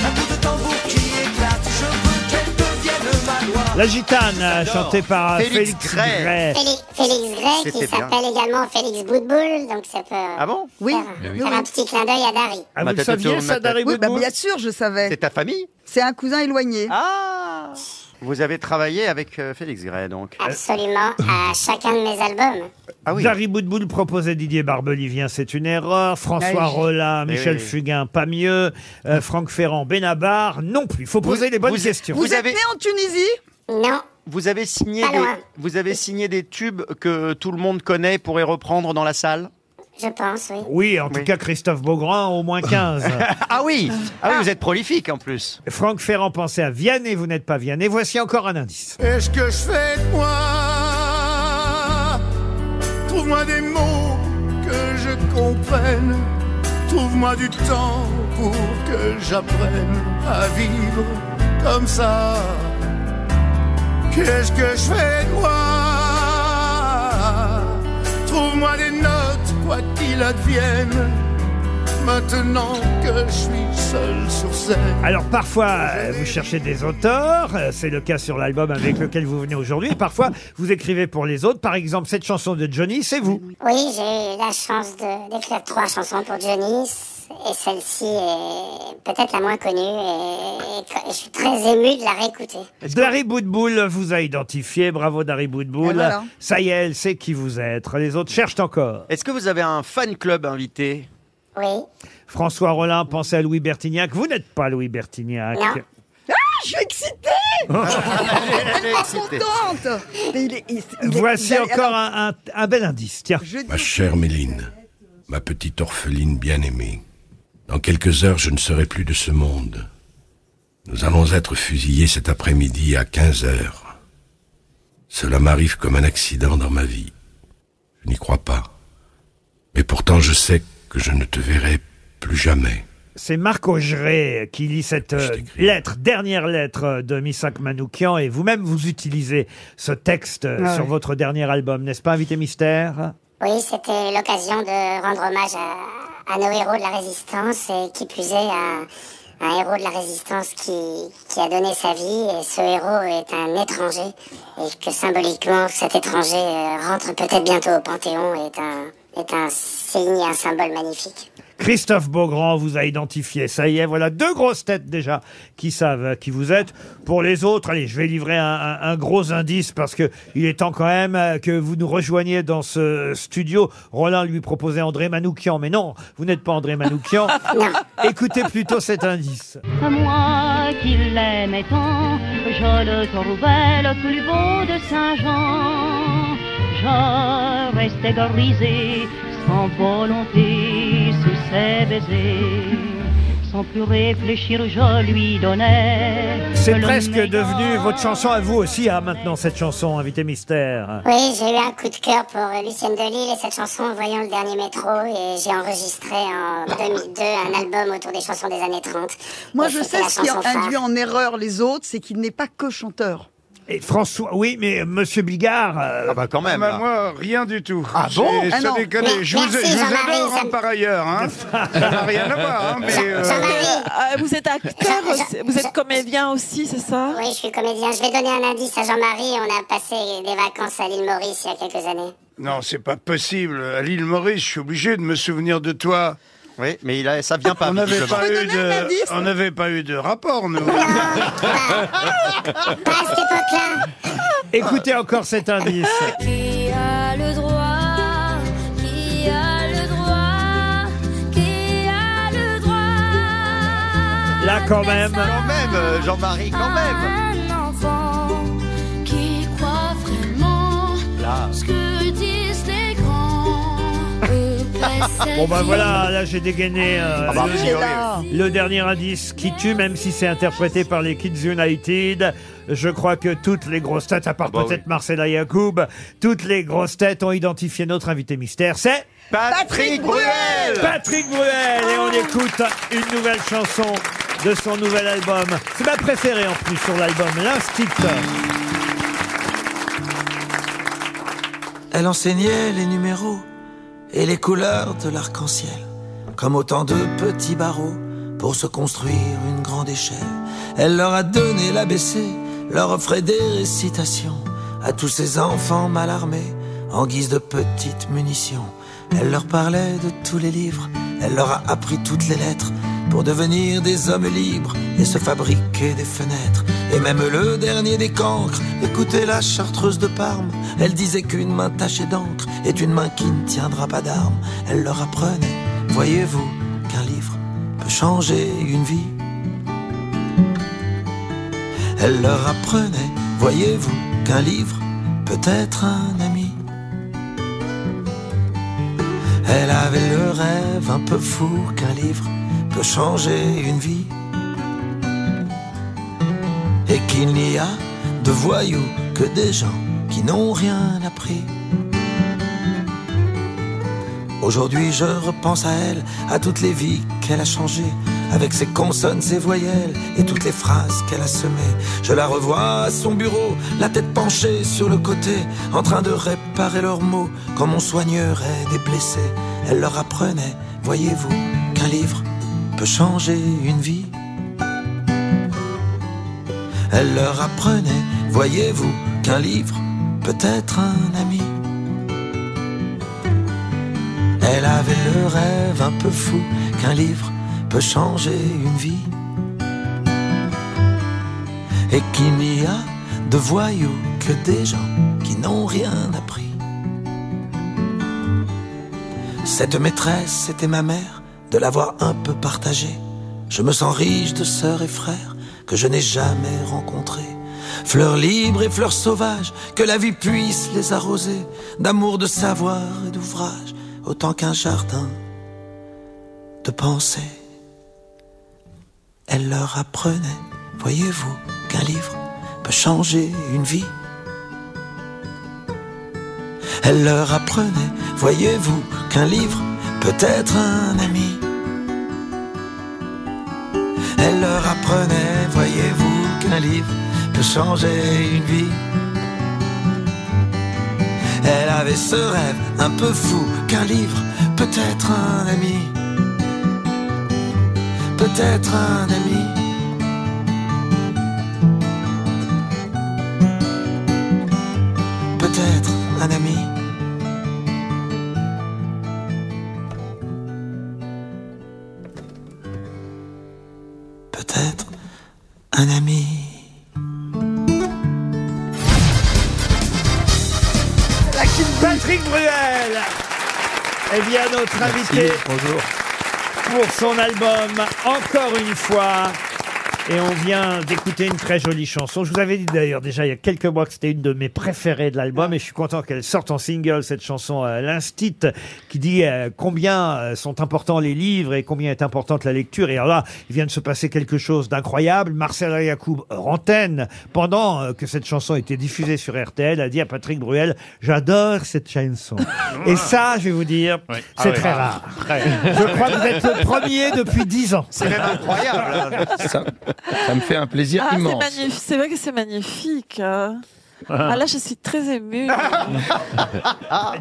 Un coup de tambour qui éclate. Je veux qu'elle devienne ma loi.
La gitane, euh, chantée par
Félix
Félix,
Gray.
Gray.
Félix, Félix Gray
C'était
qui
bien.
s'appelle également Félix Boutboul, donc ça peut euh,
Ah bon
Oui.
faire,
oui.
faire un petit clin d'œil à Dari.
Ah,
Ma
vous le
tête
saviez,
tourne, ma
ça,
tête-
Darry
Oui, bah,
Woodbury
bien sûr, je savais.
C'est ta famille
C'est un cousin éloigné.
Ah
Vous avez travaillé avec euh, Félix Gray, donc.
Absolument, à chacun de mes albums.
Dari Boudboul proposait Didier Barbelivien, c'est une erreur. François
Ah oui.
Rolla,
Eh
Michel
oui.
Fugain, pas mieux. Euh, Franck Ferrand, Benabar, non plus. Il faut poser les bonnes questions.
Vous êtes né en Tunisie
Non.
Vous avez signé des, vous avez signé des tubes que tout le monde connaît pour les reprendre dans la salle.
Je pense, oui.
Oui, en tout cas, Christophe Beaugrand, au moins 15.
ah oui, ah oui, vous êtes prolifique en plus.
Franck Ferrand pensait à Vianney, vous n'êtes pas Vianney. Voici encore un indice.
Est-ce que je fais de moi Trouve-moi des mots que je comprenne. Trouve-moi du temps pour que j'apprenne à vivre comme ça. Qu'est-ce que je fais de moi Trouve-moi des notes, quoi qu'il advienne. Maintenant que je suis seul sur scène.
Alors parfois, euh, vous cherchez des auteurs, euh, c'est le cas sur l'album avec lequel vous venez aujourd'hui. Parfois, vous écrivez pour les autres. Par exemple, cette chanson de Johnny, c'est vous.
Oui, j'ai eu la chance de- d'écrire trois chansons pour Johnny. Et celle-ci est peut-être la moins connue. Et, et je suis très ému de la réécouter.
Dari Boudboul vous a identifié. Bravo Dari Boudboul.
Et voilà.
Ça y est, elle sait qui vous êtes. Les autres cherchent encore.
Est-ce que vous avez un fan club invité
Oui.
François Rollin pensez à Louis Bertignac. Vous n'êtes pas Louis Bertignac.
Non.
Ah, je suis excitée Tellement contente Mais il est- il- il est-
Voici
il a-
encore
alors,
un, un- un bel indice. Tiens.
Ma chère Méline, ma petite orpheline bien-aimée, dans quelques heures je ne serai plus de ce monde. Nous allons être fusillés cet après-midi à 15 heures. Cela m'arrive comme un accident dans ma vie. Je n'y crois pas. Mais pourtant je sais que je ne te verrai plus jamais.
C'est Marc Augeret qui lit cette euh, lettre, dernière lettre euh, de Missak Manoukian. Et vous-même, vous utilisez ce texte euh,
Ah
sur
ouais.
votre dernier album, n'est-ce pas, Invité Mystère
Oui, c'était l'occasion de rendre hommage à, à nos héros de la résistance et qui plus est à un héros de la résistance qui, qui a donné sa vie. Et ce héros est un étranger et que symboliquement cet étranger euh, rentre peut-être bientôt au Panthéon est un, est un signe, un symbole magnifique.
Christophe Beaugrand vous a identifié. Ça y est, voilà deux grosses têtes déjà qui savent euh, qui vous êtes. Pour les autres, allez, je vais livrer un, un- un gros indice parce que il est temps quand même euh, que vous nous rejoigniez dans ce studio. Roland lui proposait André Manoukian, mais non, vous n'êtes pas André Manoukian. Écoutez plutôt cet indice.
Moi qui l'aimais tant, je le trouvais le plus beau de Saint-Jean. Je restais grisé, sans volonté, sous ses baisers. Sans plus réfléchir, je lui donnais.
C'est
le
presque devenu votre chanson à vous aussi, hein, maintenant, cette chanson, Invité Mystère.
Oui, j'ai eu un coup de cœur pour euh, Lucienne Delille et cette chanson en voyant le dernier métro et j'ai enregistré en 2002 un album autour des chansons des années 30.
Moi,
Et
je
c'était
sais
la
ce qui
chanson phare.
induit en erreur les autres, c'est qu'il n'est pas que chanteur.
Et François, oui, mais euh, Monsieur Bigard. ah bah
quand
même, Ah bah là. moi, rien du tout.
Ah
J'ai-
bon
ça déconne. Je vous, je vous adore hein, par ailleurs. hein. ça n'a rien à voir. hein, mais, euh,
Euh, vous êtes acteur, aussi- vous êtes comédien aussi, c'est ça
Oui, je suis comédien. Je vais donner un indice à Jean-Marie. On a passé des vacances à l'île Maurice il y a quelques années.
Non, c'est pas possible. À l'île Maurice, je suis obligé de me souvenir de toi.
Oui, mais il a- ça vient pas.
On n'avait
visiblement.
pas,
Je peux
eu
donner un indice
de- on n'avait pas eu de rapport, nous.
Écoutez encore cet indice.
Qui a le droit Qui a le droit Qui a le droit
Là, quand même.
Quand même, euh, Jean-Marie, quand même.
Un enfant qui croit vraiment
Là.
ce que disent les grands. On presse
Bon bah
cette
voilà, là j'ai dégainé euh,
Ah bah, oui,
le, le dernier indice qui tue, même si c'est interprété par les Kids United. Je crois que toutes les grosses têtes, à part
bah
peut-être Marcella Yacoub, toutes les grosses têtes ont identifié notre invité mystère. C'est
Patrick Bruel
Patrick Bruel Et on écoute une nouvelle chanson de son nouvel album. C'est ma préférée en plus sur l'album, L'Instincteur.
Elle enseignait les numéros et les couleurs de l'arc-en-ciel, comme autant de petits barreaux pour se construire une grande échelle. Elle leur a donné l'ABC, leur offrait des récitations à tous ces enfants mal armés en guise de petites munitions. Elle leur parlait de tous les livres, elle leur a appris toutes les lettres pour devenir des hommes libres et se fabriquer des fenêtres.
et même le dernier des cancres. Écoutez la chartreuse de Parme, elle disait qu'une main tachée d'encre est une main qui ne tiendra pas d'armes. Elle leur apprenait, voyez-vous, qu'un livre peut changer une vie. Elle leur apprenait, voyez-vous, qu'un livre peut être un ami. Elle avait le rêve un peu fou qu'un livre peut changer une vie. Et qu'il n'y a de voyous que des gens qui n'ont rien appris. Aujourd'hui je repense à elle, à toutes les vies qu'elle a changées, avec ses consonnes, ses voyelles et toutes les phrases qu'elle a semées. Je la revois à son bureau, la tête penchée sur le côté, en train de réparer leurs mots, comme on soignerait des blessés. Elle leur apprenait, voyez-vous, qu'un livre peut changer une vie. Elle leur apprenait, voyez-vous, qu'un livre peut être un ami. Elle avait le rêve un peu fou qu'un livre peut changer une vie. Et qu'il n'y a de voyous que des gens qui n'ont rien appris. Cette maîtresse, c'était ma mère, de l'avoir un peu partagée. Je me sens riche de sœurs et frères que je n'ai jamais rencontrés. Fleurs libres et fleurs sauvages, que la vie puisse les arroser d'amour, de savoir et d'ouvrage, autant qu'un jardin de pensée. Elle leur apprenait, voyez-vous, qu'un livre peut changer une vie. Elle leur apprenait, voyez-vous, qu'un livre peut être un ami. Elle leur apprenait, voyez-vous, qu'un livre peut changer une vie. Elle avait ce rêve un peu fou qu'un livre peut être un ami. Peut être un ami. Peut être un ami. Peut-être un ami.
Patrick Bruel Eh bien, notre invité
Bonjour.
pour son album Encore une fois. Et on vient d'écouter une très jolie chanson. Je vous avais dit d'ailleurs déjà il y a quelques mois que c'était une de mes préférées de l'album et je suis content qu'elle sorte en single cette chanson euh, L'Instit qui dit euh, combien euh, sont importants les livres et combien est importante la lecture. Et alors là, il vient de se passer quelque chose d'incroyable. Marcela Yacoub Rantaine, pendant euh, que cette chanson était diffusée sur RTL, a dit à Patrick Bruel J'adore cette chanson. et ça, je vais vous dire,
Ouais.
c'est
Ah ouais.
très rare.
Ouais.
Je crois que vous êtes le premier depuis 10 ans.
C'est même hein.
incroyable.
ça, ça me fait un plaisir
Ah, c'est
immense.
magnifique. C'est vrai que c'est magnifique. euh.
Ah.
Ah là, je suis très émue.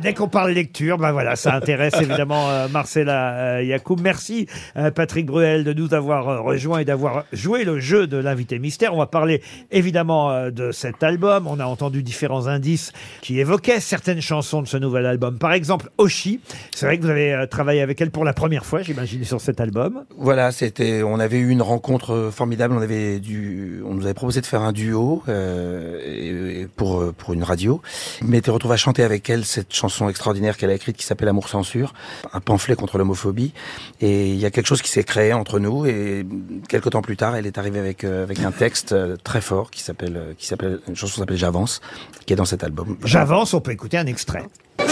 Dès qu'on parle lecture, ben voilà, ça intéresse évidemment euh, Marcella euh, Yacoub. Merci euh, Patrick Bruel de nous avoir euh, rejoints et d'avoir joué le jeu de l'invité mystère. On va parler évidemment euh, de cet album. On a entendu différents indices qui évoquaient certaines chansons de ce nouvel album. Par exemple, Oshi. C'est vrai que vous avez euh, travaillé avec elle pour la première fois, j'imagine, sur cet album.
Voilà, c'était, on avait eu une rencontre euh, formidable. On avait dû, on nous avait proposé de faire un duo euh, et- et pour euh, pour une radio. Je m'étais retrouvé à chanter avec elle cette chanson extraordinaire qu'elle a écrite qui s'appelle Amour censure, un pamphlet contre l'homophobie. Et il y a quelque chose qui s'est créé entre nous. Et quelques temps plus tard, elle est arrivée avec euh, avec un texte euh, très fort qui s'appelle euh, qui s'appelle une chanson qui s'appelle J'avance, qui est dans cet album.
J'avance, on peut écouter un extrait.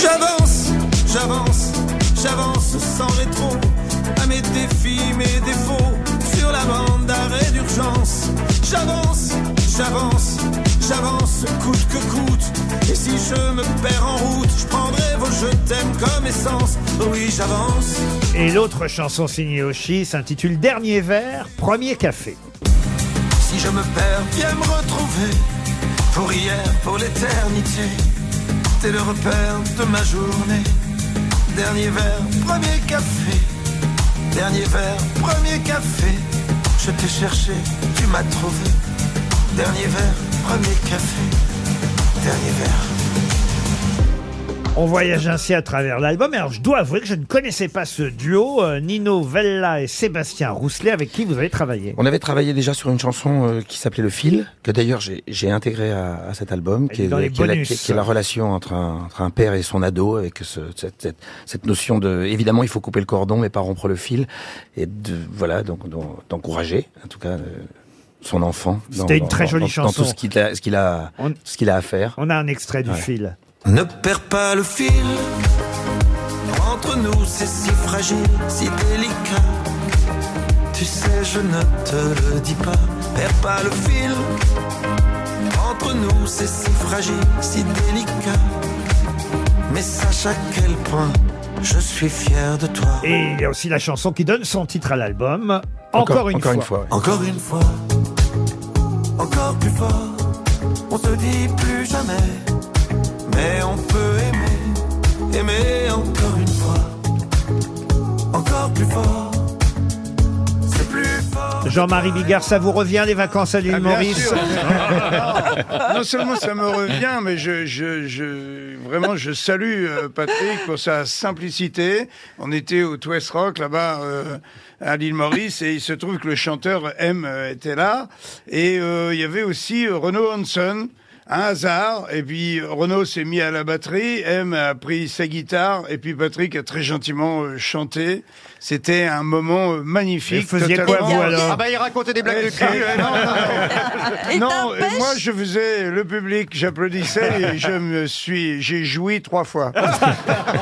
J'avance, j'avance, j'avance sans rétro à mes défis, mes défauts sur la bande d'arrêt d'urgence. J'avance, j'avance, j'avance coûte que coûte. Et si je me perds en route, je prendrai vos je t'aime comme essence. Oui, j'avance.
Et l'autre chanson signée Oshi s'intitule Dernier verre, premier café.
Si je me perds, viens me retrouver. Pour hier, pour l'éternité. T'es le repère de ma journée. Dernier verre, premier café. Dernier verre, premier café. Je t'ai cherché, tu m'as trouvé. Dernier verre, premier café. Dernier verre.
On voyage ainsi à travers l'album. Et Alors, je dois avouer que je ne connaissais pas ce duo, euh, Nino Vella et Sébastien Rousselet, avec qui vous avez travaillé.
On avait travaillé déjà sur une chanson euh, qui s'appelait Le Fil, que d'ailleurs j'ai j'ai intégrée à, à cet album, qui est,
dans les
qui est la,
bonus.
qui est- qui est la relation entre un, entre un père et son ado, avec ce- cette, cette- cette notion de évidemment il faut couper le cordon mais pas rompre le fil, et de voilà donc d'en- d'encourager en tout cas euh, son enfant. dans-
C'était une
dans-
très
dans-
jolie
dans-
chanson.
Dans tout ce qu'il a, ce qu'il a, ce qu'il a à faire.
On a un extrait du
Ouais.
fil.
Ne
Perds pas le fil. Entre nous, c'est si fragile, si délicat. Tu sais, je ne te le dis pas. Perds pas le fil. Entre nous, c'est si fragile, si délicat. Mais sache à quel point je suis fier de toi.
Et il y a aussi la chanson qui donne son titre à l'album. Encore, une fois.
Encore une fois. Encore plus fort. On se dit plus jamais. Mais on peut aimer. Aimer encore une fois. Encore plus fort. C'est plus fort.
Jean-Marie Bigard, ça vous revient les vacances à l'île
Ah, bien
Maurice
sûr. non seulement ça me revient, mais je, je, je- vraiment, je salue euh, Patrick pour sa simplicité. On était au Twist Rock, là-bas, euh, à l'île Maurice, et il se trouve que le chanteur M euh, était là. Et euh, il y avait aussi euh, Renaud Hanson. Un hasard, et puis Renaud s'est mis à la batterie, M a pris sa guitare, et puis Patrick a très gentiment euh, chanté. C'était un moment euh, magnifique.
Et faisiez quoi,
totalement-
vous, alors
Ah bah il racontait des blagues de cul.
euh, non,
Et
non,
t'empêches-
et moi je faisais le public, j'applaudissais et je me suis, j'ai joui trois fois.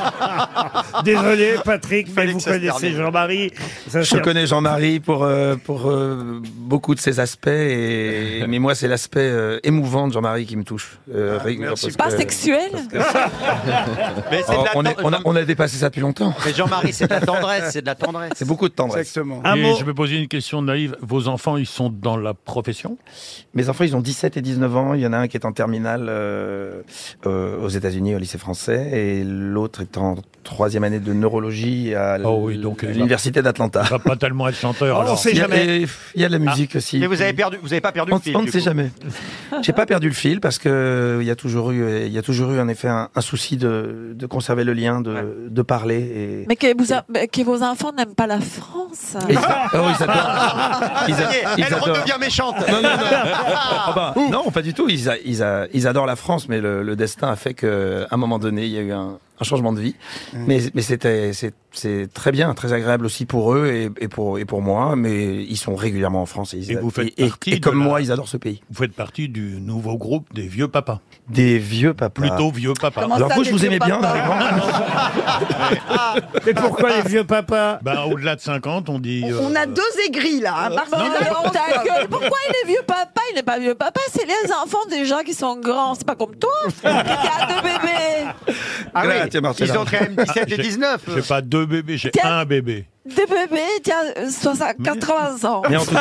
Désolé Patrick, mais
Fallait
vous
que ça se
connaissez
termine.
Jean-Marie. Ça
Je
sert-
connais Jean-Marie pour euh, pour euh, beaucoup de ses aspects, et, mais moi c'est l'aspect euh, émouvant de Jean-Marie qui me touche. euh,
Ah,
régulièrement, parce
Pas
que-
sexuel
Mais c'est de
Oh,
la
on, est-
tendre-
on a, on a dépassé ça depuis longtemps.
Mais Jean-Marie, c'est de la tendresse, c'est de la tendresse.
C'est beaucoup de tendresse.
Exactement.
Un
Et
mot.
je vais poser une question naïve. Vos enfants, ils sont dans la profession
Mes enfants, ils ont 17 et 19 ans. Il y en a un qui est en terminale euh, euh, aux États-Unis, au lycée français, et l'autre est en troisième année de neurologie à l- l'université d'Atlanta.
va pas tellement être chanteur. alors.
Il y a- et- Il y a de la musique aussi.
Ah. Mais vous avez perdu, vous avez pas perdu
on,
le fil.
on ne
du
sait
coup.
jamais. J'ai pas perdu le fil parce que il y a toujours eu, il y a toujours eu en effet un, un souci de, de conserver le lien, de, de parler. Et...
Mais que, vous a- mais que vos enfants n'aiment pas la France. Ah,
Et ça- oh, ils adorent. Ils a-
Ça y est,
ils
elle
adorent.
redevient méchante.
Non, non, non. Ah bah, non, pas du tout. Ils, a- ils, a- ils adorent la France, mais le, le destin a fait que, à un moment donné, il y a eu un, un changement de vie. Mais, mais c'était, c'est, c'est très bien, très agréable aussi pour eux et, et pour, et pour moi. Mais ils sont régulièrement en France. Et, ils
Et
a-
vous faites
et- et-
partie
et
de
comme
la-
moi, ils adorent ce pays.
Vous faites partie du nouveau groupe des vieux papas.
Des vieux papas.
Plutôt vieux papas.
Comment Alors ça, vous, je des vous vieux aimais bien, papas
Mais pourquoi les vieux papas
bah, Au-delà de 50, on dit... euh,
On a deux aigris là. hein, Marcel
Non,
et
ah, mais on
François.
ta gueule. Pourquoi il est vieux papa Il n'est pas vieux papa, c'est les enfants des gens qui sont grands. C'est pas comme toi qui as deux bébés.
Ah oui,
Grazie, Marcella.
ils ont quand même 17 et 19.
J'ai pas deux bébés, j'ai
Tiens.
un bébé.
Deux bébés, tu as 60, 80 ans.
Mais en, tout,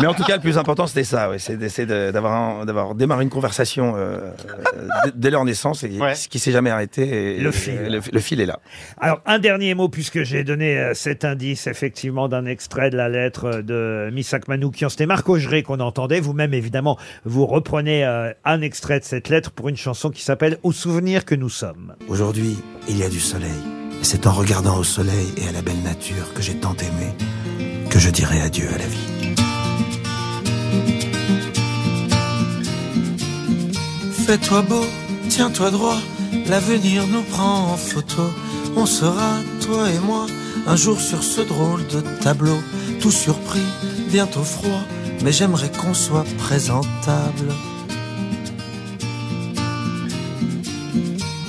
mais en tout cas, le plus important, c'était ça. ouais. C'est d'essayer de- d'avoir un- d'avoir démarré une conversation euh, euh, dès- dès leur naissance, et ce qui s'est jamais arrêté. et-
Le
et
fil.
Le, le fil est là.
Alors, un dernier mot, puisque j'ai donné euh, cet indice, effectivement, d'un extrait de la lettre euh, de Missak Manoukian. C'était Marc Augeret qu'on entendait. Vous-même, évidemment, vous reprenez euh, un extrait de cette lettre pour une chanson qui s'appelle Au souvenir que nous sommes.
Aujourd'hui, il y a du soleil. Et C'est en regardant au soleil et à la belle nature que j'ai tant aimé que je dirai adieu à la vie. Fais-toi beau, tiens-toi droit, l'avenir nous prend en photo. On sera, toi et moi, un jour sur ce drôle de tableau, tout surpris, bientôt froid, mais j'aimerais qu'on soit présentable.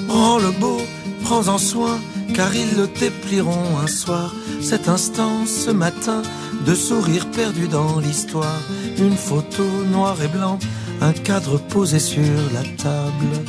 Prends Oh, le beau, prends-en soin, car ils le déplieront un soir. Cet instant, ce matin, de sourire perdu dans l'histoire. Une photo noir et blanc, un cadre posé sur la table.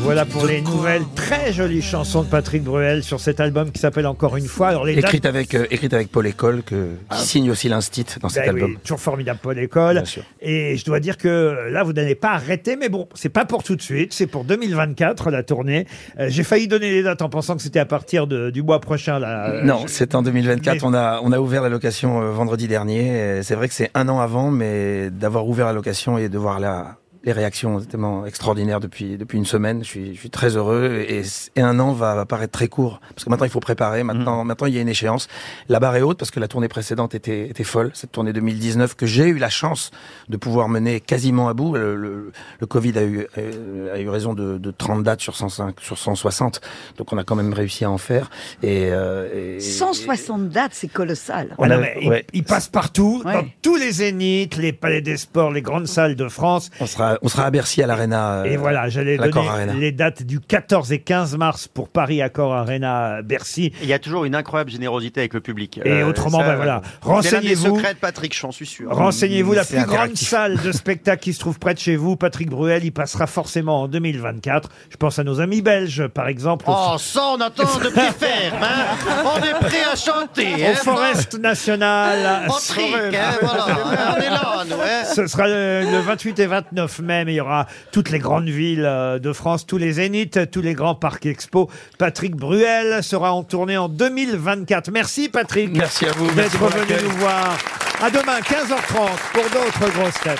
Voilà pour les nouvelles très jolies chansons de Patrick Bruel sur cet album qui s'appelle Encore une fois. Alors, les dates- Ah.
Écrite avec, euh, écrite avec Paul École, que, qui signe aussi l'instit dans cet
Ben oui,
album.
toujours formidable Paul École.
Bien sûr.
Et je dois dire que euh, là, vous n'allez pas arrêter, mais bon, c'est pas pour tout de suite, c'est pour 2024 la tournée. Euh, J'ai failli donner les dates en pensant que c'était à partir de- du mois prochain. Là, Euh,
Non,
je-
c'est en 2024.
Mais-
On a on a ouvert la location euh, vendredi dernier. Et C'est vrai que c'est un an avant, mais d'avoir ouvert la location et de voir la les réactions sont tellement extraordinaires depuis, depuis une semaine. Je suis, je suis très heureux et, et un an va, va paraître très court parce que maintenant il faut préparer.
Mhm.
Maintenant, maintenant il y a une échéance. La barre est haute parce que la tournée précédente était, était folle. Cette tournée 2019 que j'ai eu la chance de pouvoir mener quasiment à bout. Le, le- le Covid a eu, euh, a eu raison de, de 30 dates sur 105, sur 160. Donc on a quand même réussi à en faire. Et, euh, et-
160 dates, c'est colossal.
Ah
On a-
non, mais il,
ouais.
il passe partout,
Ouais.
dans tous les zéniths, les palais des sports, les grandes salles de France.
On sera, on sera à Bercy à l'Arena.
Et voilà, j'allais donner les dates du 14 et 15 mars pour Paris Accor Arena à Bercy.
Il y a toujours une incroyable générosité avec le public. Euh,
Et autrement, ben voilà.
C'est l'un
Renseignez-vous.
des secrets de Patrick, j'en suis sûr.
Renseignez-vous, la plus grande
interactif.
salle de spectacle qui se trouve près de chez vous, Patrick Bruel, y passera forcément en 2024. Je pense à nos amis belges, par exemple. au-
Oh, ça, on attend de pied ferme, hein On est prêt à chanter,
Au
hein
Forest National.
On trique, hein, voilà, hein, on est là, nous, hein
Ce sera le, le 28 et 29 mai, mais il y aura toutes les grandes villes euh, de France, tous les zéniths, tous les grands parcs expos. Patrick Bruel sera en tournée en 2024. Merci Patrick.
Merci à vous, merci
d'être
pour
venu
l'accueil.
nous voir. À demain, 15h30 pour d'autres grosses têtes.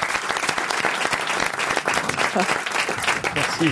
Merci.